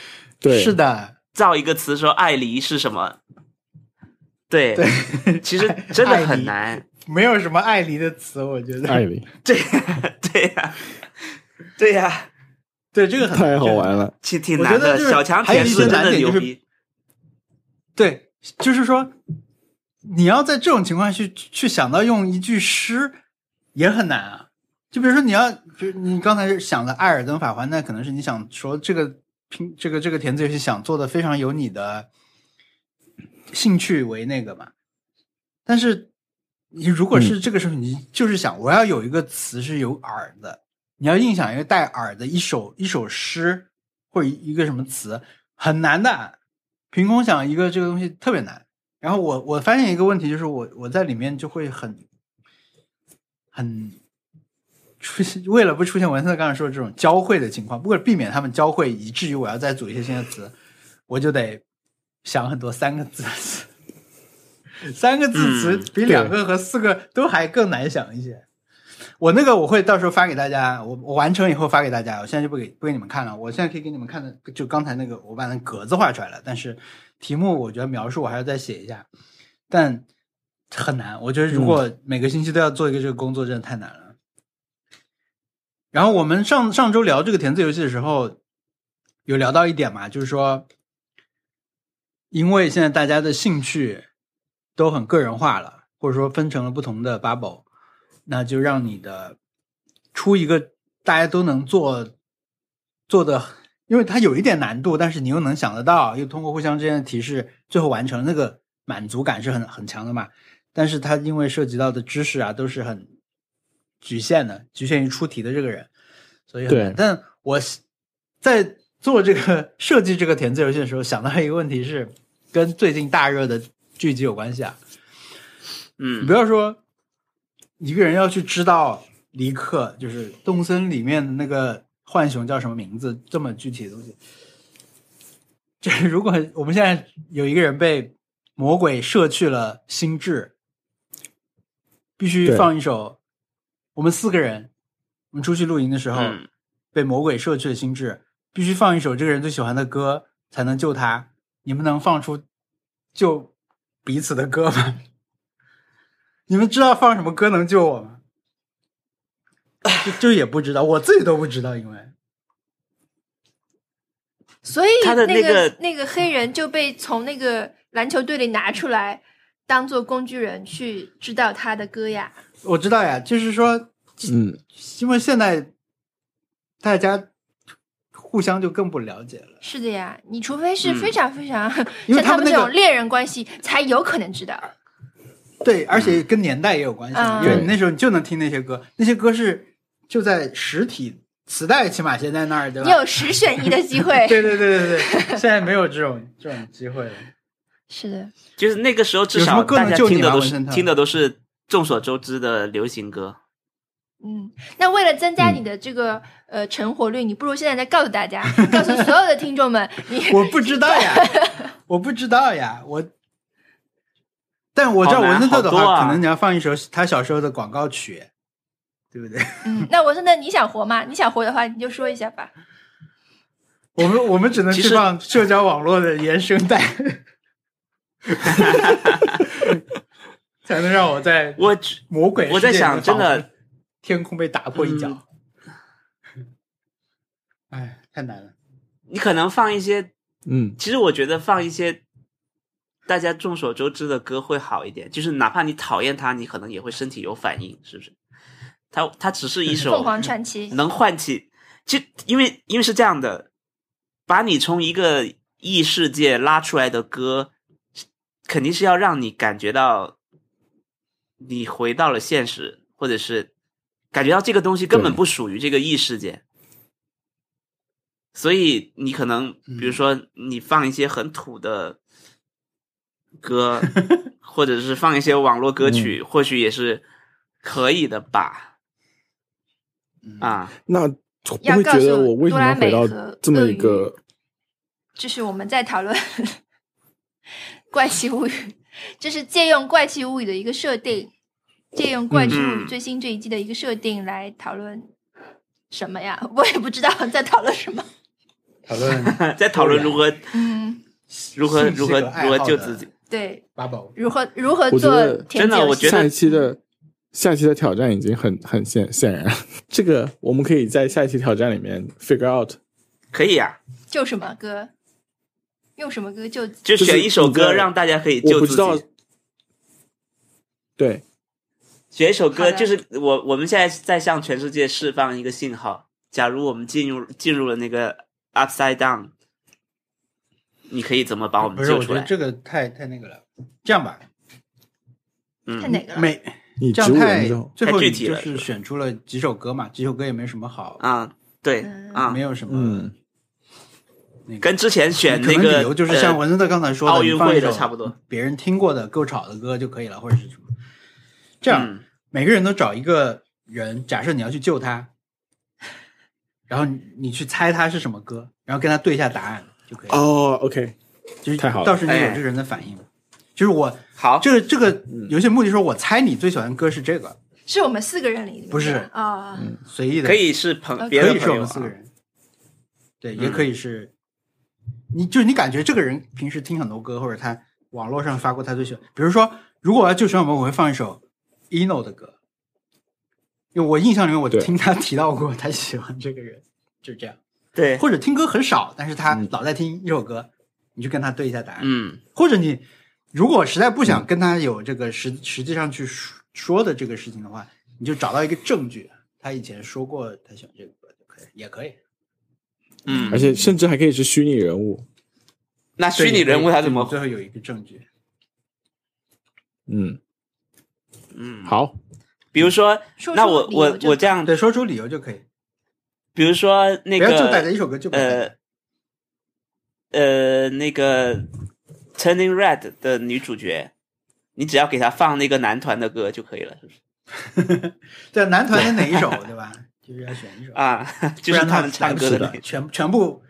Speaker 2: 对，
Speaker 3: 是的，
Speaker 4: 造一个词说“艾离”是什么。对，
Speaker 3: 对，
Speaker 4: 其实真的
Speaker 3: 艾
Speaker 4: 很
Speaker 3: 离
Speaker 4: 难。
Speaker 3: 没有什么爱离的词，我觉得。
Speaker 2: 艾琳
Speaker 4: 对呀， 对呀，对呀，
Speaker 3: 对，这个很
Speaker 2: 太好玩了。
Speaker 4: 挺挺
Speaker 3: 我
Speaker 4: 难
Speaker 3: 觉得
Speaker 4: 的。
Speaker 3: 就是
Speaker 4: 小强
Speaker 3: 还有
Speaker 4: 填
Speaker 3: 一
Speaker 4: 字
Speaker 3: 些
Speaker 4: 真
Speaker 3: 难
Speaker 4: 的
Speaker 3: 点
Speaker 4: 牛
Speaker 3: 就是
Speaker 4: 逼，
Speaker 3: 对，就是说，你要在这种情况去去想到用一句诗，也很难啊。就比如说，你要，就你刚才想的《艾尔登法环》，那可能是你想说这个拼这个这个填字游戏想做的非常有你的兴趣为那个嘛。但是你如果是这个时候，你就是想我要有一个词是有耳的，你要硬想一个带耳的一首一首诗或者一个什么词，很难的。凭空想一个这个东西特别难。然后我我发现一个问题，就是我我在里面就会很很出 现，为了不出现文森特刚才说的这种交汇的情况，为了避免他们交汇，以至于我要再组一些新的词，我就得想很多三个字词。三个字词
Speaker 4: 嗯
Speaker 3: 比两个和四个都还更难想一些。我那个我会到时候发给大家，我我完成以后发给大家。我现在就不给不给你们看了，我现在可以给你们看的，就刚才那个我把那格子画出来了，但是题目我觉得描述我还要再写一下，但很难。我觉得如果每个星期都要做一个这个工作，真的太难了。然后我们上上周聊这个填字游戏的时候，有聊到一点嘛，就是说，因为现在大家的兴趣都很个人化了，或者说分成了不同的 bubble，那就让你的出一个大家都能做做的，因为它有一点难度，但是你又能想得到，又通过互相之间的提示，最后完成那个满足感是很很强的嘛。但是它因为涉及到的知识啊，都是很局限的，局限于出题的这个人，所以很难
Speaker 2: 对
Speaker 3: 但我在做这个设计这个填字游戏的时候，想到一个问题是跟最近大热的剧集有关系啊，你
Speaker 4: 嗯
Speaker 3: 不要说一个人要去知道离克，就是动森里面的那个浣熊叫什么名字，这么具体的东西。 就是如果我们现在有一个人被魔鬼摄去了心智，必须
Speaker 2: 对
Speaker 3: 放一首。我们四个人，我们出去露营的时候，
Speaker 4: 嗯
Speaker 3: 被魔鬼摄去了心智，必须放一首这个人最喜欢的歌才能救他。你们能放出救彼此的歌吗？你们知道放什么歌能救我吗？就就也不知道，我自己都不知道，因为
Speaker 1: 所以
Speaker 4: 他的
Speaker 1: 那
Speaker 4: 那个
Speaker 1: 那个黑人就被从那个篮球队里拿出来，当做工具人去知道他的歌呀。
Speaker 3: 我知道呀，就是说，
Speaker 2: 嗯，
Speaker 3: 因为现在大家互相就更不了解了，
Speaker 1: 是的呀，你除非
Speaker 4: 嗯
Speaker 1: 是非常非常、
Speaker 3: 因为
Speaker 1: 像
Speaker 3: 他
Speaker 1: 们
Speaker 3: 们
Speaker 1: 这
Speaker 3: 那
Speaker 1: 种
Speaker 3: 个
Speaker 1: 恋人关系，才有可能知道。
Speaker 3: 对，而且跟年代也有关系，
Speaker 1: 嗯
Speaker 3: 因为你那时候你就能听那些歌，那些歌是就在实体磁带，起码现在那儿对
Speaker 1: 你
Speaker 3: 吧？
Speaker 1: 有十选一的机会。
Speaker 3: 对对对对对，现在没有这种这种机会了。
Speaker 1: 是的，
Speaker 4: 就是那个时候至
Speaker 3: 有什么
Speaker 4: 少
Speaker 3: 歌能
Speaker 4: 大家
Speaker 3: 救你
Speaker 4: 听的
Speaker 3: 吗
Speaker 4: 都
Speaker 3: 文
Speaker 4: 是
Speaker 3: 森特
Speaker 4: 听的都是众所周知的流行歌。
Speaker 1: 嗯，那为了增加
Speaker 2: 嗯
Speaker 1: 你的这个、呃成活率，你不如现在再告诉大 家，告诉所有的听众们，你
Speaker 3: 我不知道呀，我不知道呀，我。但我知道
Speaker 4: 好难
Speaker 3: 文森特的
Speaker 4: 好多
Speaker 3: 话，
Speaker 4: 啊
Speaker 3: 可能你要放一首他小时候的广告曲，对不对？
Speaker 1: 嗯，那我说那你想活吗？你想活的话，你就说一下吧。
Speaker 3: 我们我们只能
Speaker 4: 其
Speaker 3: 去
Speaker 4: 实
Speaker 3: 放社交网络的原声带， 才能让我在
Speaker 4: 我只
Speaker 3: 魔鬼
Speaker 4: 我在想，真的，
Speaker 3: 天空被打破一角
Speaker 4: 嗯。
Speaker 3: 哎，太难 了。
Speaker 4: 你可能放一些，
Speaker 2: 嗯
Speaker 4: 其实我觉得放一些大家众所周知的歌会好一点，就是哪怕你讨厌它，你可能也会身体有反应，是不是？它它只是一哦首
Speaker 1: 凤凰传奇，
Speaker 4: 能唤起，其实因为因为是这样的，把你从一个异世界拉出来的歌，肯定是要让你感觉到你回到了现实，或者是感觉到这个东西根本
Speaker 2: 对
Speaker 4: 不属于这个异世界。所以你可能，比如说你放一些很土的歌，或者是放一些网络歌曲，或许也是可以的吧？啊，
Speaker 2: 那会
Speaker 1: 要
Speaker 2: 不会
Speaker 1: 告
Speaker 2: 觉
Speaker 1: 诉
Speaker 2: 得我为什
Speaker 1: 多
Speaker 2: 么
Speaker 1: 拉
Speaker 2: 回
Speaker 1: 美
Speaker 2: 到
Speaker 1: 和
Speaker 2: 这么
Speaker 1: 鳄
Speaker 2: 一
Speaker 1: 鱼
Speaker 2: 个
Speaker 1: 这是我们在讨论 《怪奇物语》，这是借用《怪奇物语》的一个设定，借用《怪奇物语
Speaker 4: 嗯》
Speaker 1: 最新这一季的一个设定来讨论什么呀？ 我也不知道在讨论什么。
Speaker 3: 讨论
Speaker 4: 在讨论如何
Speaker 1: 嗯，
Speaker 4: 如何
Speaker 3: 性是
Speaker 4: 如何
Speaker 3: 个爱
Speaker 4: 如何
Speaker 3: 好
Speaker 4: 救
Speaker 3: 的
Speaker 4: 自己。
Speaker 1: 对，
Speaker 3: 八宝，
Speaker 1: 如何如何
Speaker 2: 我觉
Speaker 1: 做
Speaker 2: 得
Speaker 1: 甜
Speaker 4: 真的
Speaker 1: 酒
Speaker 4: 我觉得
Speaker 2: 下一期
Speaker 1: 嗯
Speaker 2: 的下一期的挑战已经很很显显然了， 这个我们可以在下一期挑战里面 figure out，
Speaker 4: 可以啊，
Speaker 1: 救什么歌，用什么歌救
Speaker 4: 就选一首
Speaker 2: 就是你
Speaker 4: 歌
Speaker 2: 在
Speaker 4: 让大家可以
Speaker 2: 我
Speaker 4: 救
Speaker 2: 不
Speaker 4: 自
Speaker 2: 知道
Speaker 4: 己。，
Speaker 2: 对，
Speaker 4: 选一首
Speaker 1: 好
Speaker 4: 歌，
Speaker 1: 的
Speaker 4: 就是我我们现在在向全世界释放一个信号：假如我们进入进入了那个 upside down，你可以怎么把我们
Speaker 3: 不是，
Speaker 4: 救
Speaker 3: 我觉
Speaker 4: 出
Speaker 3: 得
Speaker 4: 来？
Speaker 3: 这个太太那个了。这样吧，
Speaker 1: 看
Speaker 4: 嗯
Speaker 1: 哪个了？
Speaker 3: 每
Speaker 2: 你
Speaker 3: 这
Speaker 2: 植
Speaker 3: 样
Speaker 2: 物
Speaker 3: 太
Speaker 2: 人之后，
Speaker 3: 最后
Speaker 4: 太具
Speaker 3: 你
Speaker 4: 体
Speaker 3: 就
Speaker 4: 了
Speaker 3: 是
Speaker 4: 是吧
Speaker 3: 选出了几首歌嘛，几首歌也没什么好，
Speaker 4: 啊，对
Speaker 1: 嗯
Speaker 4: 啊
Speaker 3: 没，有什么
Speaker 2: 嗯。
Speaker 4: 跟之前选
Speaker 3: 可
Speaker 4: 那
Speaker 3: 能
Speaker 4: 个
Speaker 3: 理由就是像
Speaker 4: 呃
Speaker 3: 文森特刚才说的，
Speaker 4: 奥运会
Speaker 3: 你
Speaker 4: 的
Speaker 3: 放一首
Speaker 4: 差不多。
Speaker 3: 别人听过的够吵的歌就可以了，或者是什么。这样，
Speaker 4: 嗯
Speaker 3: 每个人都找一个人，假设你要去救他，然后你你去猜他是什么歌，然后跟他对一下答案就可以了。
Speaker 2: 哦，OK，
Speaker 3: 就是
Speaker 2: 太好了
Speaker 3: 到时你有
Speaker 4: 哎嗯
Speaker 3: 这个人的反应。就是我
Speaker 4: 好，
Speaker 3: 这个这个游戏目的说，我猜你最喜欢的歌是这个，
Speaker 1: 是我们四个人里
Speaker 3: 不是
Speaker 1: 啊、
Speaker 3: 随意的
Speaker 4: 可以是朋
Speaker 1: OK
Speaker 4: 别
Speaker 3: 可
Speaker 4: 的
Speaker 3: 以是我
Speaker 4: 朋友
Speaker 3: 们四个
Speaker 4: 啊，
Speaker 3: 人，对，也可以是，你就是你感觉这个人平时听很多歌，或者他网络上发过他最喜欢，比如说，如果我要救熊小魔，我会放一首 Eno 的歌，因为我印象里面我
Speaker 2: 对
Speaker 3: 听他提到过他喜欢这个人，就这样，
Speaker 4: 对，
Speaker 3: 或者听歌很少，但是他
Speaker 2: 嗯
Speaker 3: 老在听一首歌，你就跟他对一下答案，
Speaker 4: 嗯
Speaker 3: 或者你如果实在不想跟他有这个实实际上去说说的这个事情的话，你就找到一个证据，他以前说过他喜欢这个歌就可以，也可以。
Speaker 4: 嗯
Speaker 2: 而，且甚至还可以是虚拟人物，
Speaker 4: 那虚拟
Speaker 3: 对
Speaker 4: 人物他怎么
Speaker 3: 就最后有一个证据？
Speaker 2: 嗯，
Speaker 4: 嗯？
Speaker 2: 好，
Speaker 4: 比如说
Speaker 1: 说，
Speaker 4: 那
Speaker 1: 出
Speaker 4: 我
Speaker 1: 理由
Speaker 4: 我
Speaker 1: 就
Speaker 4: 我这样
Speaker 3: 对，说出理由就可以，
Speaker 4: 比如说嗯那
Speaker 3: 不要就带着
Speaker 4: 个
Speaker 3: 一首歌就可以。
Speaker 4: 呃呃那个 Turning Red 的女主角，你只要给她放那个男团的歌就可以了，是不是？
Speaker 3: 对，男团的哪一 首，对吧？就是要选一首，
Speaker 4: 啊， 就是
Speaker 3: 不然
Speaker 4: 他
Speaker 3: 他
Speaker 4: 们唱歌
Speaker 2: 是
Speaker 4: 的
Speaker 2: 的
Speaker 4: 那个
Speaker 3: 全全部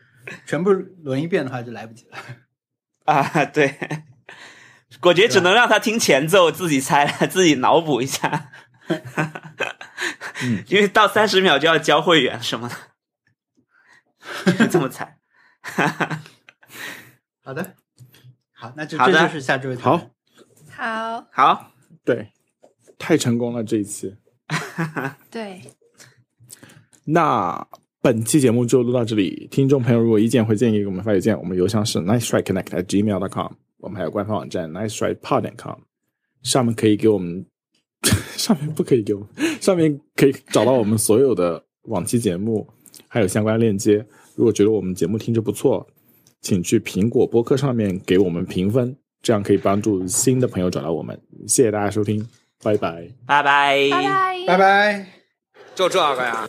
Speaker 3: 全部轮一遍的话就来不及了。
Speaker 4: 啊，对。我觉得只能让他听前奏，自己猜，自己脑补一下，
Speaker 2: 嗯
Speaker 4: 因为到三十秒就要交会员什么 的，这么猜。
Speaker 3: 好的，好，那就
Speaker 4: 好
Speaker 3: 这
Speaker 4: 的
Speaker 3: 就是下周的
Speaker 2: 好
Speaker 3: 讨论
Speaker 1: 好，
Speaker 4: 好，
Speaker 2: 对，太成功了这一期。
Speaker 1: 对，
Speaker 2: 那本期节目就录到这里。听众朋友，如果有意见或建议给我们发邮件，我们邮箱是 nice try connect at gmail dot com，我们还有官方网站 nice try pod dot com，上面可以给我们， 上面不可以给我们，上面可以找到我们所有的往期节目，还有相关链接。如果觉得我们节目听着不错，请去苹果播客上面给我们评分，这样可以帮助新的朋友找到我们。谢谢大家收听，拜拜。
Speaker 4: 拜拜。
Speaker 1: 拜拜
Speaker 3: 拜拜。
Speaker 5: 就这个呀。